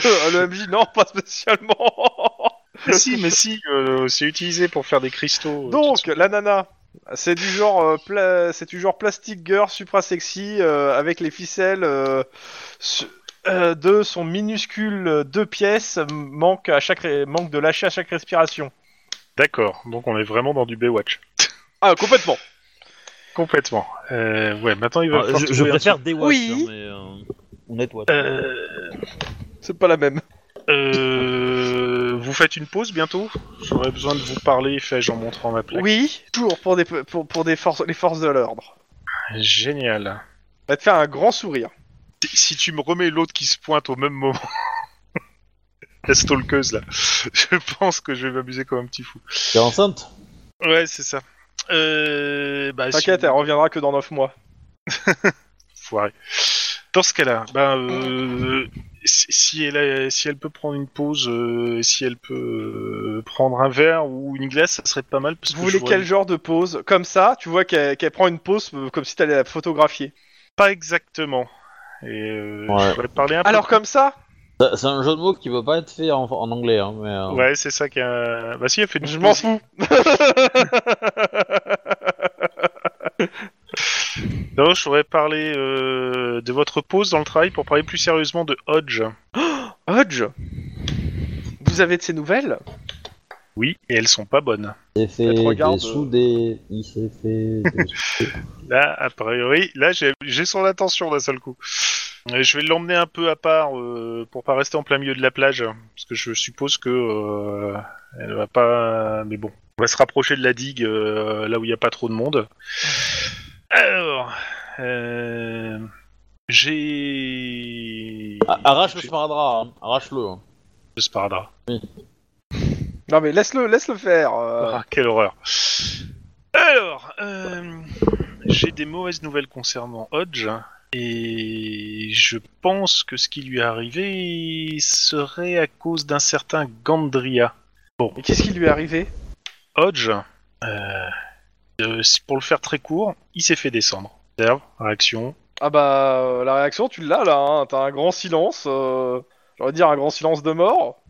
B: sais. le MJ, non, pas spécialement.
C: Mais si, mais si, euh, c'est utilisé pour faire des cristaux. euh, qui
B: Donc, la nana, c'est du genre, euh, pla- c'est du genre plastic girl supra sexy euh, avec les ficelles euh, su- euh, de son minuscule euh, deux pièces euh, manque à chaque ré- manque de lâcher à chaque respiration.
C: D'accord, donc on est vraiment dans du Baywatch.
B: Ah, complètement.
C: Complètement. Euh, ouais, maintenant il va
A: Alors,
C: falloir
A: Ah, je, je
C: trouver un
A: préfère des watchs,
B: Oui.
A: hein, mais, euh, on est watch.
C: truc. Euh,
B: C'est pas la même.
C: euh, vous faites une pause bientôt J'aurais besoin de vous parler, fais-je en montrant ma plaque.
B: Oui, toujours pour des pour, pour des forces les forces de l'ordre.
C: Génial.
B: Elle va te faire un grand sourire.
C: Si- Si tu me remets l'autre qui se pointe au même moment, la stalkeuse là, je pense que je vais m'amuser comme un petit fou.
A: T'es enceinte
C: Ouais, c'est ça. Euh, bah, si-
B: T'inquiète, elle reviendra que dans 9 mois.
C: Foiré. Dans ce cas-là, ben, euh, si, si elle a- si elle peut prendre une pause, euh, si elle peut euh, prendre un verre ou une glace, ça serait pas mal. Parce
B: Vous
C: que
B: voulez
C: je vois
B: quel genre de pose Comme ça, tu vois qu'elle qu'elle prend une pause euh, comme si t'allais la photographier.
C: Pas exactement. Et euh,
A: Ouais.
C: je voudrais parler un
B: Alors comme ça,
A: Ça- C'est un jeu de mots qui peut pas être fait en, en anglais, hein, mais. euh,
C: peu. Ouais, c'est ça qui a. Bah si, elle fait une
B: je m'en
C: pause.
B: fous.
C: Non, je voudrais parler euh, de votre pause dans le travail pour parler plus sérieusement de Hodge.
B: Hodge Vous avez de ces nouvelles
C: Oui, et elles sont pas bonnes.
A: Il s'est fait
B: te regarde, euh,
A: des soudés, il s'est fait. des soudés.
C: Là, a priori, là, j'ai j'ai son attention d'un seul coup. Euh, Je vais l'emmener un peu à part euh, pour pas rester en plein milieu de la plage, parce que je suppose que euh, elle va pas. Mais bon, on va se rapprocher de la digue euh, là où il n'y a pas trop de monde. Alors, euh, J'ai.
A: Ah, Arrache le
C: J'ai-
A: sparadrap, hein. arrache-le. hein.
C: le sparadrap.
B: Non mais laisse-le, laisse-le faire. euh.
C: Ah, quelle horreur. Alors, euh, j'ai des mauvaises nouvelles concernant Hodge. Et je pense que ce qui lui est arrivé serait à cause d'un certain Gandria.
B: Et qu'est-ce qui lui est arrivé
C: Hodge, euh, euh, si- pour le faire très court, il s'est fait descendre. Observe, réaction.
B: Ah bah euh, la réaction tu l'as là, hein. t'as un grand silence, euh, j'aurais dire un grand silence de mort.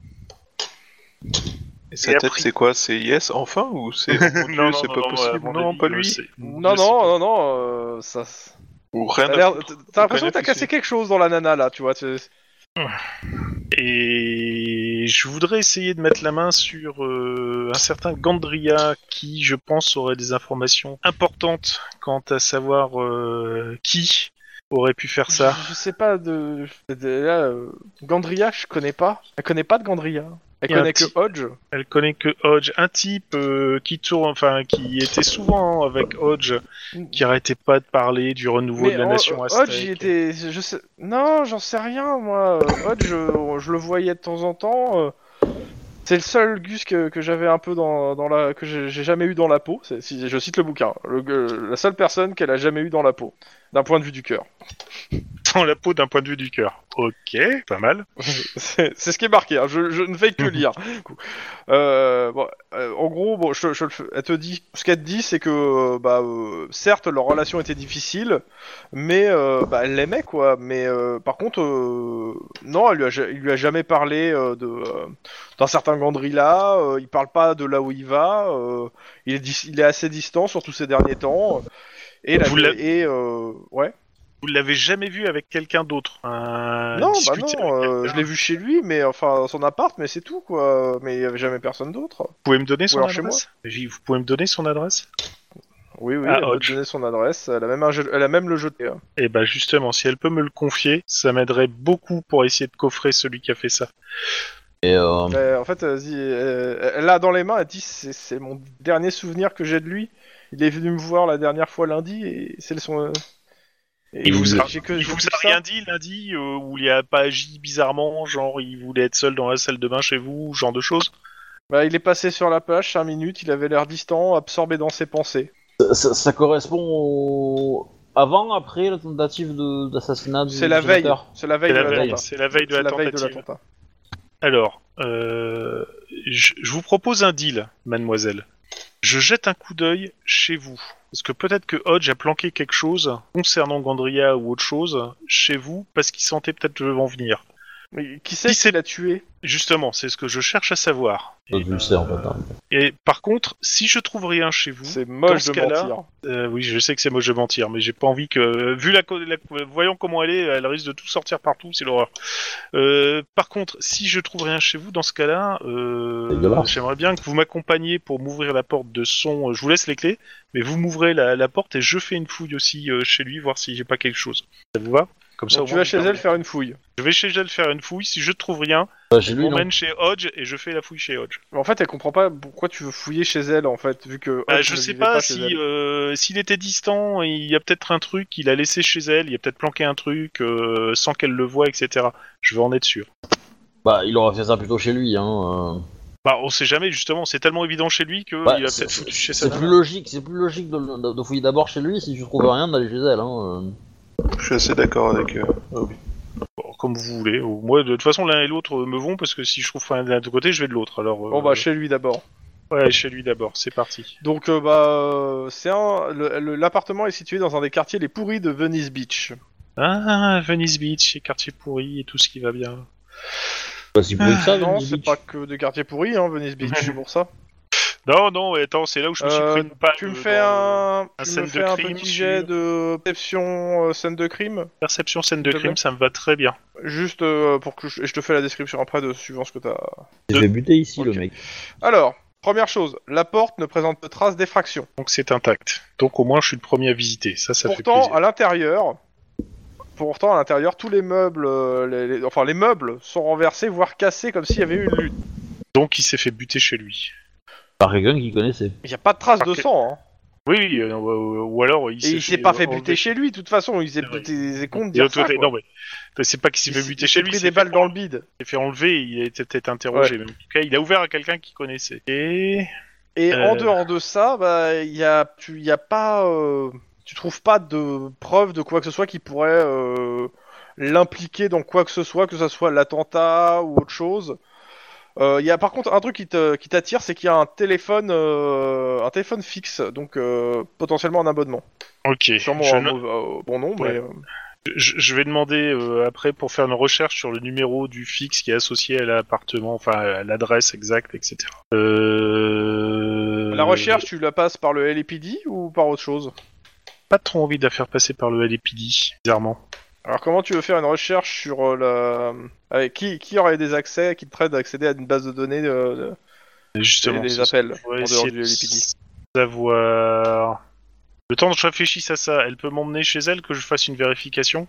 D: Et sa
C: Et
D: tête,
C: après-
D: c'est quoi C'est yes, enfin Ou c'est. oh mon Dieu, c'est pas
B: euh,
D: possible. Non, pas lui.
B: Non non non non, euh, ça.
D: Ou
B: T'as
D: rien à
B: l'air-
D: foutre.
B: t'as l'impression que t'as
D: Rien à
B: cassé quelque chose dans la nana là, tu vois. tu-
C: Et je voudrais essayer de mettre la main sur euh, un certain Gandria qui, je pense, aurait des informations importantes quant à savoir euh, qui aurait pu faire ça.
B: Je, je sais pas de. de- là, euh, Gandria, je connais pas. Elle connaît pas de Gandria. Elle
C: Y a un
B: connaît que
C: petit-
B: Hodge.
C: Elle connaît que Hodge, un type euh, qui tourne, enfin qui était souvent avec Hodge, qui arrêtait pas de parler du renouveau de la
B: Ho-
C: nation aztèque.
B: Hodge, il était. Je sais... Non, j'en sais rien, moi. Euh, Hodge, je, je le voyais de temps en temps. euh, C'est le seul Gus que, que j'avais un peu dans, dans la. que j'ai j'ai jamais eu dans la peau. C'est- si- je cite le bouquin. Le- euh, la seule personne qu'elle a jamais eu dans la peau. D'un point de vue du cœur.
C: dans la peau d'un point de vue du cœur. Ok, pas mal.
B: C'est c'est ce qui est marqué, hein, je, je ne fais que lire. Du coup. Euh, bon, euh, en gros, bon, je, je le fais- elle te dit, ce qu'elle te dit, c'est que, euh, bah, euh, certes, leur relation était difficile, mais euh, bah, elle l'aimait, quoi. Mais euh, par contre, euh, non, elle lui a, ja- il lui a jamais parlé euh, de euh, d'un certain Gandrilla, euh, il parle pas de là où il va, euh, il, est dis- il est assez distant, surtout ces derniers temps. Et, la,
C: Vous l'a-
B: et euh, ouais.
C: Vous l'avez jamais vu avec quelqu'un d'autre un-
B: Non, bah
C: discuter avec
B: non, euh,
C: quelqu'un.
B: je l'ai vu chez lui, mais enfin son appart, mais c'est tout quoi. Mais il y avait jamais personne d'autre.
C: Vous pouvez me donner son
B: alors chez
C: adresse J- Vous pouvez me donner son adresse
B: Oui, oui,
C: Ah,
B: elle peut
C: Hodge.
B: te donner son adresse, elle a même, un jeu- elle a même le jeté. hein.
C: Eh ben justement, si elle peut me le confier, ça m'aiderait beaucoup pour essayer de coffrer celui qui a fait ça.
A: Et euh,
B: Mais, en fait, elle, dit- euh, elle l'a dans les mains, elle dit c'est c'est mon dernier souvenir que j'ai de lui. Il est venu me voir la dernière fois lundi et c'est le son. euh, et
C: Il vous a-
B: j'ai que-
C: Il
B: j'ai
C: vous
B: que
C: a
B: ça.
C: rien dit lundi euh, ou il a pas agi bizarrement, genre il voulait être seul dans la salle de bain chez vous, genre de choses
B: Bah, il est passé sur la plage 5 minutes, il avait l'air distant, absorbé dans ses pensées.
A: ça, ça- ça correspond au... Avant, après la tentative de- d'assassinat du
B: C'est la veille,
A: sénateur
B: c'est la veille
C: C'est la
B: de
A: veille.
B: l'attentat.
C: C'est la veille de
B: C'est
C: la
B: la veille de
C: tentative.
B: l'attentat.
C: Alors, euh, je, je vous propose un deal, mademoiselle. Je jette un coup d'œil chez vous. Parce que peut-être que Hodge a planqué quelque chose concernant Gandria ou autre chose chez vous parce qu'il sentait peut-être le vent venir.
B: Mais Qui c'est
C: Qui
B: qui
C: c'est-
B: l'a tué
C: Justement, c'est ce que je cherche à savoir.
A: Toi, tu le sais, en fait. hein.
C: Et par contre, si je trouve rien chez vous,
B: C'est
C: Dans
B: moche
C: ce
B: de
C: cas-là,
B: mentir.
C: euh, oui, je sais que c'est moche de mentir, mais j'ai pas envie que, euh, vu la, co- la- voyant comment elle est, elle risque de tout sortir partout, c'est l'horreur. Euh, par contre, si je trouve rien chez vous, dans ce cas-là, euh,
A: C'est dégueulasse.
C: j'aimerais bien que vous m'accompagniez pour m'ouvrir la porte de son. euh, Je vous laisse les clés, mais vous m'ouvrez la, la porte et je fais une fouille aussi euh, chez lui, voir si j'ai pas quelque chose. Ça vous va Comme ça,
B: Donc
C: au
B: tu
C: moins,
B: vas
C: vous
B: chez elle
C: permettez.
B: faire une fouille.
C: Je vais chez elle faire une fouille. Si je trouve rien,
A: Bah, chez
C: je
A: lui, non.
C: m'emmène chez Hodge et je fais la fouille chez Hodge.
B: Mais en fait, elle comprend pas pourquoi tu veux fouiller chez elle, en fait, vu que.
C: Bah,
B: Hop,
C: je
B: ne
C: sais
B: vivait
C: pas,
B: chez
C: si
B: elle.
C: euh, s'il était distant, il y a peut-être un truc qu'il a laissé chez elle, il a peut-être planqué un truc euh, sans qu'elle le voie, etc. Je veux en être sûr.
A: Bah, il aurait fait ça plutôt chez lui. Hein. euh.
C: Bah, on sait jamais justement. C'est tellement évident chez lui que
A: Bah,
C: il a
A: c'est-
C: peut-être foutu chez
A: C'est
C: sa
A: plus
C: nana.
A: logique, c'est plus logique de, de- de fouiller d'abord chez lui si tu trouves rien d'aller chez elle. Hein. euh.
D: Je suis assez d'accord avec. euh,
C: Bon, comme vous voulez. Ou Moi, de toute façon, l'un et l'autre me vont parce que si je trouve un d'un côté, je vais de l'autre. Alors, euh,
B: Bon bah chez lui d'abord.
C: ouais, chez lui d'abord. C'est parti.
B: Donc euh, bah euh, c'est un le- le- l'appartement est situé dans un des quartiers les pourris de Venice Beach.
C: Ah, Venice Beach, et quartier pourri et tout ce qui va bien.
A: Bah, si vous pouvez ça,
B: Ah, non,
A: Venice
B: c'est
A: Beach.
B: pas que des quartiers pourris, hein, Venice Beach, c'est pour ça.
C: Non, non. ouais, Attends, c'est là où je me suis
B: Euh,
C: pris une balle,
B: Tu me
C: euh,
B: fais
C: dans, euh,
B: un,
C: un
B: tu
C: scène
B: me
C: de
B: fais un
C: crime
B: petit jet
C: sur-
B: de perception euh, scène de crime,
C: perception scène de
B: S'il te
C: crime.
B: plaît.
C: Ça me va très bien.
B: juste euh, pour que je, et je te fais la description après de suivant ce que t'as.
A: Il fait buter ici,
B: Ok.
A: le mec.
B: Alors première chose, la porte ne présente de traces d'effraction.
C: Donc c'est intact. Donc au moins je suis le premier à visiter. Ça, ça fait
B: pourtant,
C: plaisir.
B: à l'intérieur, pourtant à l'intérieur, tous les meubles, euh, les- les- enfin les meubles sont renversés, voire cassés, comme s'il y avait eu une lutte.
C: Donc il s'est fait buter chez lui.
A: Par quelqu'un qui connaissait.
B: Il n'y a pas de trace de
C: Ok.
B: sang. hein.
C: Oui, euh, ou alors il
B: Et il s'est pas fait buter chez lui, de toute façon, il s'est
C: C'est vrai.
B: buté des comptes.
C: Et l'autre côté- non, mais mais c'est pas qu'il s'est fait buter chez lui,
B: pris
C: il
B: des
C: s'est
B: balles
C: fait,
B: dans le bide.
C: il s'est fait enlever, il a été peut-être interrogé. Mais en tout cas, il a ouvert à quelqu'un qui connaissait. Et
B: Et
C: Euh.
B: en dehors de ça, bah, il y a, tu, il y a pas, euh, tu trouves pas de preuve de quoi que ce soit qui pourrait euh, l'impliquer dans quoi que ce soit, que ce soit l'attentat ou autre chose. Euh, Il y a par contre un truc qui te- qui t'attire, c'est qu'il y a un téléphone, euh, un téléphone fixe, donc euh, potentiellement un abonnement.
C: ok,
B: Sûrement
C: je,
B: un
C: no-
B: mauvais- euh, bon nom,
C: Ouais.
B: mais euh,
C: je- je vais demander euh, après pour faire une recherche sur le numéro du fixe qui est associé à l'appartement, enfin à l'adresse exacte, etc. Euh...
B: la recherche, tu la passes par le LAPD ou par autre chose
C: Pas trop envie de la faire passer par le LAPD, bizarrement.
B: Alors comment tu veux faire une recherche sur euh, la... avec qui, qui aurait des accès, qui te prête d'accéder à une base de données euh, de...
C: Et Justement,
B: les
C: ce
B: appels
C: On va
B: en dehors
C: essayer
B: du
C: de
B: LAPD.
C: Savoir. Le temps que je réfléchisse à ça, elle peut m'emmener chez elle que je fasse une vérification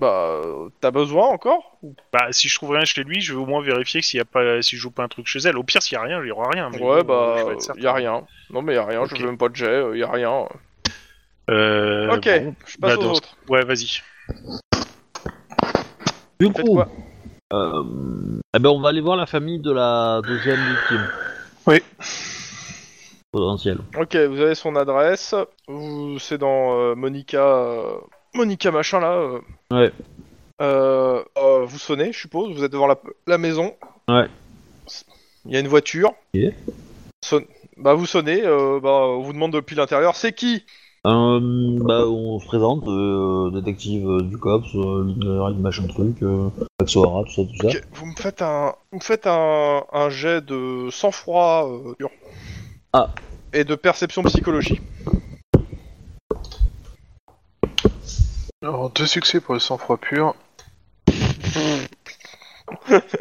B: Bah, euh, t'as besoin encore Ou-
C: Bah, si je trouve rien chez lui, je vais au moins vérifier s'il y a pas, si je joue pas un truc chez elle. Au pire, s'il y a rien, il y aura rien. mais
B: Ouais,
C: bon, euh,
B: bah,
C: je vais être certain.
B: y a rien. Non, mais y a rien,
C: Ok.
B: je veux même pas de jet, euh, y a rien.
C: Euh,
B: ok,
C: bon.
B: je passe
C: bah,
B: aux
C: dans-
B: autres.
C: Ouais, vas-y.
A: Du
B: Faites
A: coup,
B: quoi
A: euh, eh ben on va aller voir la famille de la deuxième victime.
C: Oui.
A: Potentielle.
B: Ok, vous avez son adresse, vous... c'est dans euh, Monica... euh, Monica machin, là. euh.
A: Ouais.
B: Euh, euh, vous sonnez, je suppose, vous êtes devant la, la maison.
A: Ouais.
B: Il y a une voiture.
A: Ok.
B: Sonne- Bah, vous sonnez, euh, bah, on vous demande depuis l'intérieur, c'est qui
A: Euh, bah, on se présente, euh, détective euh, du COPS, euh, ligne- ligne machin truc, euh, Axo Hara, tout ça, tout ça.
B: Ok, Vous me faites un, vous me faites un, un jet de sang-froid euh, dur.
A: Ah.
B: Et de perception psychologie.
D: Alors, deux succès pour le sang-froid pur.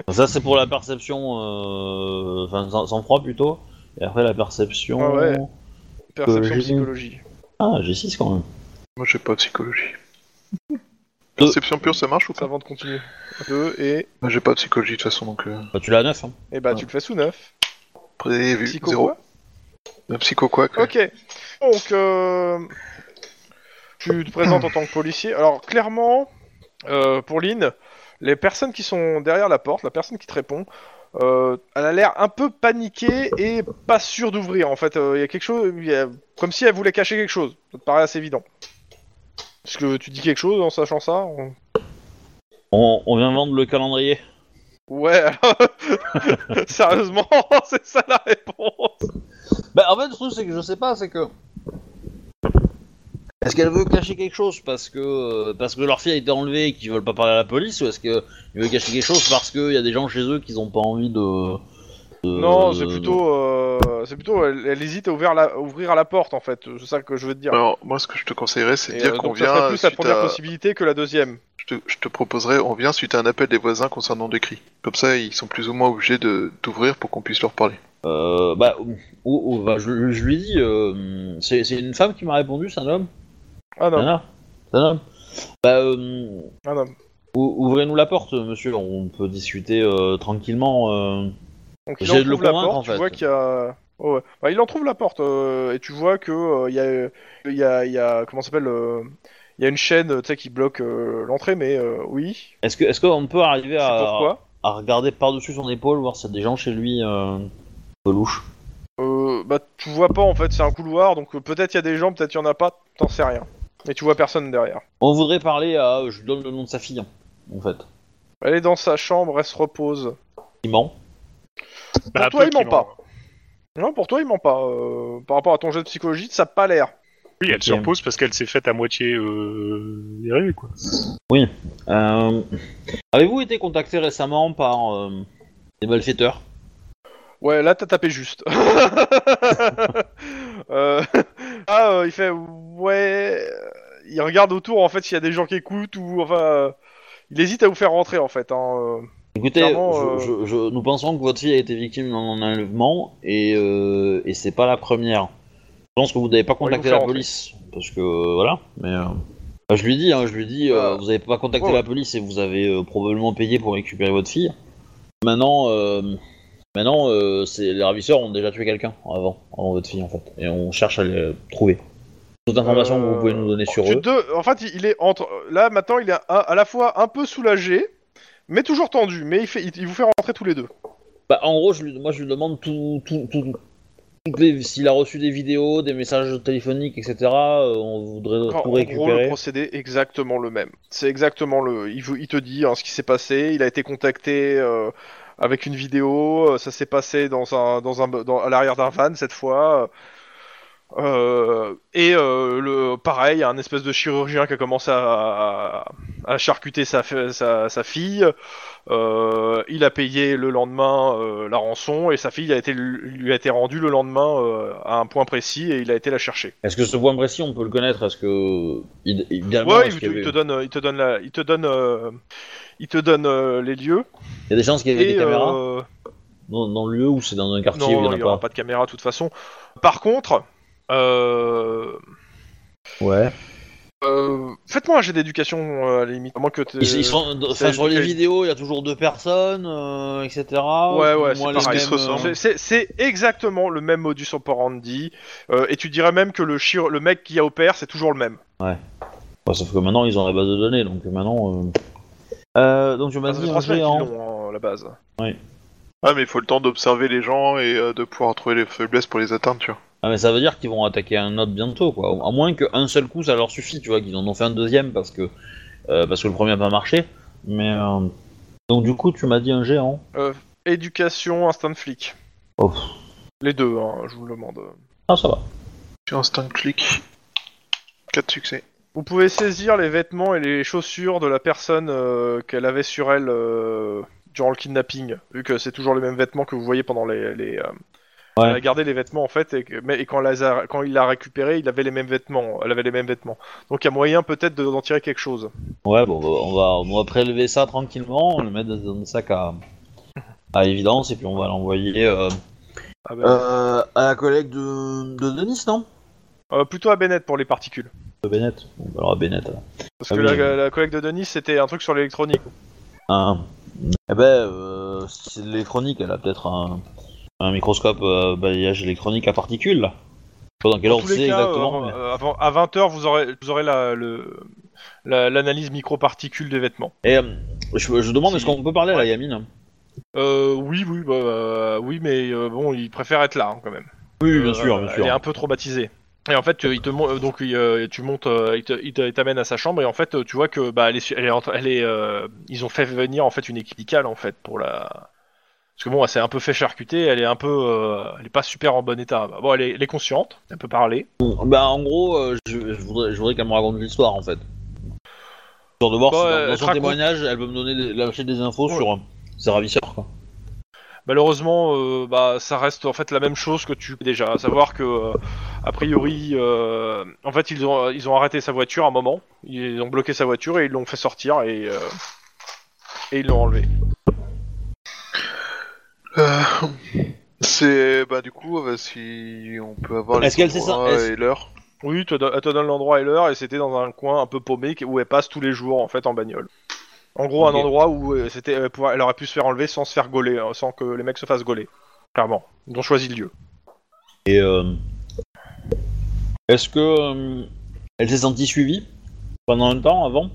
A: Ça, c'est pour la perception, euh, enfin, sans, sans froid plutôt. Et après, la perception.
B: Ah ouais. Perception
A: Euh, j'ai-
B: psychologie.
A: Ah, j'ai 6 quand même.
D: Moi, j'ai pas psychologie. Euh.
A: Deux.
D: Perception pure, ça marche ou pas
B: Avant de continuer. Deux et.
D: Moi, J'ai pas de psychologie de toute façon, donc euh,
A: Bah, tu l'as 9. Hein.
B: Et bah, tu le fais sous neuf.
D: prévu.
B: Psycho
D: Zéro.
B: quoi
D: Un psycho quoi
B: Ok. Donc, euh, tu te présentes en tant que policier. Alors, clairement, euh, pour Lynn, les personnes qui sont derrière la porte, la personne qui te répond, euh, elle a l'air un peu paniquée et pas sûre d'ouvrir. En fait, Euh, il y a quelque chose, il y a- comme si elle voulait cacher quelque chose. Ça te paraît assez évident. Est-ce que tu dis quelque chose en sachant ça On-
A: On, on vient vendre le calendrier.
B: Ouais, alors... sérieusement, c'est ça la réponse.
A: Bah, en fait, le truc, c'est que je sais pas, c'est que. Est-ce qu'elle veut cacher quelque chose parce que euh, parce que leur fille a été enlevée et qu'ils veulent pas parler à la police ou est-ce qu'elle veut cacher quelque chose parce qu'il y a des gens chez eux qui ont pas envie de. de-
B: Non,
A: de-
B: c'est plutôt, euh, c'est plutôt, elle, elle hésite à ouvrir, la, ouvrir à la porte en fait. C'est ça que je veux te dire.
D: Alors, moi, ce que je te conseillerais, c'est de
B: Et,
D: dire
B: euh,
D: qu'on
B: donc, ça serait
D: vient.
B: plus la
D: suite
B: première
D: à-
B: possibilité que la deuxième.
D: je, te, je te proposerais, on vient suite à un appel des voisins concernant des cris. Comme ça, ils sont plus ou moins obligés de d'ouvrir pour qu'on puisse leur parler.
A: Euh, bah, ou- ou- bah, je, je lui dis, euh, c'est c'est une femme qui m'a répondu, c'est un homme
B: Ah non,
A: Nana C'est un homme Bah, euh,
B: ah non.
A: ou- ouvrez-nous la porte, monsieur, on peut discuter euh, tranquillement. euh.
B: Donc il
A: J'ai
B: en
A: de le
B: trouve la
A: convaincre,
B: porte,
A: en
B: tu
A: fait.
B: vois qu'il y a... Oh, ouais. Bah, il en trouve la porte, euh, et tu vois que euh, il y a, euh, il y, a, il y a... Comment ça s'appelle euh, Il y a une chaîne euh, tu sais, qui bloque euh, l'entrée, mais euh, oui,
A: Est-ce que- est-ce qu'on peut arriver
B: c'est
A: à,
B: pourquoi.
A: à regarder par-dessus son épaule, voir s'il y a des gens chez lui euh, louches
B: Euh, bah tu vois pas en fait, c'est un couloir, donc euh, peut-être il y a des gens, peut-être il y en a pas, t'en sais rien. Et tu vois personne derrière.
A: On voudrait parler à. euh, Je lui donne le nom de sa fille, en fait.
B: Elle est dans sa chambre, elle se repose.
A: Il ment.
C: Bah,
B: toi,
C: peu
B: il ment
C: qu'il
B: pas. Non, pour toi il ment pas. euh, par rapport à ton jeu de psychologie, ça a pas l'air.
C: Oui, elle se
A: Ok.
C: repose parce qu'elle s'est faite à moitié euh, dérivée, quoi.
A: Euh, Avez-vous été contacté récemment par euh, des malfaiteurs
B: Ouais, là t'as tapé juste. Euh, Ah, euh, il fait ouais. Il regarde autour en fait s'il y a des gens qui écoutent ou enfin. euh, Il hésite à vous faire rentrer en fait. Hein. euh.
A: Écoutez,
B: Clairement, euh,
A: je- je- je- nous pensons que votre fille a été victime d'un enlèvement et, euh, et c'est pas la première. Je pense que vous n'avez pas
B: va
A: contacté
B: vous faire
A: la
B: rentrer.
A: police parce que euh, voilà. Mais euh, bah, je lui dis, hein, je lui dis, euh,
B: Bah, Ouais.
A: vous n'avez pas contacté
B: Ouais, ouais.
A: la police et vous avez euh, probablement payé pour récupérer votre fille. Maintenant, euh, Maintenant, euh, c'est- les ravisseurs ont déjà tué quelqu'un avant, avant votre fille en fait, et on cherche à les trouver. D'autres informations que vous pouvez nous donner sur
B: Tu
A: eux
B: te- En fait, il est entre. Là, maintenant, il est à, à la fois un peu soulagé, mais toujours tendu. Mais il, fait... il vous fait rentrer tous les deux.
A: Bah, en gros, je lui- moi je lui demande tout, tout, tout, toutes les- s'il a reçu des vidéos, des messages téléphoniques, etc. euh, on voudrait
B: En-
A: tout
B: en gros, le
A: récupérer.
B: procédé est exactement le même. C'est exactement le. Il, vous- il te dit hein, ce qui s'est passé. Il a été contacté euh, avec une vidéo. euh, Ça s'est passé dans un, dans un, dans- à l'arrière d'un van cette fois. Euh, et euh, le pareil, il y a un espèce de chirurgien qui a commencé à, à charcuter sa, fi- sa, sa fille. Euh, il a payé le lendemain euh, la rançon et sa fille a été, lui a été rendue le lendemain euh, à un point précis et il a été la chercher.
A: Est-ce que ce point précis, on peut le connaître Est-ce que id- idéalement,
B: Ouais,
A: est-ce
B: il, te-
A: qu'il y avait-
B: il te donne, euh, il te donne, la- il te donne, euh, il te donne euh, les lieux.
A: Il y a des chances qu'il y avait des
B: euh,
A: caméras dans, dans le lieu ou c'est dans un quartier
B: non,
A: où
B: euh, non,
A: il n'y
B: il n'y
A: en a
B: aura
A: pas
B: pas de caméra de toute façon. Par contre, euh,
A: Ouais.
B: euh, faites-moi un jet d'éducation euh, à la limite. à moins que t'aies-
A: Ils, ils sont, enfin,
B: c'est-
A: sur les
B: c'est-
A: vidéos, il y a toujours deux personnes, euh, etc.
B: Ouais,
A: Plus ou
B: ouais,
A: moins
B: c'est
A: les
B: pareil.
A: mêmes,
D: se ressemblent.
A: euh,
B: C'est- C'est c'est exactement le même modus operandi. Euh, et tu dirais même que le, chiro- le mec qui a opère, c'est toujours le même.
A: Bah, sauf que maintenant, ils ont la base de données, donc maintenant. euh. Euh, donc je
B: Ah,
A: m'as
B: ça
A: dit
B: fait
A: un
B: trois semaines
A: jet
B: qu'ils
A: en.
B: l'ont, hein, à la base.
D: Ah, mais il faut le temps d'observer les gens et euh, de pouvoir trouver les faiblesses pour les atteindre, tu vois.
A: Ah, mais ça veut dire qu'ils vont attaquer un autre bientôt, quoi. À moins qu'un seul coup, ça leur suffit, tu vois, qu'ils en ont fait un deuxième parce que, euh, parce que le premier n'a pas marché. Mais. euh, Donc du coup, tu m'as dit un géant.
B: Éducation, instinct de flic.
A: Oh.
B: Les deux, hein, je vous le demande.
A: Ah, ça va.
D: Tu instant clic. 4 succès.
B: Vous pouvez saisir les vêtements et les chaussures de la personne euh, qu'elle avait sur elle euh, durant le kidnapping, vu que c'est toujours les mêmes vêtements que vous voyez pendant les. les euh,
A: Ouais.
B: Elle a gardé les vêtements en fait, et, que- mais, et quand, elle les a- quand il l'a récupéré, il avait les mêmes vêtements. Elle avait les mêmes vêtements. Donc il y a moyen peut-être de- d'en tirer quelque chose.
A: Ouais, bon, bah, on, va, on va prélever ça tranquillement, on le mettre dans un sac à, à évidence, et puis on va l'envoyer euh,
B: Ah ben,
A: euh, à la collègue de, de Denis, non
B: euh, plutôt à Bennett pour les particules.
A: De Bennett. Bon, bah, alors à Bennett, alors.
B: Parce
A: Ah
B: que
A: oui.
B: la, la collègue de Denis, c'était un truc sur l'électronique.
A: Ah, eh ben, euh, c'est de l'électronique, elle a peut-être un, un microscope euh, balayage électronique à particules, là. Je sais pas dans quel
B: Dans
A: ordre
B: tous
A: c'est
B: les cas,
A: exactement.
B: euh,
A: mais-
B: euh, avant- à 20h, vous aurez, vous aurez la- le- la- l'analyse micro-particules des vêtements.
A: Et euh, je, je demande,
B: si-
A: est-ce qu'on peut parler à la gamine
B: Euh, oui, oui, bah, euh, oui, mais euh, bon, il préfère être là hein, quand même.
A: Oui,
B: Euh, Elle est un peu traumatisée. Et en fait, tu- il te mon- euh, donc il, euh, tu montes, euh, il te- il te- il t'amène à sa chambre et en fait, euh, tu vois que bah elle est, su- elle est, entre- elle est, euh, ils ont fait venir en fait une équipe médicale en fait pour la. Parce que bon, elle s'est un peu fait charcuter, elle est un peu, euh, elle est pas super en bon état. Bon, elle est, elle est consciente, elle peut parler.
A: Bah, en gros, euh, je, je voudrais, je voudrais qu'elle me raconte l'histoire, en fait. Pour de voir
B: Bah,
A: si dans-
B: euh,
A: dans, son
B: raconte.
A: témoignage, elle peut me donner des, lâcher des infos
B: Ouais.
A: sur euh, ses ravisseurs, quoi.
B: Malheureusement, euh, bah, ça reste en fait la même chose que tu déjà, à savoir que euh, a priori, euh, en fait, ils ont ils ont arrêté sa voiture à un moment, ils ont bloqué sa voiture et ils l'ont fait sortir et euh, et ils l'ont enlevé.
D: Euh, C'est bah du coup euh, si on peut avoir les
A: Est-ce qu'elle sait ça
D: endroits
A: Est-ce-
D: et l'heure.
B: Oui, te don- elle te donne l'endroit et l'heure et c'était dans un coin un peu paumé qui- où elle passe tous les jours en fait en bagnole. En gros,
A: Ok.
B: un endroit où euh, c'était elle, pouvait- elle aurait pu se faire enlever sans se faire gauler, hein, sans que les mecs se fassent gauler. Clairement, ils ont choisi le lieu.
A: Et euh, est-ce que euh, elle s'est sentie suivie pendant un temps avant,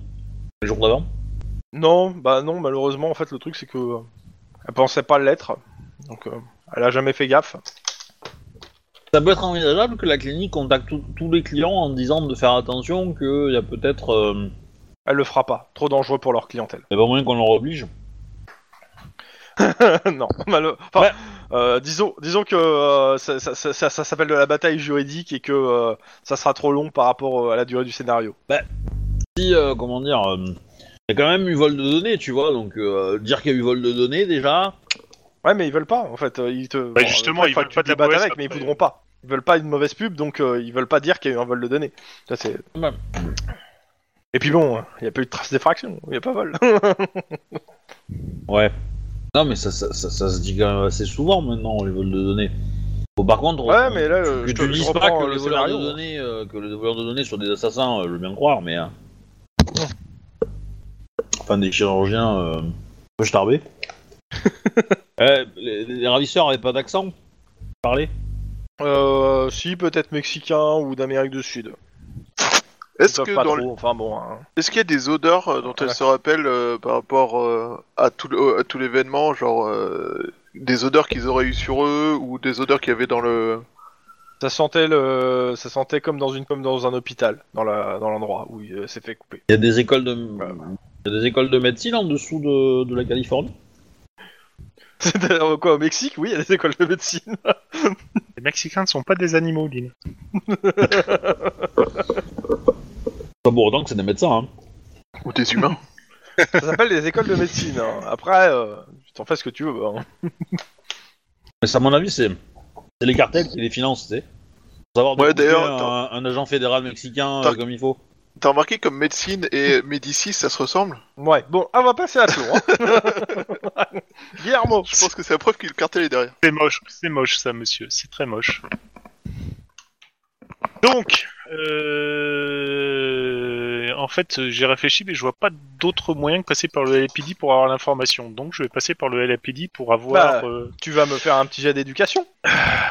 A: les jours d'avant
B: Non, bah non, malheureusement, en fait, le truc, c'est que euh, elle pensait pas l'être, donc euh, elle a jamais fait gaffe.
A: Ça peut être envisageable que la clinique contacte tout- tous les clients en disant de faire attention, qu'il y a peut-être euh,
B: Elle le fera pas, trop dangereux pour leur clientèle.
A: y a pas moyen qu'on leur oblige.
B: non, malheureux. Enfin,
A: Ouais.
B: euh, disons, disons que euh, ça, ça- ça- ça- ça s'appelle de la bataille juridique et que euh, ça sera trop long par rapport euh, à la durée du scénario.
A: Si, euh, comment dire, euh, il y a quand même eu vol de données, tu vois, donc euh, dire qu'il y a eu vol de données déjà.
B: Ouais, mais ils veulent pas, en fait. euh, Ils te... bon,
C: Bah, justement,
B: après,
C: ils
B: faut
C: veulent
B: que tu
C: pas
B: te
C: de la
B: battes
C: mauvaise
B: avec, mais ils
C: après.
B: voudront pas. Ils veulent pas une mauvaise pub, donc euh, ils veulent pas dire qu'il y a eu un vol de données. Ça, c'est...
A: Ouais.
B: Et puis bon, il n'y a pas eu de trace d'effraction, il n'y a pas vol.
A: Ouais. Non, mais ça, ça, ça- ça se dit quand même assez souvent maintenant, les vols de données. Bon, par contre,
B: ouais,
A: on-
B: mais là, euh,
A: Que
B: je, te-
A: tu
B: je
A: dises pas
B: reprends,
A: que
B: euh,
A: les
B: le
A: voleurs de
B: scénario.
A: données, euh, que les voleurs de données sont des assassins, euh, je veux bien croire, mais. euh, Enfin, des chirurgiens euh, un peu starbés. Euh, les, les ravisseurs avaient pas d'accent Parler hein.
B: Euh, si, peut-être mexicain ou d'Amérique du Sud. Ils
D: Est-ce
B: savent
D: que
B: pas
D: dans le-
B: trop, enfin bon. hein.
D: est-ce qu'il y a des odeurs euh, dont elle
B: Ouais.
D: se rappelle euh, par rapport euh, à tout, le- à tout l'événement, genre euh, des odeurs qu'ils auraient eues sur eux ou des odeurs qu'il y avait dans le
B: Ça sentait le, ça sentait comme dans une, comme dans un hôpital, dans la, dans l'endroit où il euh, s'est fait couper.
A: Il y a des écoles de, il y a des écoles de médecine en dessous de, de la Californie.
B: C'était euh, quoi au Mexique Oui, il y a des écoles de médecine.
C: Les Mexicains ne sont pas des animaux, Lynn.
A: Pas pour autant que c'est des médecins. Hein.
D: ou des humains
B: ça s'appelle des écoles de médecine. hein. Après, euh, tu t'en fais ce que tu veux. bah, hein.
A: Mais ça, à mon avis, c'est c'est les cartels qui les financent, tu sais. Pour savoir de
D: Ouais,
A: couper
D: d'ailleurs,
A: un, un agent fédéral mexicain
D: T'as-
A: euh, comme il faut.
D: T'as remarqué comme médecine et médicis ça se ressemble
B: Ouais. Bon, ah, on va passer à tour. hein. Guillermo.
D: Je pense que c'est la preuve que le cartel est derrière.
C: C'est moche, c'est moche ça, monsieur. C'est très moche. Donc, euh, en fait, j'ai réfléchi, mais je vois pas d'autre moyen que passer par le LAPD pour avoir l'information. Donc, je vais passer par le LAPD pour avoir.
B: Bah,
C: euh,
B: tu vas me faire un petit jet d'éducation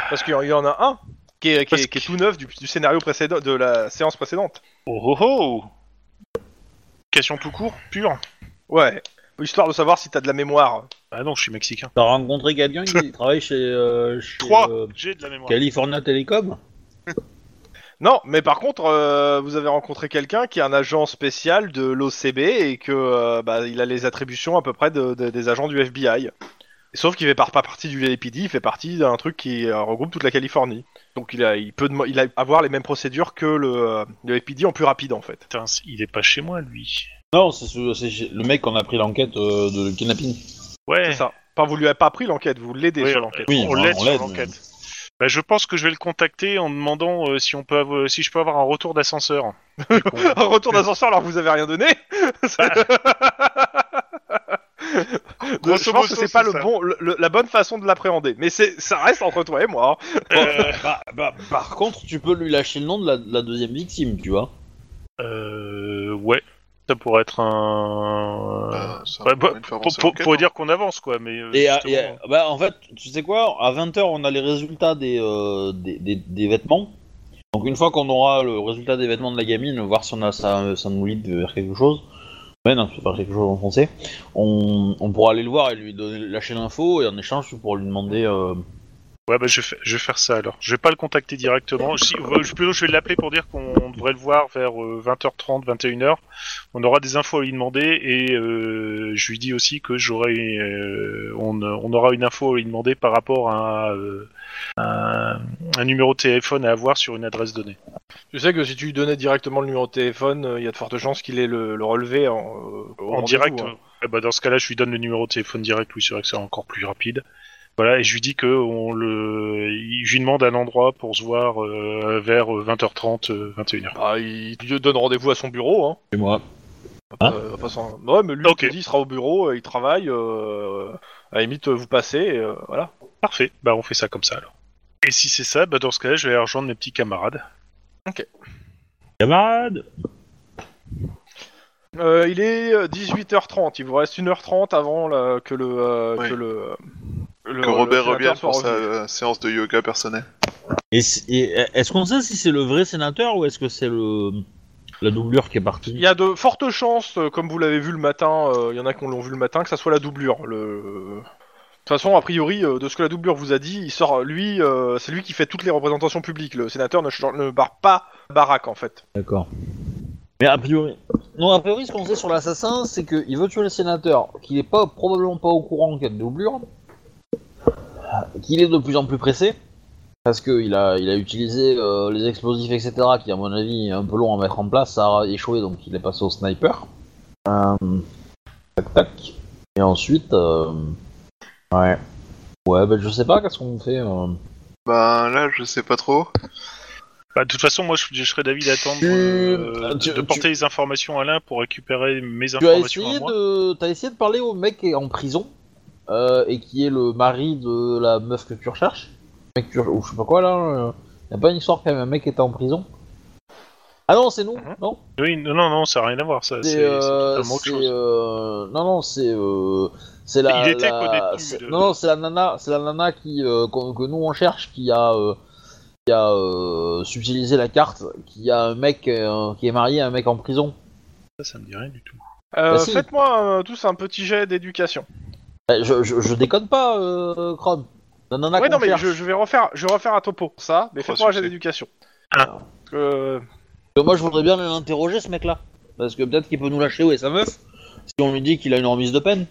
B: parce qu'il y en a un qui est, qui
C: Parce
B: est- qui est tout neuf du, du scénario précédent de la séance précédente.
C: Oh oh oh Éducation tout court, pure.
B: Ouais, histoire de savoir si t'as de la mémoire.
C: Ah non, je suis mexicain.
A: T'as rencontré quelqu'un qui travaille chez, euh, chez,
C: Trois.
A: euh,
C: J'ai de la mémoire.
A: California Telecom
B: Non, mais par contre, euh, vous avez rencontré quelqu'un qui est un agent spécial de l'OCB et que euh, bah, il a les attributions à peu près de- de- des agents du FBI. Sauf qu'il fait par- pas partie du LAPD, il fait partie d'un truc qui euh, regroupe toute la Californie. Donc il a, il peut dema- il a avoir les mêmes procédures que le, euh, le LAPD en plus rapide en fait.
C: Putain, il est pas chez moi, lui.
A: Non, c'est ce- c'est chez- le mec qu'on a pris l'enquête euh, de kidnapping.
C: Ouais.
B: C'est ça. Enfin, vous lui avez pas pris l'enquête, vous l'aidez
C: Eh. Oui,
B: sur l'enquête.
A: Oui,
C: on
A: bah,
C: l'aide
A: on
C: sur
A: l'aide,
C: l'enquête. Bah, je pense que je vais le contacter en demandant euh, si on peut avoir- si je peux avoir un retour d'ascenseur. Du con.
B: Un retour d'ascenseur alors que vous avez rien donné C'est-
C: Grosso
B: Je pense que
C: modo,
B: c'est
C: c'est
B: pas le
C: ça.
B: bon, le- le- la bonne façon de l'appréhender, mais c'est, ça reste entre toi et moi. hein.
A: Bah, bah, par contre, tu peux lui lâcher le nom de la, de la deuxième victime, tu vois.
C: Euh, ouais, ça pourrait être un.
D: Euh, ça
C: Ouais, bah,
D: pourrait me faire
C: pour,
D: penser à
C: pour-
D: l'enquête,
C: pour
D: hein.
C: dire qu'on avance, quoi. Mais euh,
A: Et, à-
C: justement,
A: et à- bah, en fait, tu sais quoi À 20h, on a les résultats des, euh, des, des- des vêtements. Donc, une fois qu'on aura le résultat des vêtements de la gamine, voir si on a, euh, ça, ça nous lead vers quelque chose. Ouais, non, c'est pas quelque chose en français. On, on pourra aller le voir et lui donner, lâcher l'info. Et en échange, tu pourras lui demander. euh,
C: ouais, bah, je, vais, fa- je vais faire ça alors. Je vais pas le contacter directement. Si, euh, je- plutôt, je vais l'appeler pour dire qu'on devrait le voir vers euh, 20h30, 21h. On aura des infos à lui demander et euh, je lui dis aussi que j'aurai, euh, on, on aura une info à lui demander par rapport à, euh, un- un numéro de téléphone à avoir sur une adresse donnée.
B: Tu sais que si tu lui donnais directement le numéro de téléphone, euh, il y a de fortes chances qu'il ait le, le relevé en, euh, au
C: en
B: rendez-vous,
C: direct.
B: hein.
C: euh, bah, dans ce cas-là, je lui donne le numéro de téléphone direct, oui, c'est vrai que c'est encore plus rapide. Voilà, et je lui dis que on le... il- je lui demande un endroit pour se voir euh, vers 20h30, 21h.
B: Bah, il il lui donne rendez-vous à son bureau. Hein.
A: chez moi. Hein
B: Euh, pas sans- Ouais, mais lui,
C: Ok.
B: il te dit, il sera au bureau, euh, il travaille. euh, à la limite, euh, vous passez, euh, voilà.
C: Parfait, bah on fait ça comme ça alors. Et si c'est ça, bah dans ce cas-là, je vais aller rejoindre mes petits camarades.
A: Camarade
B: Euh, il est euh, 18h30, il vous reste 1h30 avant là, que le. euh,
D: Oui.
B: que le, le-
C: euh,
D: Que Robert
B: le
D: revienne
B: sénateur soit
D: pour sa
B: revenu.
D: euh, séance de yoga personnelle.
A: Et, c- et est-ce qu'on sait si c'est le vrai sénateur ou est-ce que c'est le la doublure qui est partie
B: Il y a de fortes chances, euh, comme vous l'avez vu le matin, euh, il y en a qui l'ont vu le matin, que ça soit la doublure. Le... De toute façon, a priori, euh, de ce que la doublure vous a dit, il sort, lui, euh, c'est lui qui fait toutes les représentations publiques. Le sénateur ne, ch- ne barre pas baraque, en fait.
A: D'accord. Mais a priori. Non, a priori, ce qu'on sait sur l'assassin, c'est qu'il veut tuer le sénateur, qu'il est pas, probablement pas au courant qu'il y a de doublure, qu'il est de plus en plus pressé, parce qu'il a, il a utilisé euh, les explosifs, etc., qui, à mon avis, est un peu long à mettre en place, ça a échoué, donc il est passé au sniper. Euh, tac, tac. Et ensuite. euh, Ouais. Ouais, ben je sais pas, qu'est-ce qu'on fait euh.
D: Ben là, je sais pas trop.
C: Bah, de toute façon, moi je, je serais d'avis d'attendre
A: Tu-
C: euh,
A: Ah, tu-
C: de, de porter
A: tu-
C: les informations à l'un pour récupérer mes
A: Tu as
C: informations à
A: essayé
C: moi.
A: de, t'as essayé de parler au mec qui est en prison euh, et qui est le mari de la meuf que tu recherches. Mec que tu- ou je sais pas quoi là. euh, y a pas une histoire quand même un mec qui était en prison. Ah non, c'est nous,
B: Mhm.
A: non
C: Oui, non, non, non, ça n'a rien à voir, ça.
A: C'est,
C: C'est c'est
A: euh,
C: totalement autre
A: c'est,
C: chose.
A: euh, non non c'est euh, c'est la,
C: Il était
A: la-
C: qu'au début
A: c'est-
C: de-
A: non non c'est la nana c'est la nana qui euh, qu'on- que nous on cherche qui a euh, qui a euh, subtilisé la carte qui a un mec euh, qui est marié à un mec en prison.
C: Ça, ça me dit rien du tout.
B: Euh,
A: Bah si.
B: Faites-moi euh, tous un petit jet d'éducation.
A: Eh, Je, je, je déconne pas euh, Chrome. La nana
B: Oui,
A: qu'on
B: non, mais
A: cherche.
B: je, je vais refaire, je vais refaire un topo, ça, mais
C: Oh,
B: faites-moi un jet
C: succès.
B: d'éducation.
C: Ah.
B: Euh,
A: Parce que Moi je voudrais bien l'interroger ce mec là parce que peut-être qu'il peut nous lâcher où est sa meuf si on lui dit qu'il a une remise de peine.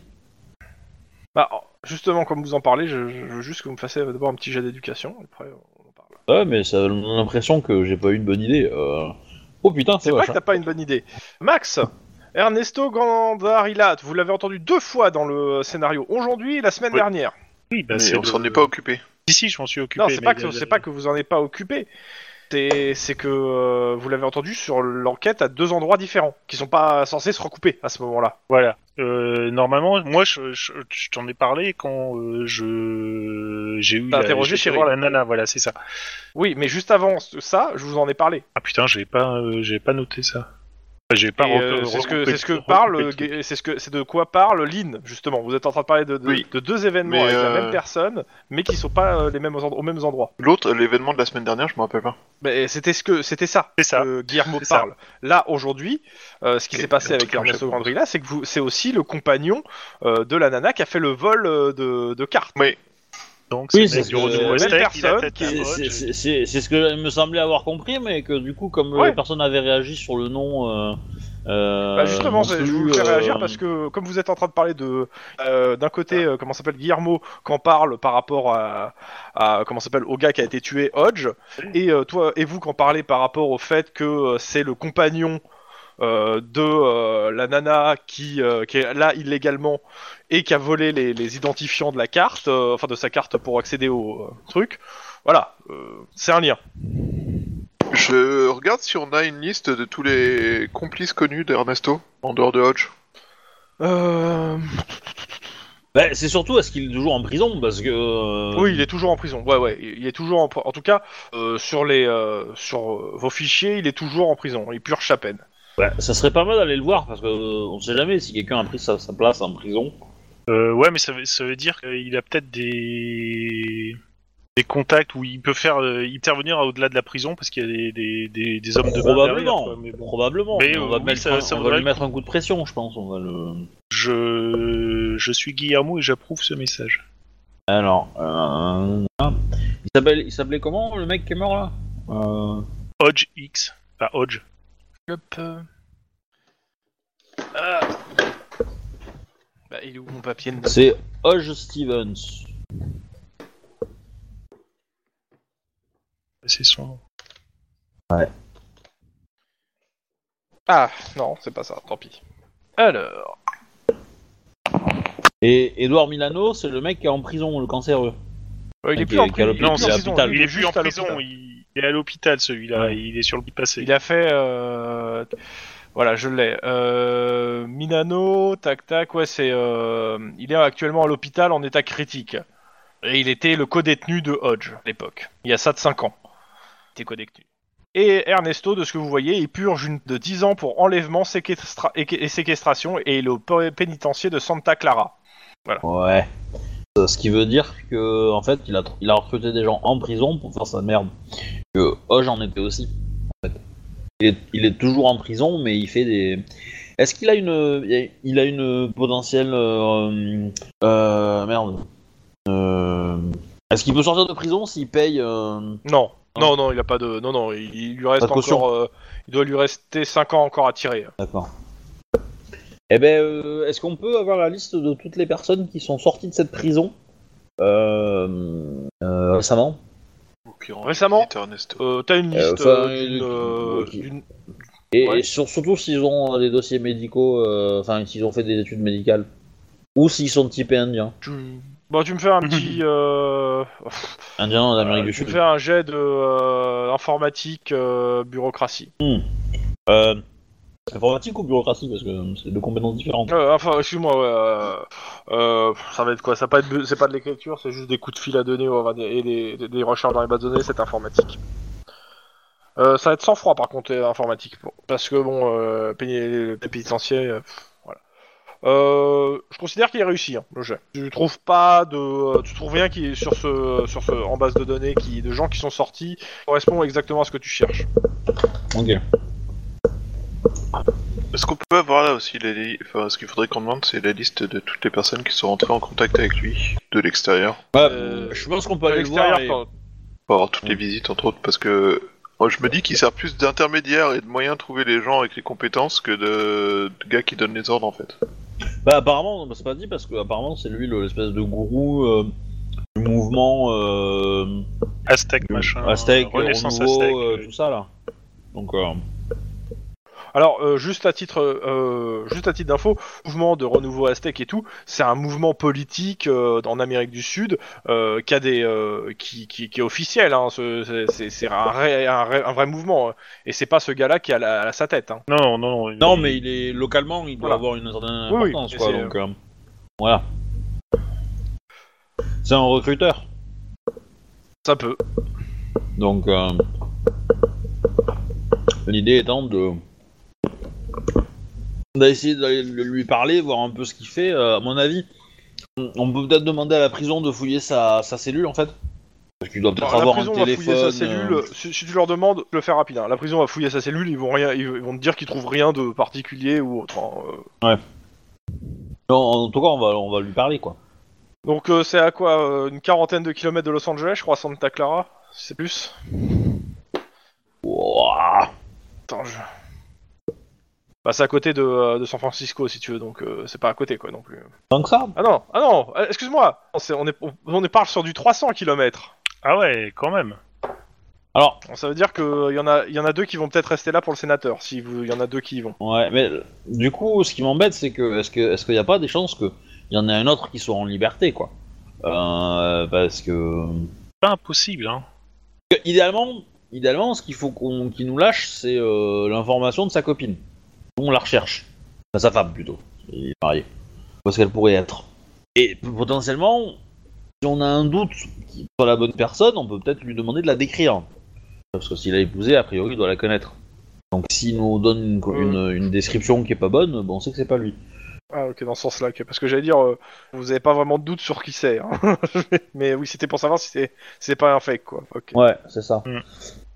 B: bah, justement, comme vous en parlez, je, je veux juste que vous me fassiez d'abord un petit jet d'éducation. Après, on en parle.
A: Ouais mais ça donne l'impression que j'ai pas eu une bonne idée. euh. Oh putain
B: C'est
A: c'est
B: vrai
A: vache.
B: que t'as pas une bonne idée. Max, Ernesto Gandarilat, vous l'avez entendu deux fois dans le scénario, aujourd'hui et la semaine
C: Oui.
B: dernière.
C: Oui, bah,
D: Mais
C: c'est
D: on
C: le-
D: s'en est pas occupé.
C: Si, si, je m'en suis occupé.
B: Non, c'est
C: mais
B: pas,
C: il y
B: que,
C: a-
B: c'est pas que vous en êtes pas occupé. C'est c'est que euh, vous l'avez entendu sur l'enquête à deux endroits différents, qui sont pas censés se recouper à ce moment-là.
C: Voilà. Euh, normalement, moi, je, je- je t'en ai parlé quand euh, je j'ai eu.
B: T'as
C: la-
B: interrogé
C: j'ai été
B: Chéri.
C: voir La nana, voilà, c'est ça.
B: Oui, mais juste avant ce- ça, je vous en ai parlé.
C: Ah putain, j'ai pas, euh, j'ai pas noté ça. Enfin, J'ai pas.
B: Et,
C: re-
B: euh, c'est ce que
C: recoupé-
B: c'est ce que
C: recoupé
B: parle,
C: le truc.
B: euh, c'est ce que c'est de quoi parle Lynn justement. Vous êtes en train de parler de, de-
D: Oui.
B: de deux événements
D: Mais,
B: avec la
D: euh,
B: même personne, mais qui sont pas euh, les mêmes endro- aux mêmes endroits.
D: L'autre, l'événement de la semaine dernière, je me rappelle pas.
B: Mais c'était ce que c'était ça.
C: C'est ça.
B: que Guillermo
C: C'est ça.
B: parle. Là aujourd'hui, euh, ce qui
C: Ok,
B: s'est
C: un
B: passé avec
C: truc comme
B: Ernesto
C: ça.
B: Gandrilla, c'est que vous, c'est aussi le compagnon euh, de la nana qui a fait le vol euh, de, de cartes.
C: Donc,
A: Oui,
C: c'est
A: c'est
C: le bureau
A: que-
C: du
A: même
C: Westec, il a
B: personne
C: peut-être
B: qui-
C: un
A: C'est-
C: vote,
A: C'est
C: je-
A: c'est- c'est- c'est ce que il me semblait avoir compris, mais que du coup, comme euh,
B: Ouais.
A: personne n'avait réagi sur le nom. euh, euh,
B: Bah justement,
A: non
B: c'est- je
A: plus,
B: vous le fais réagir
A: euh,
B: parce que comme vous êtes en train de parler de euh, d'un côté, euh, comment s'appelle Guillermo, qu'en parle par rapport à, à comment s'appelle au gars qui a été tué Hodge, et euh, toi et vous qu'en parlez par rapport au fait que euh, c'est le compagnon euh, de euh, la nana qui, euh, qui est là illégalement et qui a volé les, les identifiants de la carte, euh, enfin de sa carte pour accéder au euh, truc. Voilà, euh, c'est un lien.
D: Je regarde si on a une liste de tous les complices connus d'Ernesto, en dehors de Hodge.
B: Euh...
A: bah, c'est surtout est-ce qu'il est toujours en prison parce que. euh,
B: Oui, il est toujours en prison. Ouais, ouais, il est toujours en, pri- en tout cas euh, sur les euh, sur euh, vos fichiers, il est toujours en prison. Il purge sa peine.
A: bah, ça serait pas mal d'aller le voir parce que euh, on sait jamais si quelqu'un a pris sa, sa place en prison.
C: Euh, ouais, mais ça veut, ça veut dire qu'il a peut-être des des contacts où il peut faire euh, intervenir au-delà de la prison parce qu'il y a des, des, des, des hommes de main derrière.
A: probablement,
C: quoi, mais bon.
A: probablement.
C: Mais,
A: Mais on
C: euh,
A: va,
C: oui,
A: mettre
C: ça-
A: un-
C: ça
A: on va
C: vaudrait
A: lui
C: le
A: mettre un coup de pression, je pense. On va le.
C: Je je suis Guillermo et j'approuve ce message.
A: Alors, euh, ah, il s'appelle, il s'appelait comment le mec qui est mort là Euh,
C: Hodge X, enfin Hodge.
B: euh. Ah. Bah, il est où mon papier de
A: C'est Hodge Stevens.
C: C'est son nom.
B: Ah non, c'est pas ça. Tant pis. Alors,
A: Et Edouard Milano, c'est le mec qui est en prison, le cancéreux.
B: euh, il est
A: Ok,
B: plus en
A: quel
B: prison.
A: hôpital
B: il est plus en
A: C'est
B: prison,
A: l'hôpital.
C: Il est plus
B: juste
C: en
B: à
C: prison,
B: l'hôpital.
C: il il est à l'hôpital celui-là,
A: Ouais.
C: il est sur le lit passé.
B: Il a fait. euh, Voilà, je l'ai. Euh, Minano, tac tac, ouais, c'est. euh, Il est actuellement à l'hôpital en état critique. Et il était le codétenu de Hodge à l'époque. Il y a ça de 5 ans. Il était codétenu. Et Ernesto, de ce que vous voyez, il purge une de 10 ans pour enlèvement séquestra- et et séquestration et il est au pé- pénitencier de Santa Clara.
A: Ouais. Euh, Ce qui veut dire que en fait, il a, il a recruté des gens en prison pour faire sa merde. Que Hodge en était aussi. en fait. Il, est, il est toujours en prison, mais il fait des. Est-ce qu'il a une, il a une potentielle euh, euh, merde. Euh, Est-ce qu'il peut sortir de prison s'il paye euh,
B: Non,
A: Hein
B: non, non, il a pas de. Non, non, il, il lui reste
A: Pas de caution.
B: encore. euh, Il doit lui rester 5 ans encore à tirer.
A: D'accord. Eh ben, euh, est-ce qu'on peut avoir la liste de toutes les personnes qui sont sorties de cette prison euh, euh, récemment
B: Récemment
D: Dites Ernesto.
B: Euh, T'as une
A: Euh,
B: liste
A: enfin,
B: euh, d'une,
A: euh,
B: euh,
A: qui-
B: d'une-
A: Et,
B: Ouais.
A: et sur- surtout s'ils ont euh, des dossiers médicaux, euh, enfin s'ils ont fait des études médicales, ou s'ils sont typés indiens.
B: Tu... Bon, tu me fais un petit. euh,
A: Indiens en Amérique
B: euh,
A: du
B: tu me
A: Sud.
B: fais un jet de euh, informatique, euh, bureaucratie.
A: Euh, informatique ou bureaucratie parce que c'est deux compétences différentes.
B: Euh, enfin, excuse-moi, ouais, euh, euh, ça va être quoi Ça va pas être, bu- c'est pas de l'écriture, c'est juste des coups de fil à donner on va dire, et des, des- des recherches dans les bases de données, c'est informatique. Euh, ça va être sans froid par contre, euh, informatique. Bon, parce que bon, euh, péni- pénitencier, euh, pff, voilà. Euh, je considère qu'il est réussi, hein, le jet. Tu trouves pas de, euh, tu trouves rien qui est sur ce, sur ce, en base de données, qui, de gens qui sont sortis, qui correspond exactement à ce que tu cherches.
A: Ok.
D: Est-ce qu'on peut avoir là aussi la li- enfin, ce qu'il faudrait qu'on demande, c'est la liste de toutes les personnes qui sont rentrées en contact avec lui de l'extérieur.
A: Bah,
B: Euh,
A: je pense qu'on peut
B: À
A: aller le voir.
B: l'extérieur,
A: Et...
B: quand-
D: Pour avoir toutes les visites, entre autres, parce que moi, je me dis qu'il sert plus d'intermédiaire et de moyen de trouver les gens avec les compétences que de, de gars qui donnent les ordres, en fait.
A: Bah apparemment, bah, c'est pas dit parce que apparemment c'est lui le- l'espèce de gourou euh, du mouvement euh,
C: Aztec, machin.
A: Ah, Aztèque,
C: Renaissance
A: Renouveau,
C: Aztèque.
A: euh, tout ça là. Donc euh,
B: Alors, euh, juste à titre, euh, juste à titre d'info, mouvement de renouveau aztèque et tout, c'est un mouvement politique euh, en Amérique du Sud euh, qui a des, euh, qui, qui, qui est officiel. Hein, ce- c'est- c'est c'est un, vrai- un, vrai- un vrai mouvement, euh, et c'est pas ce gars-là qui a la, la- sa tête. Hein.
C: Non, non,
A: non, mais il est localement, il doit
B: Voilà.
A: avoir une certaine
B: Oui, oui,
A: importance
B: et
A: quoi.
B: c'est,
A: Donc euh, voilà. C'est un recruteur.
B: Ça peut.
A: Donc euh, l'idée étant de d'essayer d'aller le- lui parler, voir un peu ce qu'il fait. euh, à mon avis, on- on peut peut-être demander à la prison de fouiller sa, sa cellule en fait. Parce qu'il doit peut-être
B: Alors, la
A: avoir
B: prison
A: un
B: va
A: téléphone.
B: fouiller sa
A: euh,
B: cellule. Si, si tu leur demandes, le faire rapide. hein. La prison va fouiller sa cellule. Ils vont rien, ils vont te dire qu'ils trouvent rien de particulier ou autre. hein, euh.
A: Non, en tout cas, on va, on va lui parler, quoi.
B: Donc euh, c'est à quoi euh, Une quarantaine de kilomètres de Los Angeles, je crois, Santa Clara, c'est plus.
A: Ouah.
B: Attends, je... Bah, c'est à côté de, euh, de San Francisco, si tu veux, donc euh, c'est pas à côté, quoi, non plus.
A: Tant que ça
B: Ah non, ah non, euh, excuse-moi on, s'est- on est, on, on est parle sur du 300 km.
C: Ah ouais, quand même.
A: Alors,
B: Ça veut dire qu'il y, en a- y en a deux qui vont peut-être rester là pour le sénateur, si vous y en a deux qui y vont.
A: ouais, mais euh, du coup, ce qui m'embête, c'est que est-ce que est-ce qu'il n'y a pas des chances qu'il y en ait un autre qui soit en liberté, quoi Euh, Parce que.
C: Pas impossible, hein.
A: que idéalement, idéalement, ce qu'il faut qu'on qu'il nous lâche, c'est euh, l'information de sa copine. On la recherche. Enfin, sa femme, plutôt. Il est marié. Parce qu'elle pourrait être. Et p- potentiellement, si on a un doute qui- sur la bonne personne, on peut peut-être lui demander de la décrire. Parce que s'il a épousé, a priori, il doit la connaître. Donc s'il nous donne une, co-
B: Ouais.
A: une- une description qui est pas bonne, bon, on sait que c'est pas lui.
B: Ah ok, dans ce sens-là, ok. parce que j'allais dire, euh, vous avez pas vraiment de doute sur qui c'est. hein. Mais oui, c'était pour savoir si c'est- c'est pas un fake, quoi. Ok.
A: Ouais, c'est ça.
C: Mm.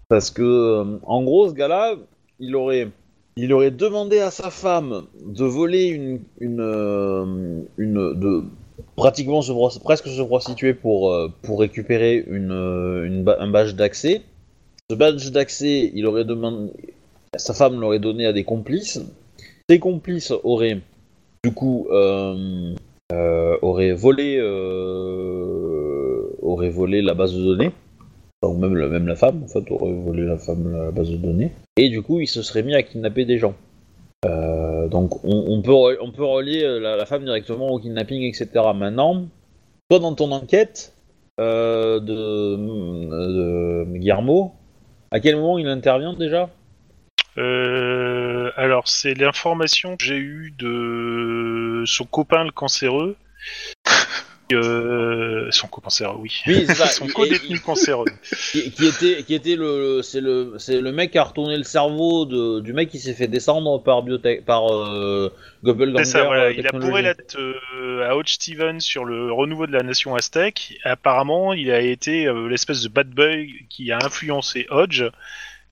A: Parce que, euh, en gros, ce gars-là, il aurait, il aurait demandé à sa femme de voler une, une, euh, une de pratiquement se pros- presque se prostituer pour euh, pour récupérer une, euh, une ba- un badge d'accès. Ce badge d'accès, il aurait demandé, sa femme l'aurait donné à des complices. Ces complices auraient, du coup, euh, euh, auraient volé, euh, auraient volé la base de données. Enfin, ou même la, même la femme, en fait, aurait volé la femme la base de données. Et du coup, il se serait mis à kidnapper des gens. Euh, donc, on, on peut, re- on peut relier euh, la, la femme directement au kidnapping, etc. Maintenant, toi, dans ton enquête euh, de, euh, de Guillermo, à quel moment il intervient déjà
C: Euh, alors, c'est l'information que j'ai eue de son copain le cancéreux. Euh, son co-cancéreux, oui.
A: Oui, c'est ça.
C: son
A: il-
C: co-détenu
A: il-
C: cancéreux.
A: qui, qui était, qui était le, le- c'est le, c'est le mec qui a retourné le cerveau de- du mec qui s'est fait descendre par biotech, par euh, Doppelganger,
C: C'est ça, voilà.
A: euh,
C: Il a bourré
A: technologie.
C: la tête euh, à Hodge Steven sur le renouveau de la nation aztèque. Apparemment, il a été euh, l'espèce de bad boy qui a influencé Hodge.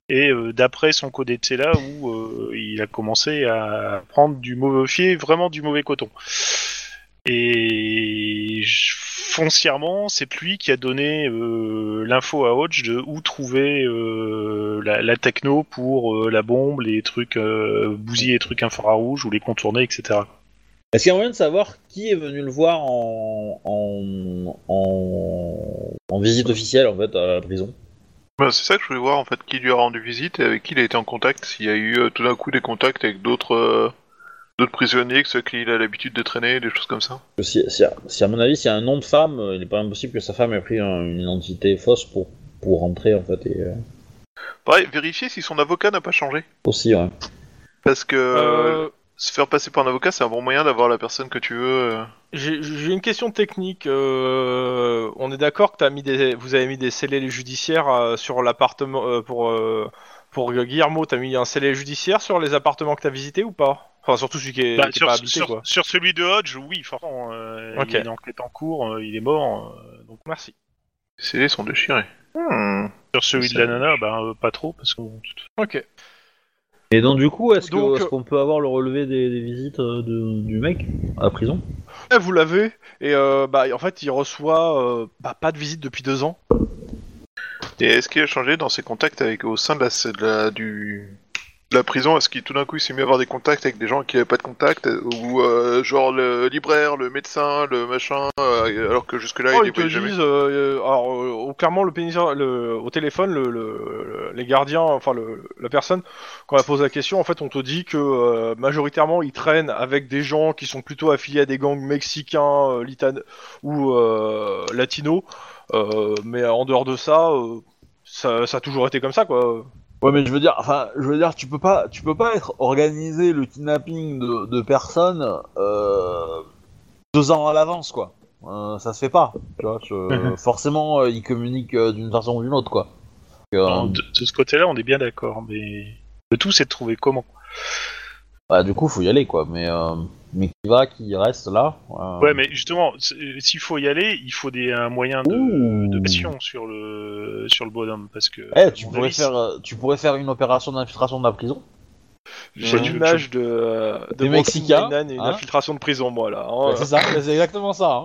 C: Et euh, d'après son code était là où euh, il a commencé à prendre du mauvais fier, vraiment du mauvais coton. Et je- foncièrement, c'est lui qui a donné euh, l'info à Hodge de où trouver euh, la, la techno pour euh, la bombe, les trucs euh, bousiller les trucs infrarouges ou les contourner, etc.
A: Est-ce qu'il y a moyen de savoir qui est venu le voir en, en, en, en visite officielle en fait à la prison
D: Bah, c'est ça que je voulais voir, en fait, qui lui a rendu visite et avec qui il a été en contact, s'il y a eu euh, tout d'un coup des contacts avec d'autres euh, d'autres prisonniers que ceux qu'il a l'habitude de traîner, des choses comme ça.
A: Parce que si, si- si, à mon avis, s'il y a un nom de femme, euh, il n'est pas impossible que sa femme ait pris un- une identité fausse pour, pour rentrer en fait. Et, euh,
D: Pareil, vérifier si son avocat n'a pas changé.
A: aussi, ouais.
D: Parce que euh,
B: Euh,
D: se faire passer par un avocat, c'est un bon moyen d'avoir la personne que tu veux. euh.
B: J'ai j'ai une question technique. euh, on est d'accord que as mis des, vous avez mis des scellés judiciaires euh, sur l'appartement euh, pour euh, pour Guillermo, t'as mis un scellé judiciaire sur les appartements que t'as visités ou pas Enfin, surtout celui qui est,
C: Bah,
B: qui est
C: sur,
B: pas habité,
C: sur-
B: quoi.
C: sur celui de Hodge, oui, forcément. euh,
B: Ok.
C: Il y a une enquête en cours, euh, il est mort. euh, donc,
B: Merci.
D: Les scellés sont déchirés. Hmm.
C: sur celui de la nana, bah, euh, pas trop, parce que
B: Ok.
A: Et donc, du coup, est-ce que-
B: Donc,
A: est-ce qu'on peut avoir le relevé des, des visites euh, de- du mec à la prison
B: Eh, vous l'avez, et euh, bah, en fait, il reçoit euh, bah, pas de visite depuis deux ans.
D: Et est-ce qu'il a changé dans ses contacts avec au sein de la, de la- du, de la prison Est-ce qu'il tout d'un coup il s'est mis à avoir des contacts avec des gens qui n'avaient pas de contact Ou euh, genre le libraire, le médecin, le machin, euh, alors que jusque-là
B: Oh,
D: il les
B: ils te
D: voyait jamais
B: disent, euh, euh, alors, euh, au- clairement, le pénitentiaire- le- au téléphone, le, le- le- les gardiens, enfin, le- la personne, quand elle pose la question, en fait, on te dit que euh, majoritairement, ils traînent avec des gens qui sont plutôt affiliés à des gangs mexicains, euh, litan- ou euh, latinos, euh, mais en dehors de ça, euh, ça, ça a toujours été comme ça, quoi.
A: Ouais, mais je veux dire, enfin, je veux dire, tu peux pas, tu peux pas être organisé le kidnapping de, de personnes euh, deux ans à l'avance, quoi. Euh, ça se fait pas. Tu vois, tu-
C: Mhm.
A: forcément, euh, ils communiquent euh, d'une façon ou d'une autre, quoi. Donc, euh,
C: Non, de, de ce côté-là, on est bien d'accord, mais le tout, c'est de trouver comment.
A: bah, du coup, faut y aller, quoi. Mais, euh, mais qui va, qui reste là euh,
C: Ouais, mais justement, c'est- euh, s'il faut y aller, il faut des, un moyen
A: Ouh.
C: de, de pression sur le, sur le bonhomme, parce que...
A: Eh,
C: à
A: tu
C: mon
A: pourrais
C: avis,
A: faire, euh, tu pourrais faire une opération d'infiltration de la prison.
B: J'ai
C: Ouais.
B: l'image de, euh, de
A: Des
B: Brooklyn
A: Mexicains,
B: Nine-Nine et une
A: hein.
B: infiltration de prison, moi, là. hein.
A: Ouais, c'est ça, c'est exactement ça.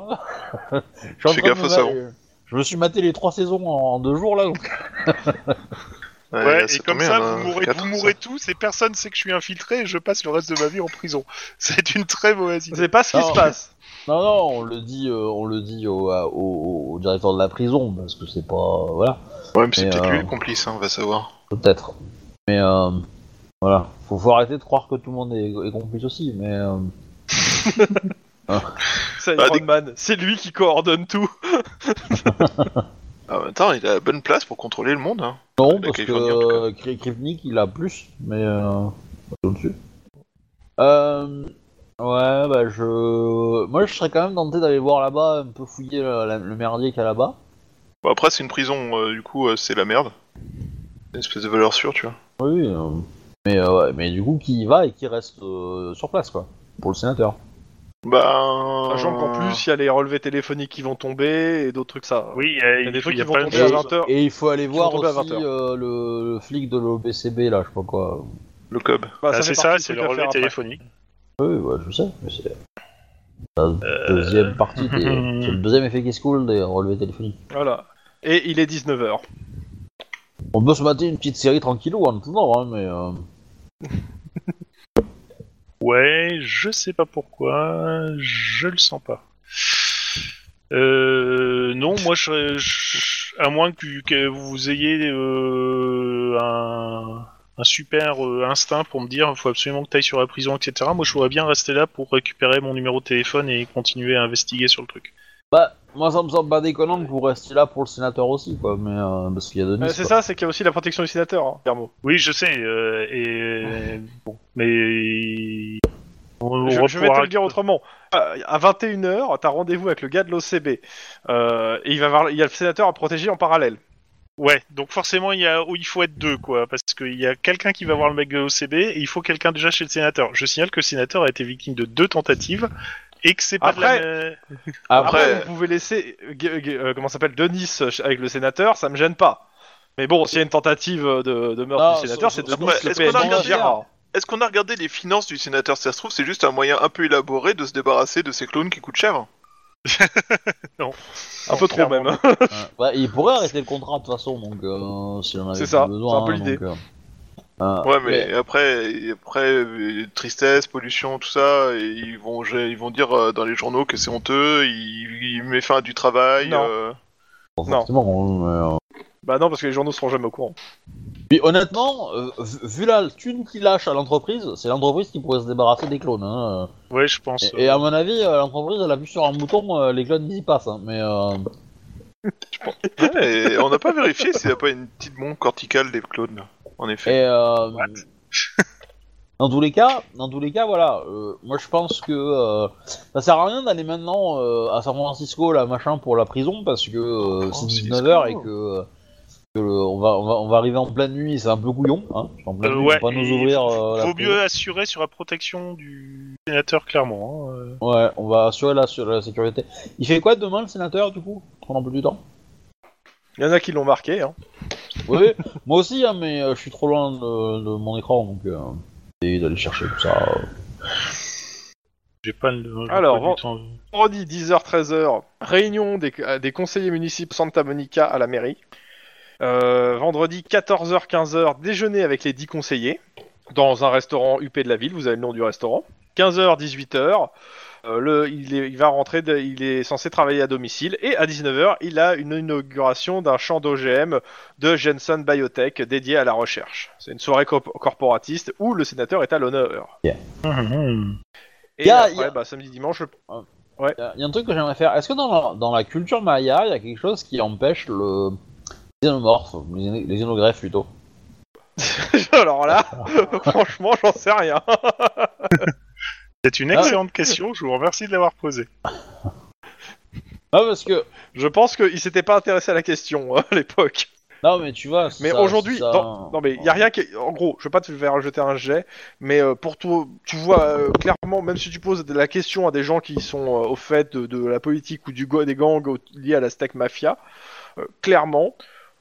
A: hein. Je suis en
D: Fais
A: train de
D: gaffe
A: me
D: au savon.
A: ma- Je me suis maté les trois saisons en, en deux jours là. donc.
C: Ouais,
D: là,
C: et
D: c'est
C: comme
D: combien,
C: ça,
D: là
C: vous mourrez,
D: hein. Quatre,
C: vous
D: ça
C: mourrez tous et personne sait que je suis infiltré et je passe le reste de ma vie en prison. C'est une très mauvaise idée.
B: C'est pas ce qui
A: Alors,
B: se passe.
A: Non, non, on le dit, euh, on le dit au, à- au- au- au directeur de la prison parce que c'est pas, voilà,
D: Ouais, mais c'est
A: Mais,
D: peut-être
A: euh,
D: lui le complice, hein, on va savoir.
A: peut-être. Mais euh, voilà, faut, faut arrêter de croire que tout le monde est, est complice aussi. Mais euh,
B: C'est
D: Bah,
B: Iron
D: des-
B: Man, c'est lui qui coordonne tout.
D: Ah, attends, il a la bonne place pour contrôler le monde. Hein.
A: non,
D: La
A: parce que
D: Californie, en tout cas.
A: euh, Kri- Krivnik, il a plus, mais euh, au-dessus. Euh, ouais, bah je, moi je serais quand même tenté d'aller voir là-bas, un peu fouiller la- la- le merdier qu'il y a là-bas.
D: Bon, Bah, après, c'est une prison, euh, du coup, euh, c'est la merde. Une espèce de valeur sûre, tu vois.
A: Oui, oui, euh, mais, euh, ouais, mais du coup, qui y va et qui reste euh, sur place, quoi, pour le sénateur.
D: Bah.
B: Sachant qu'en plus, il y a les relevés téléphoniques qui vont tomber et d'autres trucs ça.
C: Oui,
B: Il y a des
C: il faut-
B: trucs
C: il y a
B: qui vont
C: pas
B: tomber
A: Et,
B: à
C: de-
B: 20 heures.
A: et il faut aller
B: Ils
A: voir
B: sont tombés à
A: aussi
B: 20
A: euh, le, le flic de l'OBCB, là, je sais pas quoi.
D: Le cob.
B: Bah,
C: Ah,
B: fait
C: c'est ça,
B: partie
C: c'est
B: du
C: le
B: truc à
C: relais
B: faire après.
C: téléphonique.
A: Oui, ouais, je sais, mais c'est la
C: Euh,
A: deuxième partie, des-
C: hum,
A: c'est le deuxième effet qui se coule des relevés téléphoniques.
B: Voilà. Et il est 19h.
A: On peut se mater une petite série tranquillou en attendant, hein, mais... euh,
C: Ouais, je sais pas pourquoi, je le sens pas. Euh, non, moi, je, je- à moins que, que vous ayez euh, un, un super euh, instinct pour me dire, faut absolument que t'ailles sur la prison, etc. Moi, je voudrais bien rester là pour récupérer mon numéro de téléphone et continuer à investiguer sur le truc.
A: Bah, moi, ça me semble pas déconnant que vous restiez là pour le sénateur aussi, quoi, mais... euh, parce qu'il y a Denis,
B: Euh, c'est
A: quoi.
B: ça, c'est qu'il y a aussi la protection du sénateur, hein, Guillermo.
C: Oui, je sais. euh, et bon, mais on, on
B: Je,
C: va
B: je vais te
C: pouvoir-
B: le dire autrement. Euh, À 21h, t'as rendez-vous avec le gars de l'OCB. Euh, et il, va voir, il y a le sénateur à protéger en parallèle.
C: Ouais, donc forcément il, y a, il faut être deux, quoi, parce qu'il y a quelqu'un qui va voir le mec de l'OCB et il faut quelqu'un déjà chez le sénateur. Je signale que le sénateur a été victime de deux tentatives et que c'est pas
B: Après-
C: de la...
A: Après,
B: Après,
D: Après-
B: vous pouvez laisser euh, Gu- Gu- euh, comment ça s'appelle Denis euh, avec le sénateur, ça me gêne pas. Mais bon, s'il y a une tentative de, de meurtre
A: Ah,
B: du sénateur, c'est
A: sur-
B: Denis
D: sur-
B: le
D: est-ce qu'on a
B: PNJ
D: regardé-
B: Gérard.
D: Est-ce qu'on a regardé les finances du sénateur Si ça se trouve, c'est juste un moyen un peu élaboré de se débarrasser de ces clones qui coûtent cher.
B: Un peu trop
C: Clairement.
B: même.
A: Ouais. Bah, il pourrait arrêter le contrat de toute façon, donc euh, si on avait
B: C'est ça,
A: besoin,
B: c'est un peu
A: hein,
B: l'idée.
A: donc, euh, euh,
D: Ouais, mais après, et après euh, tristesse, pollution, tout ça, et ils vont, gê- ils vont dire euh, dans les journaux que c'est honteux, il, il met fin à du travail.
B: Non.
D: euh,
A: bon,
B: non.
A: forcément, mais, euh,
B: Bah non, parce que les journaux seront jamais au courant.
A: Puis honnêtement, euh, vu vu la thune qu'il lâche à l'entreprise, c'est l'entreprise qui pourrait se débarrasser des clones. hein.
C: Ouais, je pense.
A: Et, et à mon avis, euh, l'entreprise elle appuie sur un mouton, euh, les clones ils y passent. hein, Mais euh,
D: et on n'a pas vérifié s'il n'y a pas une petite bombe corticale des clones, là. en effet.
A: et euh, dans tous les cas, dans tous les cas, voilà. euh, moi je pense que euh, ça sert à rien d'aller maintenant euh, à San Francisco là machin pour la prison parce que euh,
D: San
A: c'est
D: Francisco.
A: 19 h et que euh, que le- on, va, on, va, on va arriver en pleine nuit, c'est un peu couillon. Hein, en pleine
C: Euh,
A: nuit,
C: ouais,
A: on va pas nous
C: et
A: ouvrir. euh, la
C: Vaut
A: prison.
C: mieux assurer sur la protection du sénateur, clairement. hein. Euh,
A: Ouais, on va assurer la, sur la sécurité. Il fait quoi demain le sénateur du coup Prendre un peu du temps
B: Il y en a qui l'ont marqué. Hein.
A: Oui, moi aussi, hein, mais euh, je suis trop loin de, de mon écran donc. Euh, et d'aller chercher tout ça. euh.
C: J'ai pas le. j'ai
B: Alors,
C: pas
B: on-
C: du temps.
B: Vendredi 10h 13h, réunion des, euh, des conseillers municipaux Santa Monica à la mairie. Euh, vendredi 14h 15h, déjeuner avec les 10 conseillers dans un restaurant UP de la ville, vous avez le nom du restaurant. 15h 18h, euh, le, il, est- il va rentrer, de- il est censé travailler à domicile et à 19h, il a une inauguration d'un champ d'OGM de Jensen Biotech dédié à la recherche. C'est une soirée corp- corporatiste où le sénateur est à l'honneur.
C: Hum, hum.
B: Et
A: Y a-
B: après,
A: y a-
B: bah, samedi dimanche,
A: Il y, a un truc que j'aimerais faire. Est-ce que dans la, dans la culture maya, il y a quelque chose qui empêche le. Les xénomorphes, les, les xénogreffes plutôt.
B: Alors là, franchement, j'en sais rien.
C: C'est une
A: Ah.
C: excellente question, je vous remercie de l'avoir posée.
A: Ah, parce que.
B: Je pense qu'ils s'étaient pas intéressés à la question hein, à l'époque.
A: Non, mais tu vois.
B: Mais
A: ça-
B: aujourd'hui,
A: ça-
B: dans- non mais il y a rien qui. est- En gros, je vais pas te faire jeter un jet, mais euh, pour tout, tu vois euh, clairement, même si tu poses de la question à des gens qui sont euh, au fait de, de la politique ou du go des gangs au- liés à la stack mafia, euh, clairement,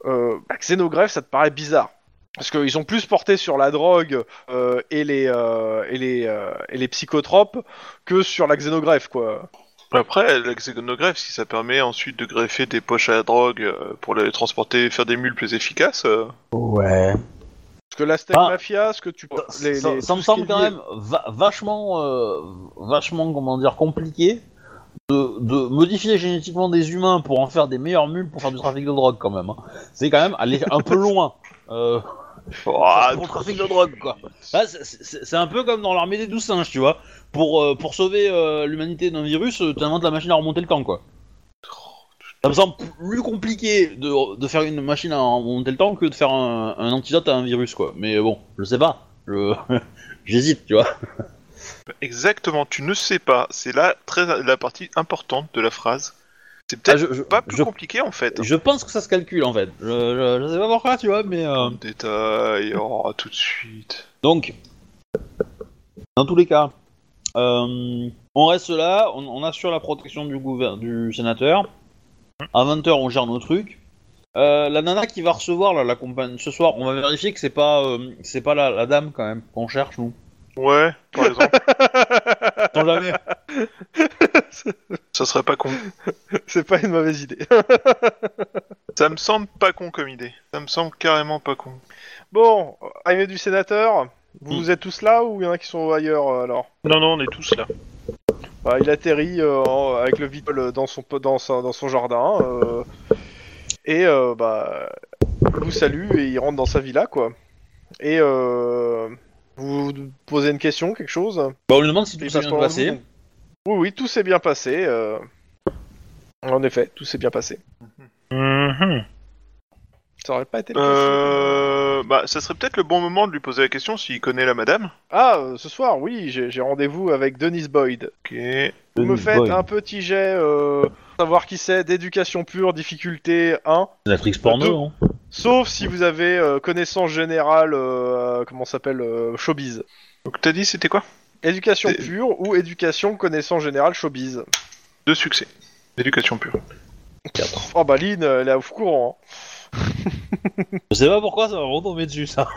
B: euh, la xénogreffe, ça te paraît bizarre. Parce qu'ils ont plus porté sur la drogue euh, et les euh, et les euh, et les psychotropes que sur la xénogreffe quoi.
D: Après, la xénogreffe, si ça permet ensuite de greffer des poches à la drogue euh, pour les transporter, faire des mules plus efficaces, euh,
A: Ouais.
B: Parce que la Stack
A: Ah.
B: Mafia, ce que tu.
A: Ça,
B: les- les-
A: ça-
B: tout
A: ça me
B: ce
A: semble
B: qui est
A: quand
B: lié-
A: même va- vachement, euh, vachement, comment dire, compliqué de, de modifier génétiquement des humains pour en faire des meilleures mules pour faire du trafic de drogue quand même. hein. C'est quand même aller un peu loin. Euh,
D: ouah,
A: pour le trafic de drogue quoi. Là, Bah, c'est- c'est c'est un peu comme dans l'armée des douze singes, tu vois. Pour, euh, pour sauver euh, l'humanité d'un virus, euh, tu inventes la machine à remonter le temps quoi. Ça me semble plus compliqué de, de faire une machine à remonter le temps que de faire un, un antidote à un virus quoi. Mais bon, je sais pas. Je- J'hésite, tu vois.
D: exactement, tu ne sais pas. C'est là très, la partie importante de la phrase. C'est
A: Ah,
D: peut-être
A: je, je-
D: pas plus
A: je-
D: compliqué en fait.
A: je pense que ça se calcule en fait. Je, je- je sais pas pourquoi, tu vois, mais. euh,
D: Détail, oh, tout de suite.
A: Donc, dans tous les cas, euh, on reste là, on, on assure la protection du, gouver- du sénateur. À 20h, on gère nos trucs. Euh, la nana qui va recevoir là, la compagne ce soir, on va vérifier que c'est pas, euh, que c'est pas la, la dame quand même qu'on cherche, nous.
D: Ouais, par exemple,
A: Sans jamais.
D: ça serait pas con.
B: C'est pas une mauvaise idée.
D: Ça me semble pas con comme idée. Ça me semble carrément pas con.
B: bon, euh, arrivée du sénateur, vous
A: Hmm.
B: êtes tous là ou il y en a qui sont ailleurs euh, alors
C: Non, non, on est tous là.
B: Bah, Il atterrit euh, en- avec le vitol euh, dans son, po- dans sa- dans son jardin. euh, et euh, bah. Il vous salue et il rentre dans sa villa quoi. Et euh, Vous vous posez une question, quelque chose
A: Bah, on lui demande si
B: Il
A: tout s'est
B: passe
A: bien
B: par
A: passé.
B: vous. Oui, oui, tout s'est bien passé. euh, En effet, tout s'est bien passé.
C: Mhm.
B: Ça aurait pas été le cas si-
D: Euh, bah, ça serait peut-être le bon moment de lui poser la question s'il connaît la madame.
B: Ah, euh, ce soir, oui, j'ai j'ai rendez-vous avec Denise Boyd.
D: Ok.
B: Vous me
A: Denise
B: faites
A: Boyd.
B: un petit jet, euh, pour savoir qui c'est, d'éducation pure, difficulté 1.
A: Netflix porno, hein.
B: Sauf si vous avez euh, connaissance générale, euh, comment ça s'appelle, euh, showbiz.
D: Donc t'as dit c'était quoi
B: Éducation
D: Dé-
B: pure ou éducation connaissance générale showbiz.
D: Deux succès. D'éducation pure.
B: Oh bah Lynn, elle est au courant. hein.
A: Je sais pas pourquoi ça va vraiment tomber dessus ça.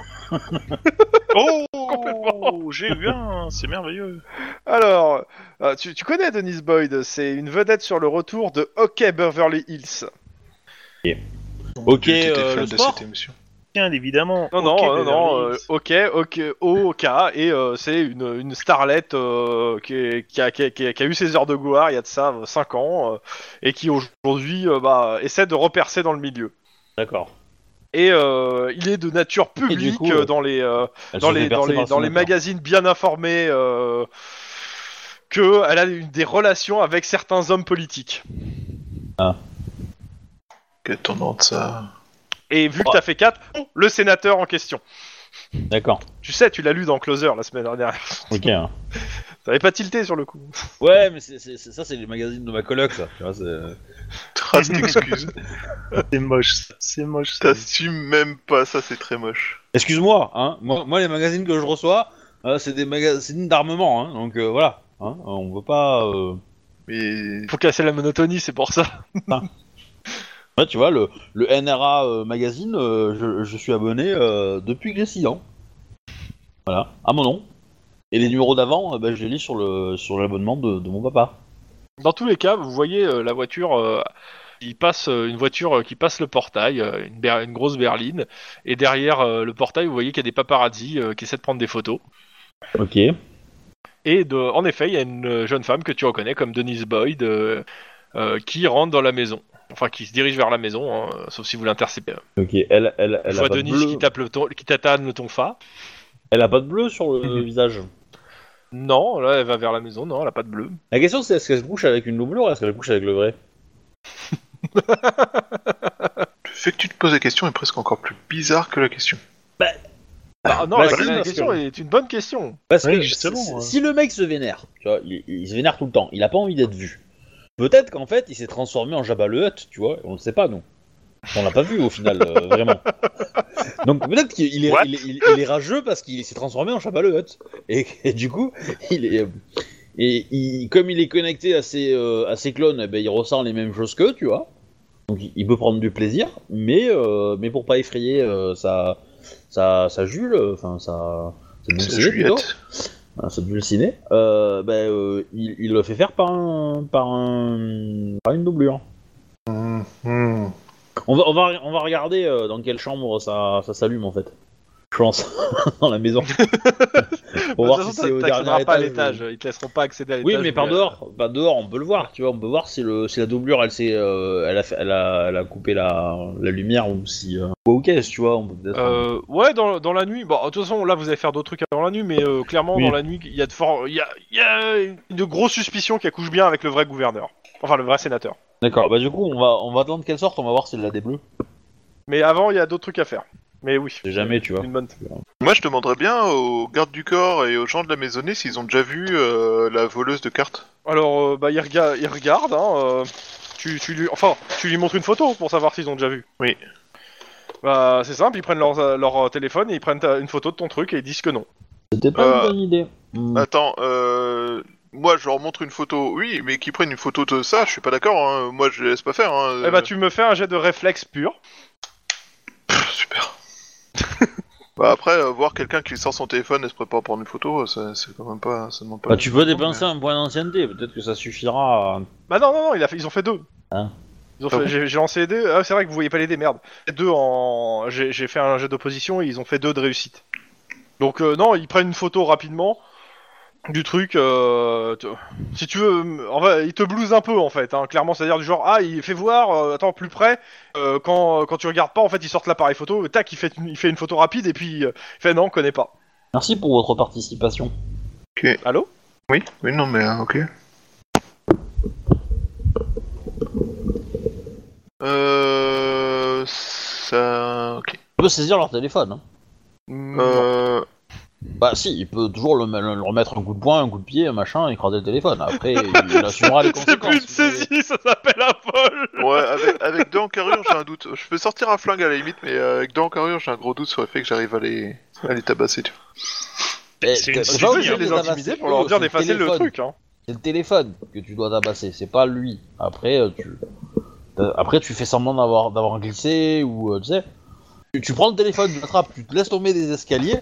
C: Oh, J'ai eu un, c'est merveilleux.
B: Alors, euh, tu, tu connais Denise Boyd, c'est une vedette sur le retour de Hockey Beverly Hills.
A: Ok,
D: Tu étais
A: euh,
D: fan
A: le
D: de
A: sport
D: cette émission.
C: Bien évidemment.
B: Non,
C: Ok,
B: non, non,
C: Beverly
B: non, euh,
C: Hills.
B: ok, ok, oh, ok, et euh, c'est une, une starlette euh, qui, est- qui a, qui, a- qui a- qui a eu ses heures de gloire il y a de ça 5 ans, euh, et qui aujourd'hui euh, bah, essaie de repercer dans le milieu.
A: D'accord.
B: Et euh, il est de nature publique
A: coup,
B: euh,
A: euh,
B: dans les, euh,
A: Elle
B: dans
A: se fait
B: les, dans
A: percer
B: les,
A: par le
B: dans les
A: sénateur.
B: magazines bien informés euh, que elle a eu des relations avec certains hommes politiques.
D: Quelle tendance ça.
B: Et vu que t'as fait 4, le sénateur en question.
A: D'accord.
B: Tu sais, tu l'as lu dans Closer la semaine dernière.
A: Ok. hein.
B: T'avais pas tilté sur le coup.
A: Ouais, mais c'est- c'est- c'est- ça, c'est les magazines de ma coloc, ça. Tu vois, c'est-
D: Ah, Trace d'excuses.
B: euh,
C: C'est moche, ça. c'est moche. ça.
D: T'assumes même pas, ça c'est très moche.
A: Excuse-moi, hein. Moi, moi, les magazines que je reçois, euh, c'est des magazines d'armement, hein. Donc euh, voilà, hein. On veut pas. euh,
D: Mais
B: Faut casser la monotonie, c'est pour ça.
A: Ouais, tu vois, le, le NRA euh, magazine, euh, je, je suis abonné euh, depuis que j'ai 6 ans. Voilà, à mon nom. Et les numéros d'avant, euh, ben, je les lis sur le sur l'abonnement de, de mon papa.
B: Dans tous les cas, vous voyez euh, la voiture. euh, il passe euh, une voiture euh, qui passe le portail, euh, une, ber- une grosse berline, et derrière euh, le portail, vous voyez qu'il y a des paparazzis euh, qui essaient de prendre des photos.
A: Ok.
B: Et de- en effet, il y a une euh, jeune femme que tu reconnais comme Denise Boyd euh, euh, qui rentre dans la maison, enfin qui se dirige vers la maison, hein, euh, sauf si vous l'interceptez.
A: Ok. Elle, elle, elle
B: Elle
A: a
B: voit
A: pas de
B: Denise
A: bleu.
B: qui tape le ton, qui tatane le tonfa.
A: Elle a pas de bleu sur le
C: Mhm.
A: visage.
B: Non, là, elle va vers la maison. Non, elle a pas de bleu.
A: La question c'est est-ce qu'elle se couche avec une doublure ou est-ce qu'elle se couche avec le vrai
D: le fait que tu te poses la question est presque encore plus bizarre que la question.
B: Ah, non,
A: Bah,
B: la,
A: si,
B: la
A: parce
B: question
A: que-
B: est une bonne question.
A: Parce
C: Ouais,
A: que
C: justement,
A: si-
C: ouais.
A: si le mec se vénère, tu vois, il, il se vénère tout le temps, il a pas envie d'être vu. Peut-être qu'en fait, il s'est transformé en Jabba le Hutt, tu vois, on le sait pas, nous. On l'a pas vu au final, euh, vraiment. Donc peut-être qu'il il est,
C: What
A: il est- il- il est rageux parce qu'il s'est transformé en Jabba le Hutt. Et, et du coup, il est. euh, Et il- comme il est connecté à ses, euh, à ses clones, eh ben, il ressent les mêmes choses qu'eux, tu vois. Donc il- il peut prendre du plaisir, mais, euh, mais pour pas effrayer euh, sa, sa, sa Jules, euh, enfin sa. sa
D: C'est
A: Dulcinée, plutôt.
D: Juliette.
A: Ah, ça le ciné, euh, bah, euh, il, il le fait faire par un, par un, par une doublure.
D: Hum,
B: Mm-hmm.
D: hum.
A: On va, on va, on va regarder euh, dans quelle chambre ça, ça s'allume en fait. Je pense dans la maison. Pour
B: Bah, De toute
A: voir si
B: façon,
A: c'est au
B: t'accéderas
A: dernier
B: pas à
A: étage.
B: l'étage. Ils te laisseront pas accéder à l'étage.
A: Oui, mais par dehors, bah, dehors, on peut le voir. Tu vois, on peut voir si le, si la doublure, elle s'est, euh, elle, a, fait- elle, a, elle a coupé la, la lumière ou si. Euh, ou qu'est-ce, tu vois, on peut peut-être.
B: Euh, ouais, dans, dans la nuit. Bon, de toute façon, là, vous allez faire d'autres trucs avant la nuit, mais euh, clairement,
C: Oui.
B: dans la nuit, il y a de fort, il y a, il y a une- de grosses suspicions qui accouchent bien avec le vrai gouverneur, enfin le vrai sénateur.
A: D'accord. Bah du coup, on va, on va attendre qu'elle sorte. On va voir si elle a des bleus.
B: Mais avant, il y a d'autres trucs à faire. Mais oui.
A: C'est jamais, tu vois.
B: Une bonne.
D: Moi je demanderais bien aux gardes du corps et aux gens de la maisonnée s'ils ont déjà vu euh, la voleuse de cartes.
B: Alors, euh, bah, il, rega- il regarde. Hein, euh, tu, tu lui, enfin, tu lui montres une photo pour savoir s'ils ont déjà vu.
D: Oui.
B: Bah, c'est simple. Ils prennent leur, leur euh, téléphone et ils prennent ta- une photo de ton truc et ils disent que non.
A: C'était pas
D: Euh,
A: une bonne idée. Hmm.
D: Attends, euh, moi je leur montre une photo, oui, mais qu'ils prennent une photo de ça, je suis pas d'accord, hein. moi je les laisse pas faire. hein.
A: Euh.
B: Eh bah, tu me fais un jet de réflexe pur.
D: Pff, super. bah après, euh, voir quelqu'un qui sort son téléphone et se prépare à prendre une photo, ça- c'est quand même pas... Ça demande pas
A: Bah, tu peux dépenser un point d'ancienneté, peut-être que ça suffira. à-
B: Bah non, non, non, il a fait- ils ont fait deux.
A: Hein
B: Ils ont
D: Ah
B: fait-
D: bon
B: j'ai j'ai lancé les deux. Ah, c'est vrai que vous voyez pas les dés, merde. Deux en. J'ai j'ai fait un jet d'opposition et ils ont fait deux de réussite. Donc, euh, non, ils prennent une photo rapidement du truc. euh, tu- Si tu veux. En vrai, ils te blousent un peu, en fait. hein. Clairement, c'est-à-dire du genre, ah, il fait voir, euh, attends, plus près. Euh, quand, quand tu regardes pas, en fait, ils sortent l'appareil photo. Tac, il fait, il fait une photo rapide et puis. euh, il fait, non, connais pas.
A: Merci pour votre participation.
B: Allô
D: Oui, oui, non mais euh, ok. Euh... Ça... Ok.
A: On peut saisir leur téléphone. hein.
D: Euh...
A: Bah si, il peut toujours le, le- le remettre un coup de poing, un coup de pied, un machin, écraser le téléphone. Après, il assumera les
B: C'est
A: conséquences.
B: plus une
A: mais-
B: saisie, ça s'appelle un vol
D: Ouais, avec, avec deux en carrure, j'ai un doute. Je peux sortir un flingue à la limite, mais euh, avec deux en carrure, j'ai un gros doute sur le fait que j'arrive à les, à les tabasser. Tu vois.
A: Eh,
C: C'est
A: t'as- t'as pas
C: une
B: Tu
C: saisie,
B: peux
A: obligé
B: essayer
A: de
B: de les intimider
A: tabasser,
B: pour leur
A: eux,
B: dire
A: c'est
B: d'effacer le
A: téléphone.
B: truc, hein.
A: C'est le téléphone que tu dois tabasser, c'est pas lui. Après, euh, tu... euh, Après tu fais semblant d'avoir, d'avoir glissé ou euh, tu sais. Tu, tu prends le téléphone, tu l'attrapes, tu te laisses tomber des escaliers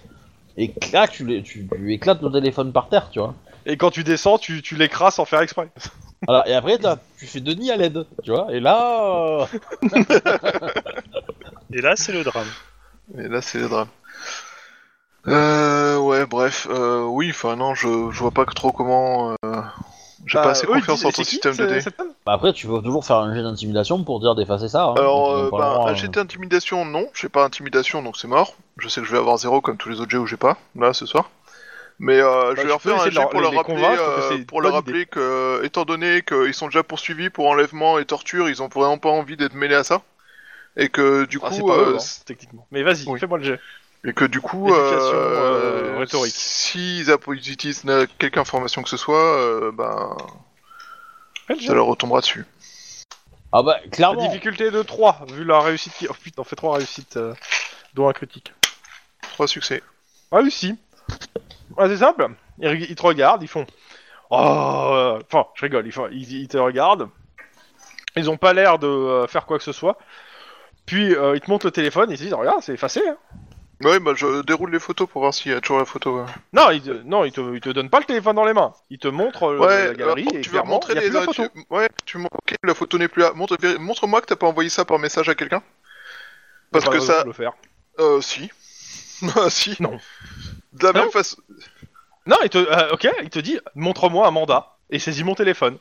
A: et clac, tu, l'é- tu- tu éclates ton téléphone par terre, tu vois.
B: Et quand tu descends, tu, tu l'écrases sans faire exprès.
A: Voilà, et après, t'as- tu fais Denis à l'aide, tu vois, et là... euh,
C: Et là, c'est le drame.
D: Et là, c'est le drame. Euh, ouais, bref. Euh, oui, enfin, non, je, je vois pas que trop comment. euh, j'ai
B: Bah,
D: pas assez confiance en ton système de dés.
A: bah après, tu peux toujours faire un jet d'intimidation pour dire d'effacer ça. hein.
D: Alors,
A: Donc,
D: euh,
A: on parlera,
D: ben,
A: euh,
D: j'étais intimidation, non. J'ai pas intimidation, donc c'est mort. Je sais que je vais avoir zéro comme tous les autres jets où j'ai pas, là, ce soir. Mais euh,
B: Bah,
D: je
B: tu
D: vais leur
B: peux
D: faire un
B: essayer de
D: jet
B: leur-
D: pour leur
B: les
D: rappeler,
B: convaincre que
D: euh,
B: c'est une
D: pour leur
B: bonne idée.
D: rappeler que, étant donné qu'ils sont déjà poursuivis pour enlèvement et torture, ils ont vraiment pas envie d'être mêlés à ça. Et que du
B: Ah, c'est
D: coup,
B: pas
D: euh,
B: eux, hein, techniquement. Mais vas-y,
D: Oui.
B: fais-moi le jet.
D: Et que du coup,
B: Éducation,
D: euh,
B: euh, rhétorique.
D: s'ils app- ils utilisent na- quelque information que ce soit, euh, ben, ça leur retombera dessus.
A: Ah bah,
B: La
A: clairement.
B: difficulté est de 3, vu la réussite qui... Oh putain, on fait 3 réussites, euh, dont un critique. Ah,
D: Trois succès.
B: Réussi. Ouais, Ah, c'est simple. Ils, reg- ils te regardent, ils font... Oh... euh, Enfin, je rigole, ils, font- ils- ils te regardent. Ils ont pas l'air de euh, faire quoi que ce soit. Puis, euh, ils te montrent le téléphone, ils se disent, regarde, c'est effacé. hein.
D: Ouais, bah, je déroule les photos pour voir s'il y a toujours la photo. ouais.
B: Non, ils, te- non ils, te, ils te donnent pas le téléphone dans les mains. Ils te montrent euh,
D: Ouais,
B: la galerie
D: alors,
B: et
D: tu veux
B: clairement,
D: montrer
B: y a
D: les euh,
B: plus la photo.
D: tu- Ouais, tu mon- ok, la photo n'est plus là. Montre, vér- montre-moi que t'as pas envoyé ça par message à quelqu'un. Parce
B: Pas
D: que
B: raison de
D: ça,
B: le faire.
D: euh, si. Ah, si.
B: Non.
D: De la
B: Non.
D: même façon.
B: Non, il te, euh, ok, il te dit, montre-moi un mandat, et saisis mon téléphone.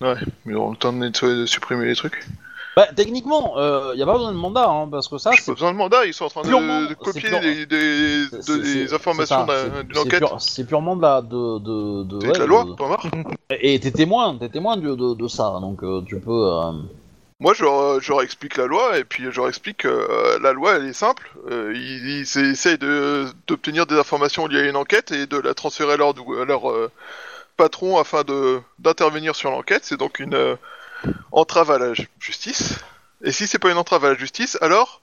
D: Mais on le temps de, de supprimer les trucs.
A: Bah, techniquement, il n'y a pas besoin de mandat, hein, parce que ça,
D: J'ai
A: c'est
D: pas besoin de mandat, ils sont en train de,
A: Purement-
D: de copier
A: c'est pure-
D: des, des-
A: c'est-
D: de-
A: c'est-
D: des
A: c'est ça,
D: informations d'un-
A: c'est-
D: d'une
A: c'est
D: enquête.
A: pure- C'est purement de la, de, de, de,
D: C'est
A: ouais,
D: de la
A: de-
D: loi, point barre.
A: Et t'es témoin, t'es témoin de, de, de ça, donc euh, tu peux. euh,
D: Moi, je leur, je leur explique la loi, et puis je leur explique que euh, la loi, elle est simple. Euh, ils, ils essayent de- d'obtenir des informations liées à une enquête et de la transférer à leur, dou- à leur euh, patron afin de d'intervenir sur l'enquête. C'est donc une euh, entrave à la ju- justice. Et si c'est pas une entrave à la justice, alors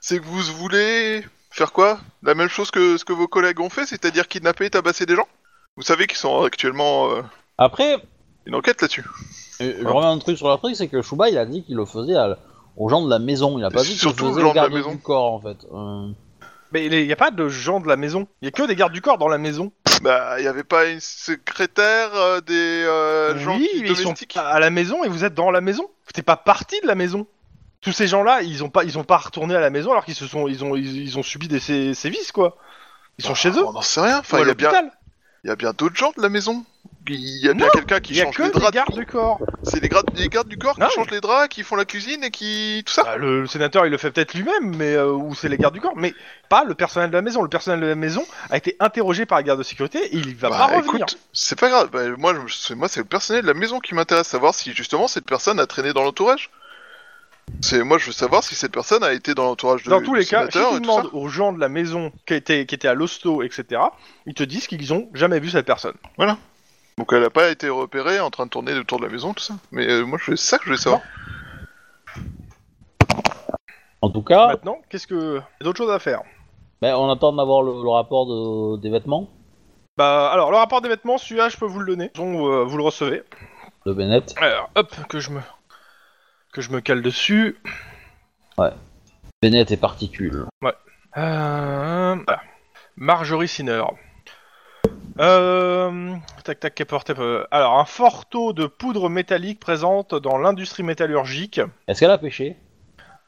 D: c'est que vous voulez faire quoi La même chose que ce que vos collègues ont fait, c'est-à-dire kidnapper et tabasser des gens Vous savez qu'ils sont actuellement euh,
A: Après, euh,
D: une enquête là-dessus.
A: je reviens à un truc sur la truc, c'est que Shuba, il a dit qu'il le faisait à- aux gens de la maison, il a pas dit qu'il le
D: Surtout aux
A: faisait
D: gens
A: aux
D: de la
A: gardes
D: maison.
A: du corps, en fait. Euh,
B: Mais il n'y a pas de gens de la maison, il y a que des gardes du corps dans la maison.
D: Bah, il y avait pas une secrétaire euh, des euh, gens
B: oui,
D: qui-
B: mais ils sont
D: domestiques
B: pas à la maison et vous êtes dans la maison. T'es pas parti de la maison. Tous ces gens-là, ils ont pas, ils ont pas retourné à la maison alors qu'ils se sont, ils ont, ils, ils ont subi des sé- sévices quoi. Ils sont chez eux.
D: On n'en sait rien.
B: ou
D: Ah, Enfin,
B: à
D: il y a bien,
B: l'hôpital.
D: il y a bien d'autres gens de la maison. Il y a bien
B: Non,
D: quelqu'un qui
B: Il y a
D: change
B: que
D: les
B: des
D: draps.
B: gardes du corps. Ah
D: C'est les, grades- les gardes du corps qui
B: Non,
D: changent les draps, qui font la cuisine et qui tout ça.
B: Bah, le, le sénateur, il le fait peut-être lui-même, mais euh, ou c'est les gardes du corps, mais pas le personnel de la maison. Le personnel de la maison a été interrogé par les gardes de sécurité et il va
D: Bah,
B: pas revenir.
D: écoute, c'est pas grave. Bah, moi, je- c'est- moi, c'est le personnel de la maison qui m'intéresse, savoir si justement cette personne a traîné dans l'entourage. C'est moi, je veux savoir si cette personne a été dans l'entourage de.
B: Dans tous
D: du
B: les cas, si
D: sénateur
B: tu
D: et tout ça.
B: demandes aux gens de la maison qui étaient, qui étaient à l'hosto, etc., ils te disent qu'ils ont jamais vu cette personne.
D: Donc, elle a pas été repérée en train de tourner autour de la maison, tout ça. Mais euh, moi, je- c'est ça que je veux savoir.
A: En tout cas,
B: Maintenant, qu'est-ce que. Il y a d'autres choses à faire
A: ben, on attend d'avoir le, le rapport de- des vêtements
B: Bah, alors, le rapport des vêtements, celui-là, je peux vous le donner. De toute façon, euh, vous le recevez.
A: de Bennett.
B: Alors, hop, que je me. Que je me cale dessus.
A: Bennett est particule.
B: Euh, voilà. Marjorie Sinner. Euh, tac tac, qu'est porté euh, Alors, un fort taux de poudre métallique présente dans l'industrie métallurgique.
A: Est-ce qu'elle a pêché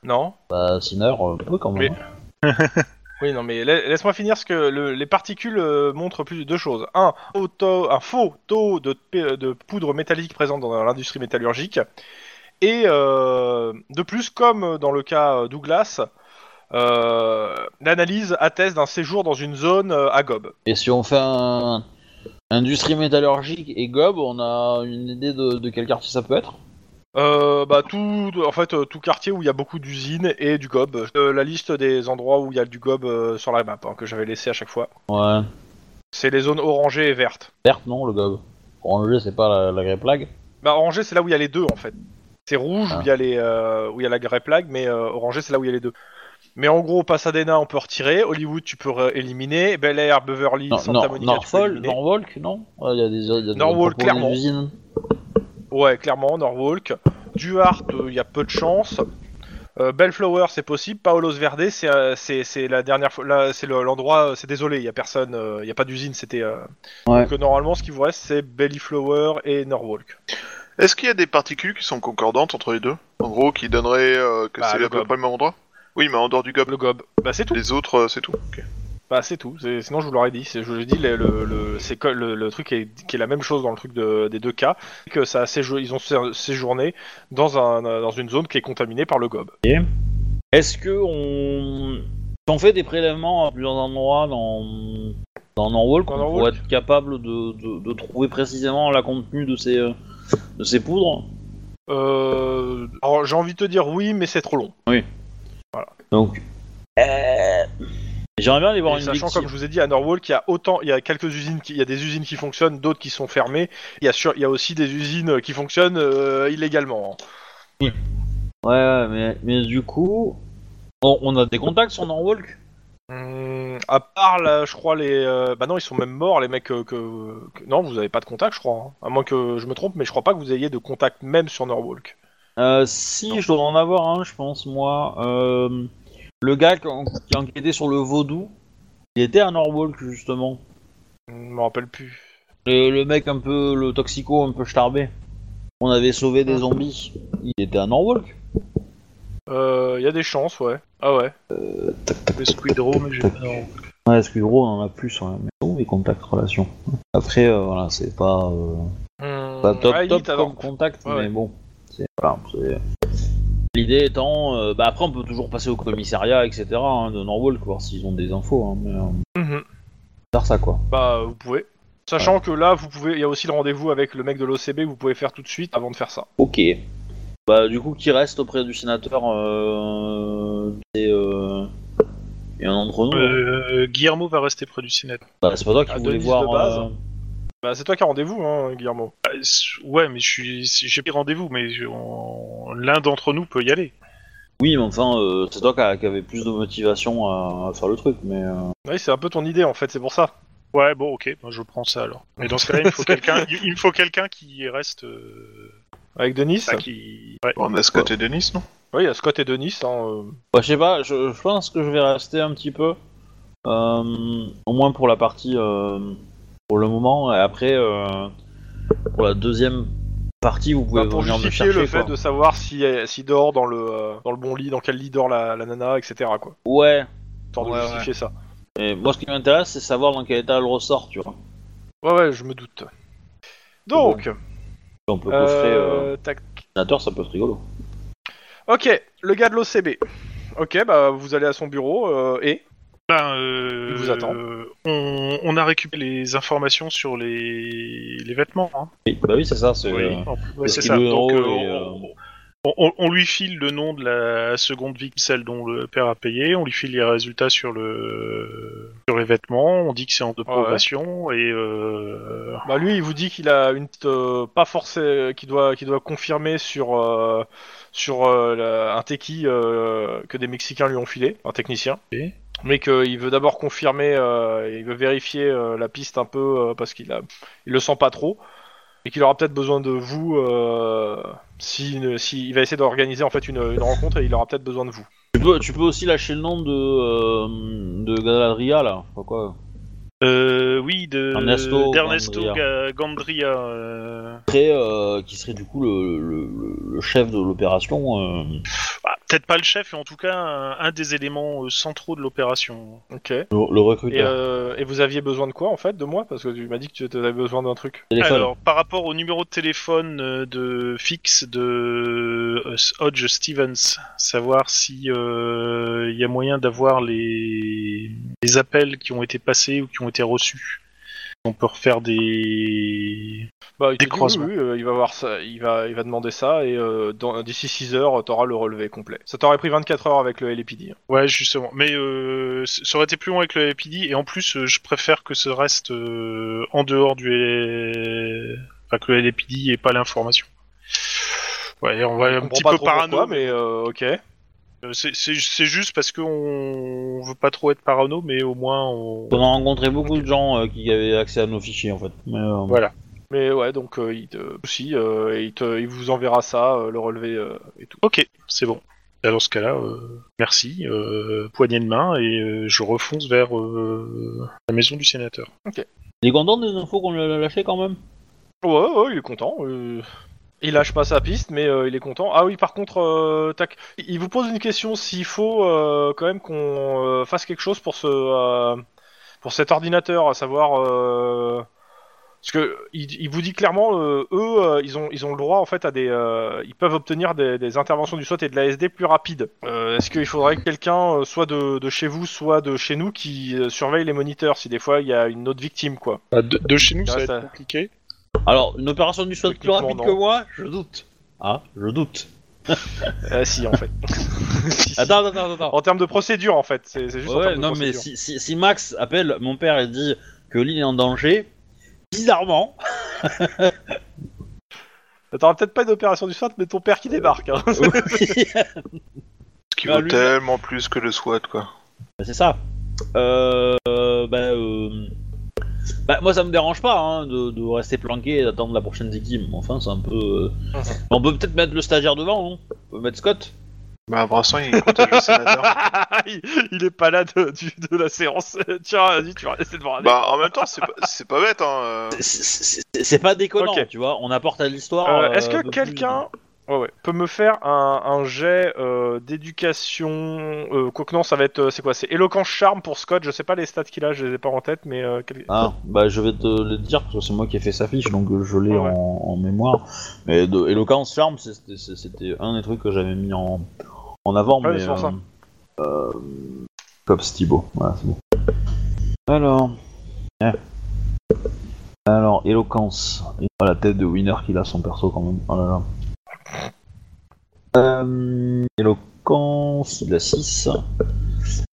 B: Non
A: Bah, Sinner, euh, peu quand même.
B: Oui, non, mais la- laisse-moi finir ce que le- les particules euh, montrent plus de deux choses. Un, faux taux- un faux taux de, p- de poudre métallique présente dans l'industrie métallurgique. Et euh, de plus, comme dans le cas euh, Douglas, euh, l'analyse atteste d'un séjour dans une zone euh, à gobe.
A: Et si on fait un. Industrie métallurgique et gob, on a une idée de, de quel quartier ça peut être
B: Euh, bah, tout, en fait, euh, tout quartier où il y a beaucoup d'usines et du gobe. Euh, la liste des endroits où il y a du gobe euh, sur la map hein, que j'avais laissé à chaque fois.
A: Ouais.
B: C'est les zones orangées et vertes.
A: Verte, non, le gob. Orangé, c'est pas la, la grey plague.
B: Bah orangé c'est là où il y a les deux en fait. C'est rouge où il y a
A: Ah.
B: les euh, où il y a la grey plague, mais euh, orangé c'est là où il y a les deux. Mais en gros Pasadena on peut retirer, Hollywood tu peux euh, éliminer, Bel Air, Beverly,
A: Non,
B: Santa
A: Nor-
B: Monica tu peux
A: Norfolk,
B: éliminer.
A: Norwalk, non Ouais, Il y a des, il y a des propos
B: Norwalk,
A: des
B: clairement.
A: usines.
B: Ouais clairement Norwalk, Duarte euh, il y a peu de chance. Euh, Bellflower c'est possible, Paolos Verde c'est euh, c'est c'est la dernière fois là c'est le- l'endroit euh, c'est désolé il y a personne euh, il y a pas d'usine c'était euh,
A: Ouais.
B: donc euh, normalement ce qui vous reste c'est Bellyflower et Norwalk.
D: Est-ce qu'il y a des particules qui sont concordantes entre les deux En gros, qui donneraient euh, que
B: Bah,
D: c'est
B: le
D: à peu
B: gob.
D: près le même endroit Oui, mais en dehors du gob.
B: Le gob. Bah c'est tout.
D: Les autres, euh, c'est tout. Ok.
B: Bah c'est tout, C'est- sinon je vous l'aurais dit, C'est- je vous l'ai dit, le, le, le- c'est co- le- le truc est, qui est la même chose dans le truc de- des deux cas, c'est que ça a séjo- ils ont sé- séjourné dans, un, dans une zone qui est contaminée par le gob.
A: Est-ce que on... si on fait des prélèvements à plusieurs endroits dans, dans Norwalk,
B: Dans
A: on
B: Norwalk
A: pourrait être capable de, de- de trouver précisément la contenu de ces, euh, de ces poudres
B: Euh, alors j'ai envie de te dire oui, mais c'est trop long.
A: Donc, euh, Et J'aimerais bien aller voir
B: Et
A: une
B: sachant,
A: victime.
B: comme je vous ai dit, à Norwalk, il y a autant, il y a quelques usines, qui, il y a des usines qui fonctionnent, d'autres qui sont fermées. Il y a sûr, il y a aussi des usines qui fonctionnent euh, illégalement. hein.
A: Ouais, ouais, mais, mais du coup, on, on a des contacts sur Norwalk.
B: Hum, à part là, je crois les, euh, bah non, ils sont même morts les mecs. euh, que, que- non, vous avez pas de contact, je crois. hein. À moins que je me trompe, mais je crois pas que vous ayez de contact même sur Norwalk.
A: Euh, si, je dois en avoir un, je pense, moi. Euh, le gars qui en- qui enquêtait sur le vaudou, il était à Norwalk, justement.
B: Hmm, Je me rappelle plus.
A: Le, le mec un peu, le toxico un peu starbé. On avait sauvé des zombies. Il était à Norwalk.
B: Euh, Il y a des chances, ouais. Ah ouais.
C: Le Squidrow, mais j'ai pas. non.
A: Ouais, Squidro, on en a plus, ouais. Mais où les contacts, relations Après, euh, voilà, c'est pas, euh,
B: Hum,
A: pas Bah, top,
B: à la limite,
A: top
B: alors.
A: comme contact,
B: Ouais,
A: mais
B: ouais.
A: bon. c'est- voilà, c'est- L'idée étant, euh, bah après on peut toujours passer au commissariat, etc. hein, de Norwalk, voir s'ils ont des infos, hein, mais euh,
B: Mhm.
A: faire ça quoi.
B: Bah, vous pouvez. Sachant que là, vous pouvez, il y a aussi le rendez-vous avec le mec de l'OCB que vous pouvez faire tout de suite avant de faire ça.
A: Ok. Bah du coup, qui reste auprès du sénateur euh, et, euh, et un entre nous hein.
C: Euh, Guillermo va rester près du cinéma.
A: Bah, c'est pas toi qui
B: à
A: voulais
B: Denise
A: voir.
B: de base.
A: euh,
B: Bah, c'est toi qui as rendez-vous, hein, Guillermo.
C: Ah, s- Ouais, mais je suis, j'ai pris rendez-vous, mais je- on- l'un d'entre nous peut y aller.
A: Oui, mais enfin, euh, c'est toi qui, a- qui avait plus de motivation à, à faire le truc, mais. euh,
B: Oui, c'est un peu ton idée en fait, c'est pour ça.
C: Ouais, bon, ok, moi, je prends ça alors. Mais dans ce cas-là, il me faut quelqu'un, il il me faut quelqu'un qui reste, euh,
B: Avec Denis
C: enfin, qui, ouais.
D: On a Scott et Denis, non
B: Oui, il y a Scott et Denis. Hein, euh.
A: Bah, je sais pas, je, je pense que je vais rester un petit peu. euh, au moins pour la partie. euh, pour le moment. Et après, euh, pour la deuxième partie, vous pouvez
B: Bah, pour
A: venir me
B: justifier
A: chercher.
B: le fait
A: quoi.
B: de savoir si, si dort dans le, euh, dans le bon lit, dans quel lit dort la, la nana, etc. Quoi.
A: Ouais.
B: Histoire de
A: Ouais,
B: justifier ça.
A: Et moi, ce qui m'intéresse, c'est savoir dans quel état elle ressort, tu vois.
B: Ouais, ouais, je me doute. Donc,
A: On peut coffrer euh,
B: euh, tac,
A: ordinateur, ça peut être rigolo.
B: ok, le gars de l'OCB. Ok, bah vous allez à son bureau euh, et
C: Ben, euh,
B: Il vous attend.
C: euh, on, on a récupéré les informations sur les, les vêtements. Hein.
A: Oui, bah oui, c'est ça. C'est, euh,
C: En plus, ouais,
A: parce
C: c'est
A: qu'il
C: ça.
A: est héros
C: Donc, euh,
A: et, euh,
C: on, on- on- on lui file le nom de la seconde victime, celle dont le père a payé. On lui file les résultats sur le sur les vêtements. On dit que c'est en de
A: Ah
C: probation et euh,
B: bah lui il vous dit qu'il a une petite, euh, pas forcée, qu'il doit qu'il doit confirmer sur euh, sur euh, la- un tequi euh, que des Mexicains lui ont filé, un technicien.
C: Ok.
B: Mais qu'il veut d'abord confirmer, euh, il veut vérifier euh, la piste un peu euh, parce qu'il a, il le sent pas trop et qu'il aura peut-être besoin de vous euh, si, si il va essayer d'organiser en fait une, une rencontre et il aura peut-être besoin de vous.
A: Tu, peux, tu peux aussi lâcher le nom de, euh, de Galadria, là. Je sais pas quoi.
C: euh, oui de
A: Ernesto
C: d'Ernesto
A: Gandria.
C: Ga- Gandria. euh,
A: Après, euh, qui serait du coup le, le- le- le chef de l'opération. euh,
C: bah, Peut-être pas le chef, mais en tout cas un, un des éléments euh, centraux de l'opération.
B: Ok.
A: le, le recruteur.
B: Et, euh, et vous aviez besoin de quoi en fait de moi parce que tu m'as dit que tu avais besoin d'un truc.
A: Téléphone.
C: Alors, par rapport au numéro de téléphone euh, de fixe de euh, Hodge Stevens, savoir si euh, il y a moyen d'avoir les... les appels qui ont été passés ou qui ont été reçus. On peut refaire des.
B: Bah, il, te
C: Des
B: dit,
C: croisements.
B: oui, oui, euh, il va voir ça, il va, il va demander ça et euh, dans- d'ici 6 heures, t'auras le relevé complet. Ça t'aurait pris 24 heures avec le LPD.
C: Ouais, justement. Mais euh, c- ça aurait été plus long avec le LPD et en plus, euh, je préfère que ce reste euh, en dehors du. L- Enfin, que le LPD et pas l'information. Ouais, on va
B: Je
C: un
B: comprends
C: petit
B: pas
C: peu
B: trop pourquoi,
C: parano, mais-
B: mais euh, ok.
C: Euh, C'est c'est- c'est juste parce qu'on on veut pas trop être parano, mais au moins on.
A: On a rencontré beaucoup de gens euh, qui avaient accès à nos fichiers en fait. Mais, euh,
C: Voilà.
B: Mais ouais, donc euh, il te aussi, euh, il, te- il vous enverra ça, euh, le relevé euh, et tout.
C: Ok, c'est bon. Alors, dans ce cas-là, euh, merci, euh, poignée de main, et euh, je refonce vers euh, la maison du sénateur.
A: Il est content des infos qu'on lui a lâchées quand même
B: Ouais, ouais, ouais, il est content. euh, Il lâche pas sa piste, mais euh, il est content. Ah oui, par contre, euh, tac, il vous pose une question s'il faut euh, quand même qu'on euh, fasse quelque chose pour ce euh, pour cet ordinateur, à savoir euh, parce que il, il vous dit clairement, euh, eux, euh, ils ont ils ont le droit en fait à des, euh, ils peuvent obtenir des, des interventions du SWAT et de la SD plus rapides. Euh, Est-ce qu'il faudrait que quelqu'un euh, soit de, de chez vous, soit de chez nous, qui euh, surveille les moniteurs si des fois il y a une autre victime quoi.
C: Bah, de, chez nous,
B: Ah, ça va être Reste à-
C: compliqué.
A: Alors, une opération du SWAT plus
B: Techniquement,
A: rapide
B: non.
A: que moi Je doute. Ah, je doute.
B: Euh, si, en fait. Si, si.
A: Attends, attends, attends. attends.
B: En termes de procédure, en fait. C'est c'est Oh, juste en
A: Ouais,
B: termes de
A: non, mais
B: procédure.
A: si, si- si Max appelle mon père et dit que l'île est en danger, bizarrement,
B: T'auras peut-être pas une opération du SWAT, mais ton père qui débarque. hein.
A: oui,
D: Ce qui
A: Bah,
D: vaut
A: lui-
D: tellement plus que le SWAT, quoi.
A: c'est ça. Euh, bah, euh, bah, moi, ça me dérange pas hein, de, de rester planqué et d'attendre la prochaine victime. Enfin, c'est un peu. euh,
B: Mhm.
A: On peut peut-être mettre le stagiaire devant, non On peut mettre Scott.
D: Bah, pour l'instant, il compte le sénateur.
B: il, il est pas là de, du- de la séance. Tiens, vas-y, tu vas rester devant. la
D: Bah, en même temps, c'est pas, c'est pas bête, hein. euh.
A: C'est- C'est c'est- c'est pas déconnant,
B: Ok.
A: tu vois. On apporte à l'histoire.
B: Euh,
A: euh,
B: Est-ce
A: un
B: que
A: peu
B: quelqu'un ouais, ouais, peut me faire un, un jet euh, d'éducation euh, Quoi que non, ça va être. euh, c'est quoi C'est éloquence charme pour Scott. Je sais pas les stats qu'il a, je les ai pas en tête, mais. euh, quel-
A: plus- Ah, bah je vais te le dire parce que c'est moi qui ai fait sa fiche, donc euh, je l'ai
B: Ah Ouais.
A: en, en mémoire. Mais de éloquence, charme, c'était- c'est- c'était un des trucs que j'avais mis en, en avant.
B: Ouais,
A: mais
B: c'est pour ça.
A: euh, euh, Cops Thibaut, voilà, c'est bon. Alors, ouais. alors éloquence. Et oh, la tête de Winner qu'il a son perso quand même. Oh là là. Euh, éloquence, il a 6.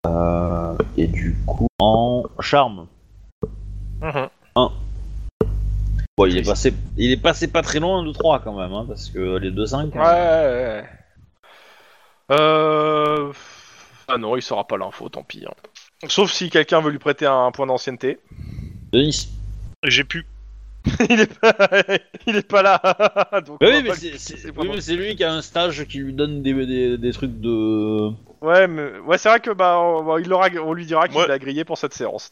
A: Euh, et du coup, en charme.
B: Mhm.
A: Bon, il est passé, il est passé pas très loin de 3 quand même, hein, parce que les hein, 2-5.
B: Ouais, ouais, ouais. Euh... Ah non, il saura pas l'info, tant pis. hein. Sauf si quelqu'un veut lui prêter un point d'ancienneté.
A: Denis.
C: J'ai pu.
B: il, est pas... il est pas là. Donc,
A: Bah
B: on va
A: oui, mais
B: pas
A: c'est-
B: c'est
A: c'est
B: pas
A: oui,
B: moi.
A: mais c'est lui qui a un stage qui lui donne des, des, des trucs de.
B: Ouais, mais ouais, c'est vrai que bah on, on- il aura, on lui dira qu'il
D: Ouais.
B: l'a grillé pour cette séance.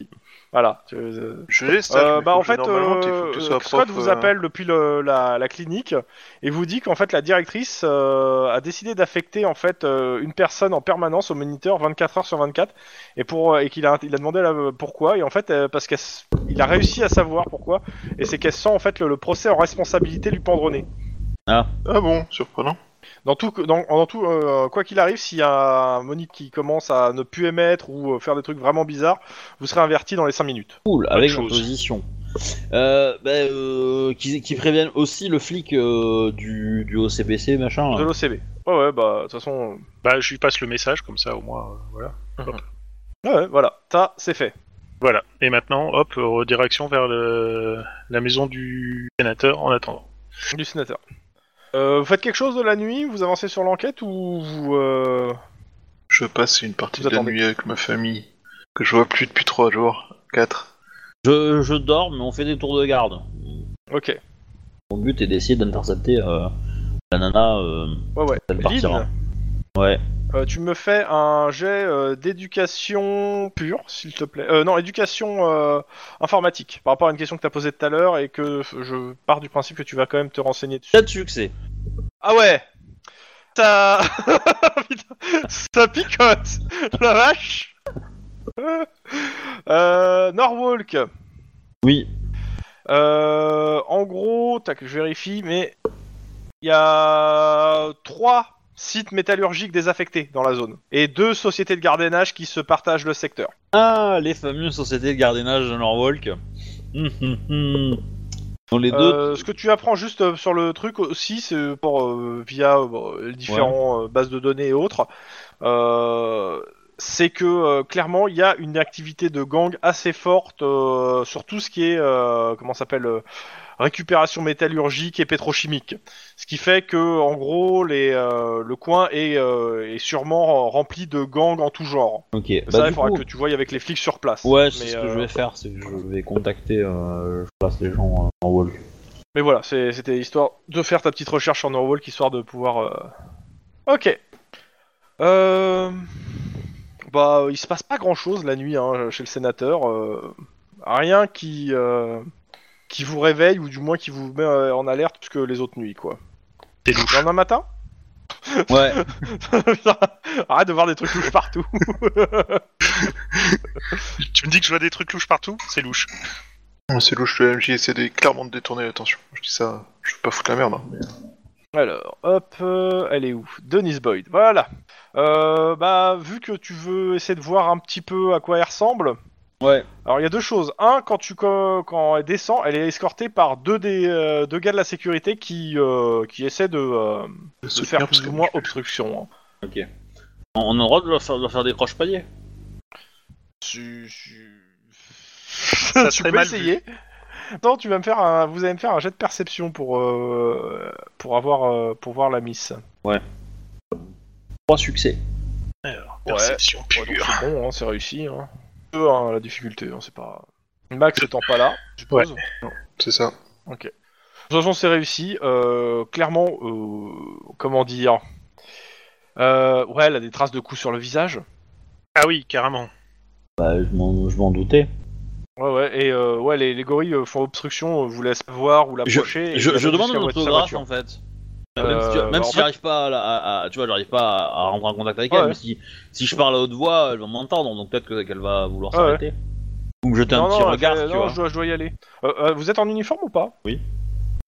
B: Voilà. Tu- euh,
D: Je l'ai, ça.
B: euh,
D: je
B: bah
D: me
B: en
D: dis,
B: fait,
D: normalement, il faut
B: euh,
D: que tu sois
B: Scott
D: propre,
B: vous
D: euh.
B: appelle depuis le- la, la clinique et vous dit qu'en fait la directrice euh, a décidé d'affecter en fait euh, une personne en permanence au moniteur 24 heures sur 24 et pour euh, et qu'il a il a demandé la, pourquoi et en fait euh, parce qu'il a réussi à savoir pourquoi et c'est qu'elle sent en fait le, le procès en responsabilité lui pendre au nez.
D: Ah bon, surprenant.
B: Dans tout, dans, dans tout euh, quoi qu'il arrive, s'il y a un monite qui commence à ne plus émettre ou euh, faire des trucs vraiment bizarres, vous serez inverti dans les 5 minutes.
A: Cool, avec
C: chose.
A: l'opposition. Euh, bah, euh, qui, qui préviennent aussi le flic euh, du, du OCBC, machin. là.
B: De l'OCB. Ouais, ouais, bah, de toute façon.
C: Bah, je lui passe le message comme ça, au moins, euh, voilà.
B: euh, Ouais, ouais, voilà. Ça, c'est fait.
C: Voilà. Et maintenant, hop, redirection vers le- la maison du sénateur en attendant.
B: Du sénateur. Euh, vous faites quelque chose de la nuit Vous avancez sur l'enquête ou vous. euh,
D: Je passe une partie
B: Vous
D: de la
B: attendez.
D: nuit avec ma famille, que je vois plus depuis trois jours, quatre.
A: Je, je dors, mais on fait des tours de garde.
B: Ok.
A: Mon but est d'essayer d'intercepter euh, la nana. euh,
B: Ouais, ouais.
A: elle partira.
B: Lynn,
A: Ouais.
B: euh, tu me fais un jet euh, d'éducation pure, s'il te plaît. Euh, non, éducation euh, informatique, par rapport à une question que t'as posée tout à l'heure et que je pars du principe que tu vas quand même te renseigner dessus.
A: 7 succès.
B: Ah ouais Ça... Putain, ça picote La vache euh, Norwalk,
A: Oui.
B: euh, en gros, tac, je vérifie, mais il y a trois sites métallurgiques désaffectés dans la zone et deux sociétés de gardiennage qui se partagent le secteur.
A: Ah, les fameuses sociétés de gardiennage de Norwalk. Hum, hum, hum. Dont les deux.
B: Euh, ce que tu apprends juste euh, sur le truc aussi, c'est pour euh, via euh, bon, les différents euh, bases de données et autres, euh, c'est que euh, clairement il y a une activité de gang assez forte euh, sur tout ce qui est euh, comment ça s'appelle euh, récupération métallurgique et pétrochimique. Ce qui fait que en gros les, euh, le coin est, euh, est sûrement rempli de gangs en tout genre.
A: Ok. Bah,
B: ça,
A: du
B: il faudra
A: coup-
B: que tu voyes avec les flics sur place.
A: Ouais, c'est ce
B: Mais,
A: que
B: euh,
A: je vais faire, c'est que je vais contacter, euh, je place les gens euh, en walk.
B: Mais voilà, c'est- c'était histoire de faire ta petite recherche sur Norwalk, histoire de pouvoir. euh, Ok. Euh... Bah, euh, il se passe pas grand chose la nuit hein, chez le sénateur. euh, Rien qui euh, qui vous réveille ou du moins qui vous met euh, en alerte plus que les autres nuits quoi.
C: T'es louche.
B: Le lendemain matin
A: Ouais,
B: Putain, Arrête de voir des trucs louches partout.
C: tu me dis que je vois des trucs louches partout C'est louche.
D: Oh, C'est louche, le MJ essaie de, clairement de détourner l'attention. Je dis ça, je veux pas foutre la merde. hein, mais-
B: Alors, hop, euh, elle est où Denise Boyd, voilà. Euh, bah, vu que tu veux essayer de voir un petit peu à quoi elle ressemble,
A: Ouais.
B: Alors il y a deux choses. Un, quand tu co- quand elle descend, elle est escortée par deux des euh, deux gars de la sécurité qui euh, qui essaient de, euh, de faire plus ou moins obstruction. hein.
A: Ok. On a le droit de leur faire, de leur faire des croche-paliers.
B: Tu, tu...
C: Ça
B: tu
C: serait
B: peux
C: mal vu.
B: essayer. Non, tu vas me faire un, vous allez me faire un jet de perception pour euh, pour avoir euh, pour voir la miss.
A: Trois succès.
C: Perception
B: Ouais, donc
C: pure.
B: c'est bon, hein, c'est réussi. Hein. Peu, hein, la difficulté, on sait pas. Max étant pas là, je suppose.
D: C'est ça.
B: De toute façon, c'est réussi. Euh, clairement, euh, comment dire Euh, Ouais, elle a des traces de coups sur le visage.
C: Ah oui, carrément.
A: Bah, je m'en je m'en doutais.
B: Ouais, ouais, et euh, ouais, les, les gorilles euh, font obstruction, euh, vous laissent pas voir ou l'approcher. et
A: Je,
B: la
A: je
B: mettent
A: demande
B: jusqu'à
A: un
B: vo- sa
A: autographe
B: voiture.
A: en fait.
B: Euh,
A: Même si, tu- même
B: en
A: si
B: fait-
A: j'arrive pas à, la- à- à- tu vois, j'arrive pas à, à rentrer en contact avec
B: Ouais,
A: elle,
B: ouais.
A: mais si, si je parle à haute voix, elle va m'entendre, donc peut-être que- qu'elle va vouloir
B: Ouais,
A: s'arrêter. Ou me jeter
B: Non,
A: un petit
B: non,
A: regard,
B: elle fait-
A: tu
B: non,
A: vois.
B: je, dois, je dois y aller. Euh, euh, vous êtes en uniforme ou pas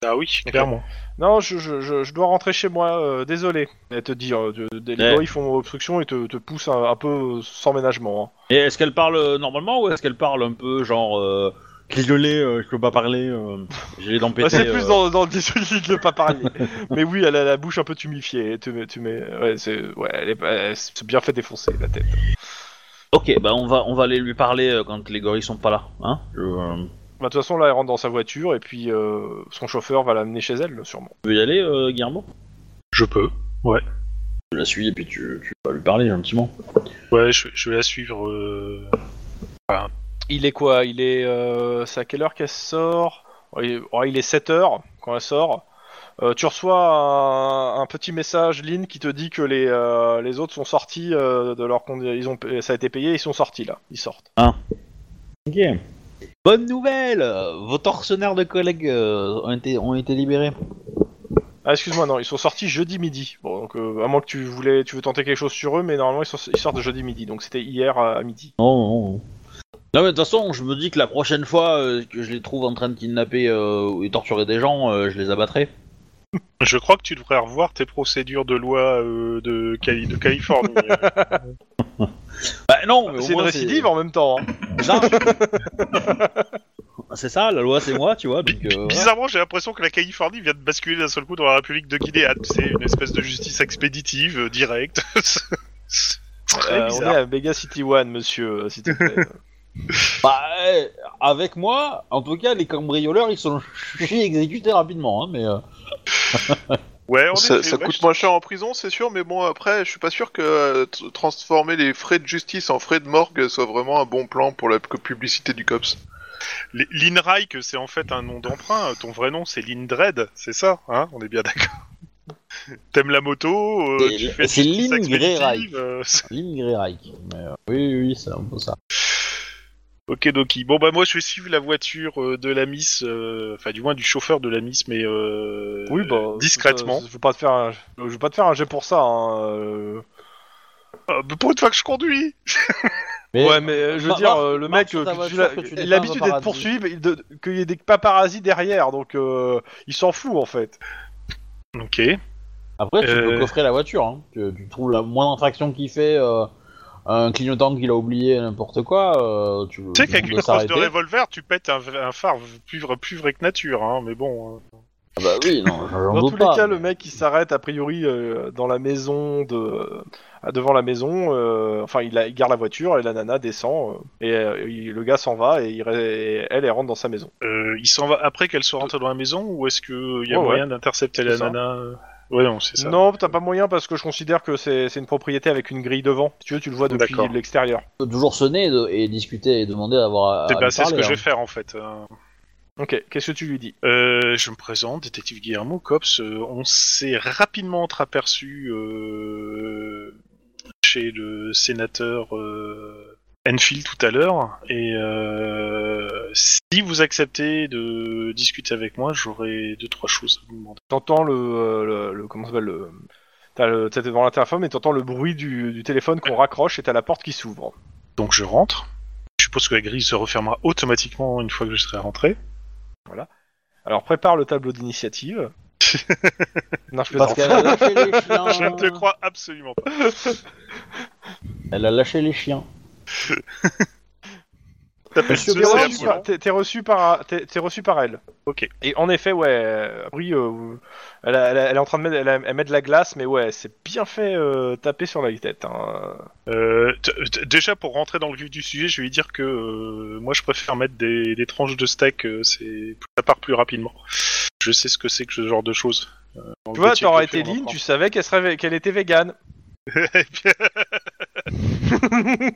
C: Ah oui, clairement.
B: Non, je, je, je, je dois rentrer chez moi, euh, désolé. Elle te dit, euh, de- de- les
A: Ouais.
B: gorilles font obstruction et te, te poussent un, un peu euh, sans ménagement. hein.
A: Et est-ce qu'elle parle euh, normalement ou est-ce qu'elle parle un peu genre euh, désolé, euh, je peux pas parler, euh, j'ai les dents pétées.
B: Bah, c'est plus
A: euh.
B: dans, dans le désolé de ne pas parler. Mais oui, elle a la bouche un peu tumifiée. et Tu mets, tu mets, ouais, c'est, ouais, elle est, elle s'est bien fait défoncer la tête.
A: Ok, bah on va on va aller lui parler euh, quand les gorilles sont pas là, hein. Je, euh,
B: Bah, de toute façon, là, elle rentre dans sa voiture et puis euh, son chauffeur va l'amener chez elle, sûrement.
A: tu veux y aller, euh, Guillermo
C: Je peux.
A: Je la suis et puis tu, tu vas lui parler gentiment.
C: Ouais, je, je vais la suivre. euh,
B: Il est quoi Il est. euh, c'est à quelle heure qu'elle sort Oh, il, oh, il est 7 heures quand elle sort. Euh, tu reçois un, un petit message, Lynn, qui te dit que les, euh, les autres sont sortis euh, de leur. condi- Ils ont, ça a été payé, ils sont sortis là. Ils sortent.
A: Ok. Bonne nouvelle Vos tortionnaires de collègues euh, ont, été, ont été libérés.
B: Ah, excuse-moi, non, ils sont sortis jeudi midi. Bon, donc, euh, à moins que tu voulais, tu veux tenter quelque chose sur eux, mais normalement, ils, sont- ils sortent jeudi midi, donc c'était hier à, à midi.
A: Non, non, non. Non, mais de toute façon, je me dis que la prochaine fois euh, que je les trouve en train de kidnapper euh, et torturer des gens, euh, je les abattrai.
C: Je crois que tu devrais revoir tes procédures de loi euh, de, Cali- de Californie. euh.
A: Bah non, mais au
B: Ah, C'est une
A: moins,
B: récidive en même temps. hein.
A: Bizarre. c'est ça, la loi c'est moi, tu vois. Donc, euh, voilà.
C: Bizarrement, j'ai l'impression que la Californie vient de basculer d'un seul coup dans la République de Guinée. Ah, C'est une espèce de justice expéditive, euh, directe. C'est Très
B: Euh, on est
C: bizarre.
B: à Mega City One, monsieur, euh, s'il te plaît.
A: Bah, eh, avec moi, en tout cas, les cambrioleurs ils sont jugés et exécutés rapidement. Hein, mais euh,
C: Ouais, on est
D: Ça, ça coûte moins cher en prison, c'est sûr, mais bon, après, je suis pas sûr que euh, tr- transformer les frais de justice en frais de morgue soit vraiment un bon plan pour la p- publicité du COPS.
C: L- Lynn Reich, c'est en fait un nom d'emprunt. Ton vrai nom, c'est Lynn Dread, c'est ça hein On est bien d'accord. T'aimes la moto euh,
A: C'est-
C: tu fais
A: c'est
C: justice
A: Lynn Grey
C: expéditive,
A: Reich.
C: euh,
A: Lynn Greyreich. Mais, euh, oui, oui, oui, c'est un peu ça.
C: Ok, Doki. Bon, bah, moi, je vais suivre la voiture euh, de la Miss, euh, enfin, du moins du chauffeur de la Miss, mais. euh,
B: oui, bah.
C: discrètement.
B: ça- ça- Je veux pas te faire, un, je veux pas te faire un jet pour ça. hein, euh.
C: euh, pour une fois que je conduis
A: Mais-
B: Ouais, mais euh, je veux
A: Mar-
B: dire,
A: marche-
B: euh, le
A: marche
B: mec,
A: sur
B: euh,
A: ta
B: que tu
A: voiture
B: l'as-
A: que tu
B: il a
A: dépeins
B: l'habitude
A: dans
B: d'être
A: paradis.
B: poursuivi, mais de- qu'il y ait des paparazzis derrière, donc euh, il s'en fout en fait.
C: Ok.
A: Après, tu
C: Euh.
A: peux coffrer la voiture. Hein. Tu, tu trouves la moindre infraction qu'il fait, euh, un clignotant qu'il a oublié, n'importe quoi. euh, tu
C: Tu sais
A: tu demandes
C: qu'avec une
A: de
C: crosse de
A: s'arrêter.
C: revolver, tu pètes un, un phare plus, vrai- plus vrai que nature, hein, mais bon. euh.
A: Ah bah oui, non, j'en
B: Dans
A: doute
B: tous
A: pas.
B: les cas, le mec il s'arrête a priori euh, dans la maison de euh, devant la maison. euh, enfin, il, a- il garde la voiture et la nana descend euh, et euh, il- le gars s'en va et, il re- et elle elle rentre dans sa maison.
C: Euh, il s'en va après qu'elle soit rentrée dans la maison, ou est-ce qu'il y a
B: Oh, Ouais, ouais.
C: moyen d'intercepter
B: C'est
C: la
B: ça.
C: nana euh Ouais, non, c'est ça.
B: Non, t'as pas moyen parce que je considère que c'est c'est une propriété avec une grille devant. Si tu veux, tu le vois depuis
C: D'accord.
B: de l'extérieur.
A: Tu peux toujours sonner et, de- et discuter et demander d'avoir à, à
C: C'est
B: Ah,
A: lui
C: bah, c'est ce
A: parler,
C: que je vais
A: hein.
C: faire en fait. hein.
B: Ok, qu'est-ce que tu lui dis
C: Euh, je me présente, détective Guillermo, cops. Euh, on s'est rapidement entreaperçu euh, chez le sénateur euh, Enfield tout à l'heure. Et euh, si vous acceptez de discuter avec moi, j'aurai deux trois choses à vous demander.
B: T'entends le, euh, le, le- comment ça s'appelle le T'as le t'es devant l'interphone et t'entends le bruit du, du téléphone qu'on raccroche et t'as la porte qui s'ouvre.
C: Donc je rentre. Je suppose que la grille se refermera automatiquement une fois que je serai rentré.
B: Alors prépare le tableau d'initiative. non, je
A: Parce
B: plaisante.
A: qu'elle a lâché les chiens.
C: Je ne te crois absolument pas.
A: Elle a lâché les chiens.
C: T'appelles
A: Monsieur
C: ce
B: T'es
A: Perrault,
C: cerf,
A: tu
B: reçu,
A: voilà.
B: par- t'es- t'es reçu par t'es t'es reçu par elle.
C: Ok.
B: Et en effet, ouais, euh, oui, euh, elle, a- elle a- elle est en train de mettre, elle, a- elle met de la glace, mais ouais, c'est bien fait euh, taper sur la tête. hein.
C: Euh, t- t- déjà pour rentrer dans le vif du sujet, je vais lui dire que euh, moi je préfère mettre des, des tranches de steak, euh, c'est ça part plus rapidement. Je sais ce que c'est que ce genre de choses. Euh, dans
B: Tu
C: le
B: vois,
C: métier
B: t'aurais
C: que je
B: été
C: fais, on
B: Lynn,
C: en
B: tu savais qu'elle serait, vé- qu'elle était végane.
C: prend.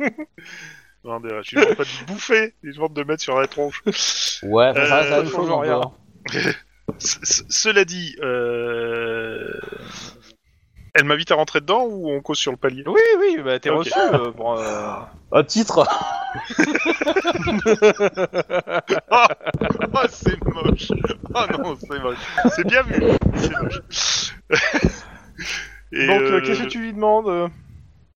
C: Non, mais, je lui demande pas de bouffer, je lui demande de mettre sur la tranche.
A: Ouais, ça,
C: Euh,
A: ça, c'est la même
B: ça
A: chose,
B: change rien.
A: encore.
C: C- c- Cela dit, euh... elle m'invite à rentrer dedans ou on cause sur le palier
B: Oui, oui, bah t'es
C: Ok.
B: reçu. euh, pour, euh,
A: À titre,
C: Ah, c'est moche. Ah non, c'est moche. C'est bien vu. C'est moche. Et,
B: Donc, euh,
C: euh,
B: qu'est-ce que tu lui demandes euh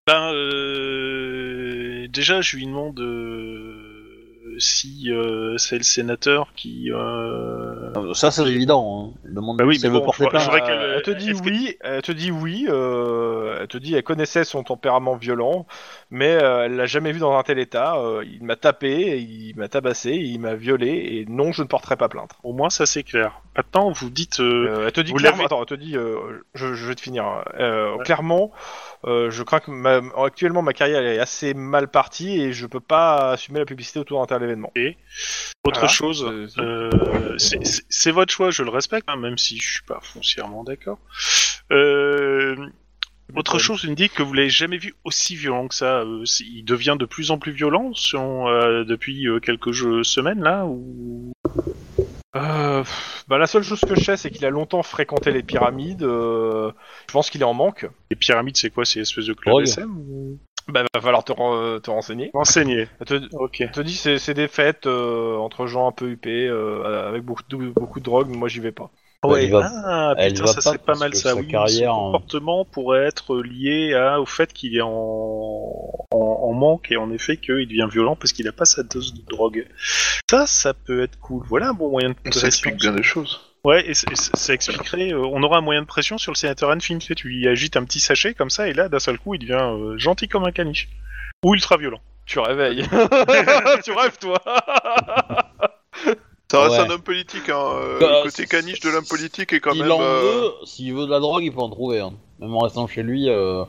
C: ben, euh, déjà, je lui demande euh, si euh, c'est le sénateur qui. euh,
A: ça c'est évident. Hein. Il Demande
C: Bah oui,
A: si
C: mais
A: elle veut
C: bon,
A: porter
C: faudra-
A: plainte.
C: faudrait
B: Euh,
C: qu'elle-
B: elle te dit
C: est-ce que-
B: oui, elle te dit oui, euh, elle te dit elle connaissait son tempérament violent, mais euh, elle l'a jamais vu dans un tel état. euh, il m'a tapé, il m'a tabassé, il m'a violé, et non, je ne porterai pas plainte.
C: Au moins, ça c'est clair. Maintenant, vous dites. euh,
B: Euh, elle te dit
C: vous
B: clairement,
C: l'avez-
B: attends, elle te dit, euh, je, je vais te finir. hein. Euh, Clairement, euh, je crains que ma- actuellement ma carrière elle est assez mal partie et je peux pas assumer la publicité autour d'un tel événement.
C: Autre
B: Voilà.
C: chose,
B: Euh,
C: euh, c'est- c'est c'est votre choix, je le respecte, hein, même si je suis pas foncièrement d'accord. Euh, autre chose, il me dit que vous l'avez jamais vu aussi violent que ça. Euh, c'est- il devient de plus en plus violent selon, euh, depuis euh, quelques jeux- semaines là. Ou...
B: Euh, pff, bah, la seule chose que je sais, c'est qu'il a longtemps fréquenté les pyramides. euh, je pense qu'il est en manque.
C: Les pyramides, c'est quoi ces espèces de clubs
A: Drogue.
C: SM ou...
B: Bah, va falloir te, ren- te renseigner.
C: Renseigné.
B: Elle te, elle
C: Ok.
B: te dit c'est c'est des fêtes euh, entre gens un peu huppés, euh, avec beaucoup de, beaucoup de drogue, mais moi j'y vais pas.
A: Ouais, Bah, elle y va-
C: ah,
A: elle y
C: putain,
A: va
C: ça
A: pas
C: c'est pas
A: parce
C: mal
A: que
C: ça.
A: sa
C: oui,
A: carrière,
C: son
A: hein.
C: comportement pourrait être lié à, au fait qu'il est en... En... en manque et en effet qu'il devient violent parce qu'il a pas sa dose de drogue. Ça, ça peut être cool. Voilà un bon moyen de
D: Ça
C: progression,
D: explique bien des choses.
C: Ouais, et, c- et c- ça expliquerait. euh, on aura un moyen de pression sur le sénateur Enfield. Tu sais, tu lui agites un petit sachet comme ça, et là, d'un seul coup, il devient euh, gentil comme un caniche. Ou ultra violent.
B: Tu réveilles. tu rêves toi.
D: Ça reste
A: Ouais.
D: un homme politique, hein. euh,
A: Bah,
D: le côté
A: c'est-
D: caniche de l'homme politique est quand
A: S'il
D: même.
A: en
D: euh,
A: veut, s'il veut de la drogue, il peut en trouver. hein. Même en restant chez lui. euh,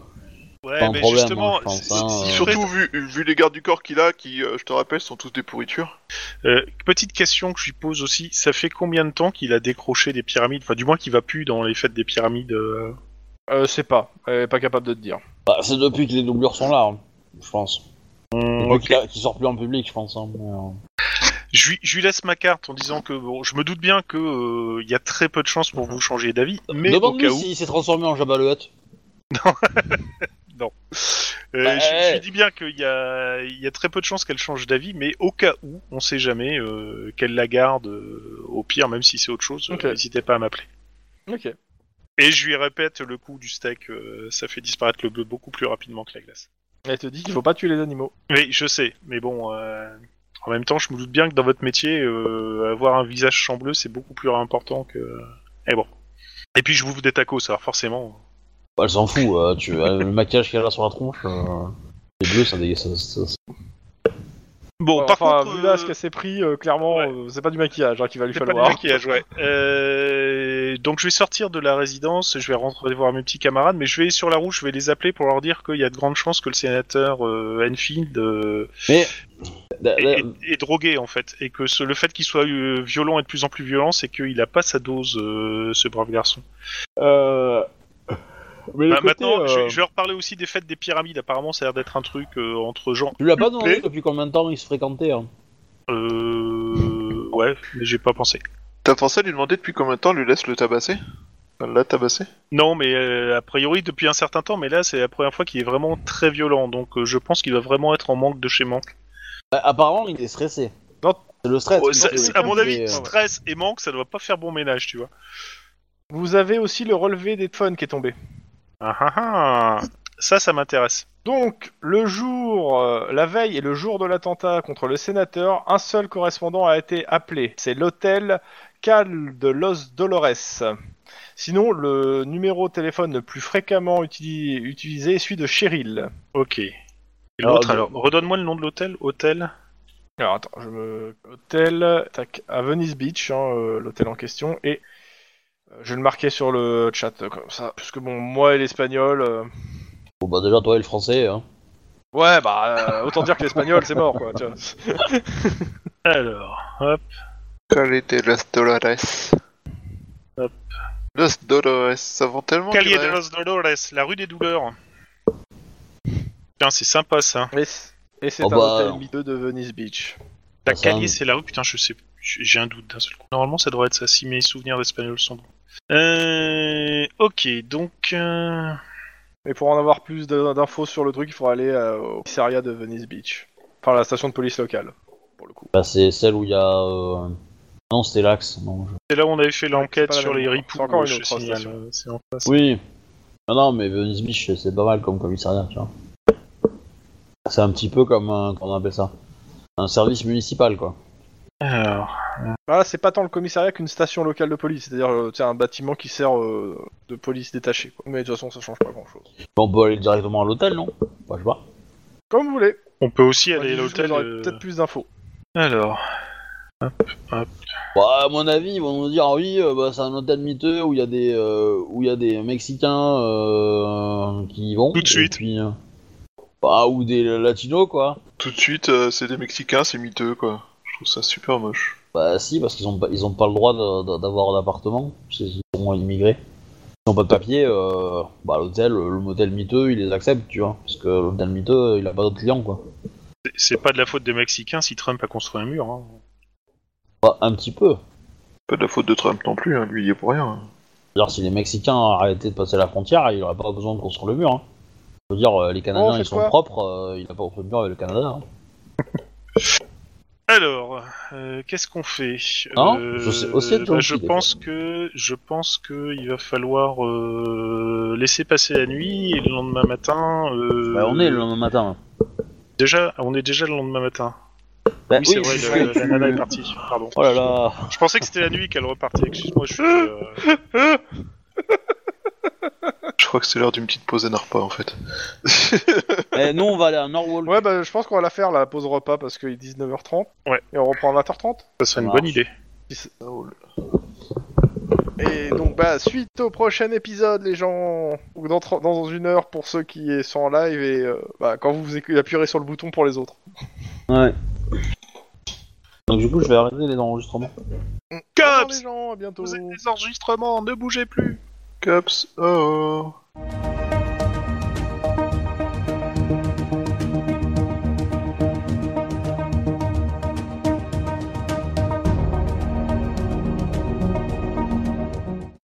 C: Ouais,
A: Pas un
C: mais
A: problème,
C: justement,
A: hein, je pense,
C: si-
A: hein,
C: si
A: euh.
C: je
D: Surtout vu, vu les gardes du corps qu'il a, qui, euh, je te rappelle, sont tous des pourritures.
C: Euh, petite question que je lui pose aussi, ça fait combien de temps qu'il a décroché des pyramides Enfin, du moins qu'il va plus dans les fêtes des pyramides. euh,
B: Euh, c'est pas, elle est pas capable de te dire.
A: bah, c'est depuis que les doublures sont là, hein, je pense.
C: on-
A: Depuis qu'il a- qu'il sort plus en public, je pense. hein, mais, euh,
C: Je, lui, je lui laisse ma carte en disant que bon, je me doute bien que euh, il y a très peu de chances pour vous changer d'avis, Euh, mais au
A: Demande-lui
C: cas où.
A: s'il s'est transformé en Jabba le Hutt.
C: Euh,
A: Bah,
C: je, je
A: ouais.
C: dis bien qu'il y a, il y a très peu de chances qu'elle change d'avis, mais au cas où, on sait jamais euh, qu'elle la garde. euh, au pire, même si c'est autre chose, euh,
B: Ok.
C: n'hésitez pas à m'appeler.
B: Ok.
C: Et je lui répète le coup du steak, euh, ça fait disparaître le bleu beaucoup plus rapidement que la glace.
B: Elle te dit qu'il faut pas tuer les animaux.
C: Oui, je sais, mais bon, euh, en même temps, je me doute bien que dans votre métier, euh, avoir un visage chambleux, c'est beaucoup plus important que. Et bon. Et puis je vous des tacos, alors forcément.
A: Bah, elle s'en fout. euh, tu, euh, le maquillage qu'elle a sur la tronche. euh, Les bleus, ça, dé- ça- ça- ça-
C: Bon,
B: Enfin,
C: par contre,
B: vu là
C: euh,
B: ce qu'elle s'est pris, euh, clairement,
C: ouais.
B: euh, c'est pas du maquillage hein, qu'il va lui
C: C'est pas du
B: falloir.
C: maquillage, ouais. Euh, donc je vais sortir de la résidence, je vais rentrer voir mes petits camarades, mais je vais sur la route, je vais les appeler pour leur dire qu'il y a de grandes chances que le sénateur euh, Enfield euh,
A: Mais. la- la-
C: est, est- est drogué en fait, et que ce- le fait qu'il soit euh, violent et de plus en plus violent, c'est qu'il a pas sa dose, euh, ce brave garçon.
B: Euh, Mais le
C: Bah,
B: côté,
C: maintenant,
B: euh,
C: je, vais- je vais reparler aussi des fêtes des pyramides. Apparemment, ça a l'air d'être un truc euh, entre gens.
A: Tu lui as pas demandé depuis combien de temps ils se fréquentaient. hein.
C: Euh... Ouais, mais j'ai pas pensé.
D: T'as pensé à lui demander depuis combien de temps lui laisse le tabasser Enfin, La tabasser
C: Non, mais euh, a priori depuis un certain temps, mais là c'est la première fois qu'il est vraiment très violent, donc euh, je pense qu'il va vraiment être en manque de chez manque.
A: Bah, apparemment, il est stressé.
B: Non.
A: C'est le stress.
C: Oh,
A: qui
C: ça-
A: fait-
C: c'est- hein. à mon
A: qui
C: avis,
A: fait, euh,
C: stress et manque, ça ne doit pas faire bon ménage, tu vois.
B: Vous avez aussi le relevé des fun qui est tombé.
C: Ah ah ah Ça, ça m'intéresse.
B: Donc, le jour, euh, la veille et le jour de l'attentat contre le sénateur, un seul correspondant a été appelé. C'est l'hôtel Cal de Los Dolores. Sinon, le numéro de téléphone le plus fréquemment uti- utilisé est celui de Cheryl.
C: Ok. Et
A: Alors,
C: L'autre
A: de-
C: alors, redonne-moi le nom de l'hôtel. Hôtel
B: Alors attends, je me. Hôtel, tac, à Venice Beach, hein, euh, l'hôtel en question, et euh, je vais le marquer sur le chat euh, comme ça, parce que bon, moi et l'espagnol. euh,
A: Bon, bah déjà, toi et le français, hein.
B: Ouais, bah, euh, autant dire que l'espagnol, c'est mort, quoi. tu vois.
C: Alors, hop,
D: Calité Los Dolores.
C: Hop.
D: Los Dolores, ça vend tellement. que-
C: Calle de los Dolores, la rue des douleurs. Putain, c'est sympa ça. hein.
B: Et c- et c'est
A: Oh
B: un
A: bah.
B: hôtel miteux de Venice Beach.
C: La
A: Ah, ça,
C: Calle,
A: oui.
C: c'est la rue, putain, je sais plus. J'ai un doute d'un seul coup. Normalement, ça devrait être ça si mes souvenirs d'espagnol sont bons. Euh. Ok, donc. euh,
B: Mais pour en avoir plus de- d'infos sur le truc, il faudra aller euh, au pizzeria de Venice Beach. Enfin, à la station de police locale, pour le coup.
A: Bah, c'est celle où il y a. euh, Non, c'était l'axe. non, je-
C: C'est là où on avait fait l'enquête
B: c'est pas la
C: sur
B: même
C: les
B: encore.
C: ripoux.
B: C'est encore une
C: je
B: autre
C: signale,
B: station.
C: euh, c'est en face.
A: Oui. Ah non, mais Venice Beach, c'est pas mal comme commissariat, tu vois. C'est un petit peu comme un. Comment on appelle ça Un service municipal, quoi.
C: Alors,
B: Bah, là, c'est pas tant le commissariat qu'une station locale de police, c'est-à-dire euh, tu sais, un bâtiment qui sert euh, de police détachée. quoi. Mais de toute façon, ça change pas grand-chose.
A: Bon, on peut aller directement à l'hôtel, non Bah, je sais pas.
B: Comme vous voulez.
C: on peut aussi
B: Moi,
C: aller à
B: je dis juste que
C: l'hôtel.
B: vous aurez
C: euh,
B: peut-être plus d'infos.
C: Alors,
A: Bah, à mon avis, ils vont nous dire ah oui, euh, bah, c'est un hôtel miteux où il y a des euh, où il y a des Mexicains euh, qui y vont.
C: Tout de
A: Et
C: suite.
A: puis, euh, bah, ou des Latinos quoi.
D: Tout de suite, euh, c'est des Mexicains, c'est miteux quoi. Je trouve ça super moche.
A: Bah si, parce qu'ils ont pas- ils ont pas le droit de- de- d'avoir d'appartement, parce qu'ils sont immigrés. Ils n'ont pas de papier. euh, bah l'hôtel, le motel miteux, il les accepte, tu vois, parce que l'hôtel miteux, il a pas d'autres clients quoi.
C: c'est- c'est pas de la faute des Mexicains si Trump a construit un mur. hein.
A: Bah, un petit peu.
D: Pas de la faute de Trump non plus, hein, lui il est pour rien.
A: Genre si les Mexicains arrêtaient de passer la frontière, il aurait pas besoin de construire le mur. Hein. Je veux dire, euh, les Canadiens,
B: Oh, c'est
A: ils sont
B: quoi
A: propres, euh, il a pas construit le mur avec le Canada. hein.
C: Alors, euh, qu'est-ce qu'on fait
A: Non,
C: Euh,
A: je sais aussi être
C: bah,
A: gentil,
C: je
A: des
C: pense que je pense que il va falloir euh, laisser passer la nuit et le lendemain matin. euh,
A: Bah, on est le lendemain matin.
C: Déjà, on est déjà le lendemain matin.
A: Bah,
C: Ah oui, c'est vrai.
A: puisque
C: la- La,
A: tu-
C: nana est partie. Pardon.
A: Oh là là.
C: Je pensais que c'était la nuit qu'elle repartait. Excuse-moi. Je suis, euh,
B: Hein
D: Je crois que c'est l'heure d'une petite pause à Narpa en fait.
A: Eh, nous, on va aller à Norwalk.
B: Ouais, bah, je pense qu'on va la faire, la pause repas, parce qu'il est 19h30.
C: Ouais.
B: Et on reprend à 20h30.
C: Ça serait une
A: marche.
C: bonne idée.
B: Et donc, bah, suite au prochain épisode, les gens. Donc, Dans, tro- dans une heure pour ceux qui sont en live et euh, bah, quand vous vous écu- appuierez sur le bouton pour les autres.
A: Ouais. Donc, du coup, je vais arrêter les enregistrements.
B: Au revoir,
C: Cops
B: les gens, à bientôt.
C: Vous êtes des enregistrements, ne bougez plus
D: Caps, oh.
C: Cops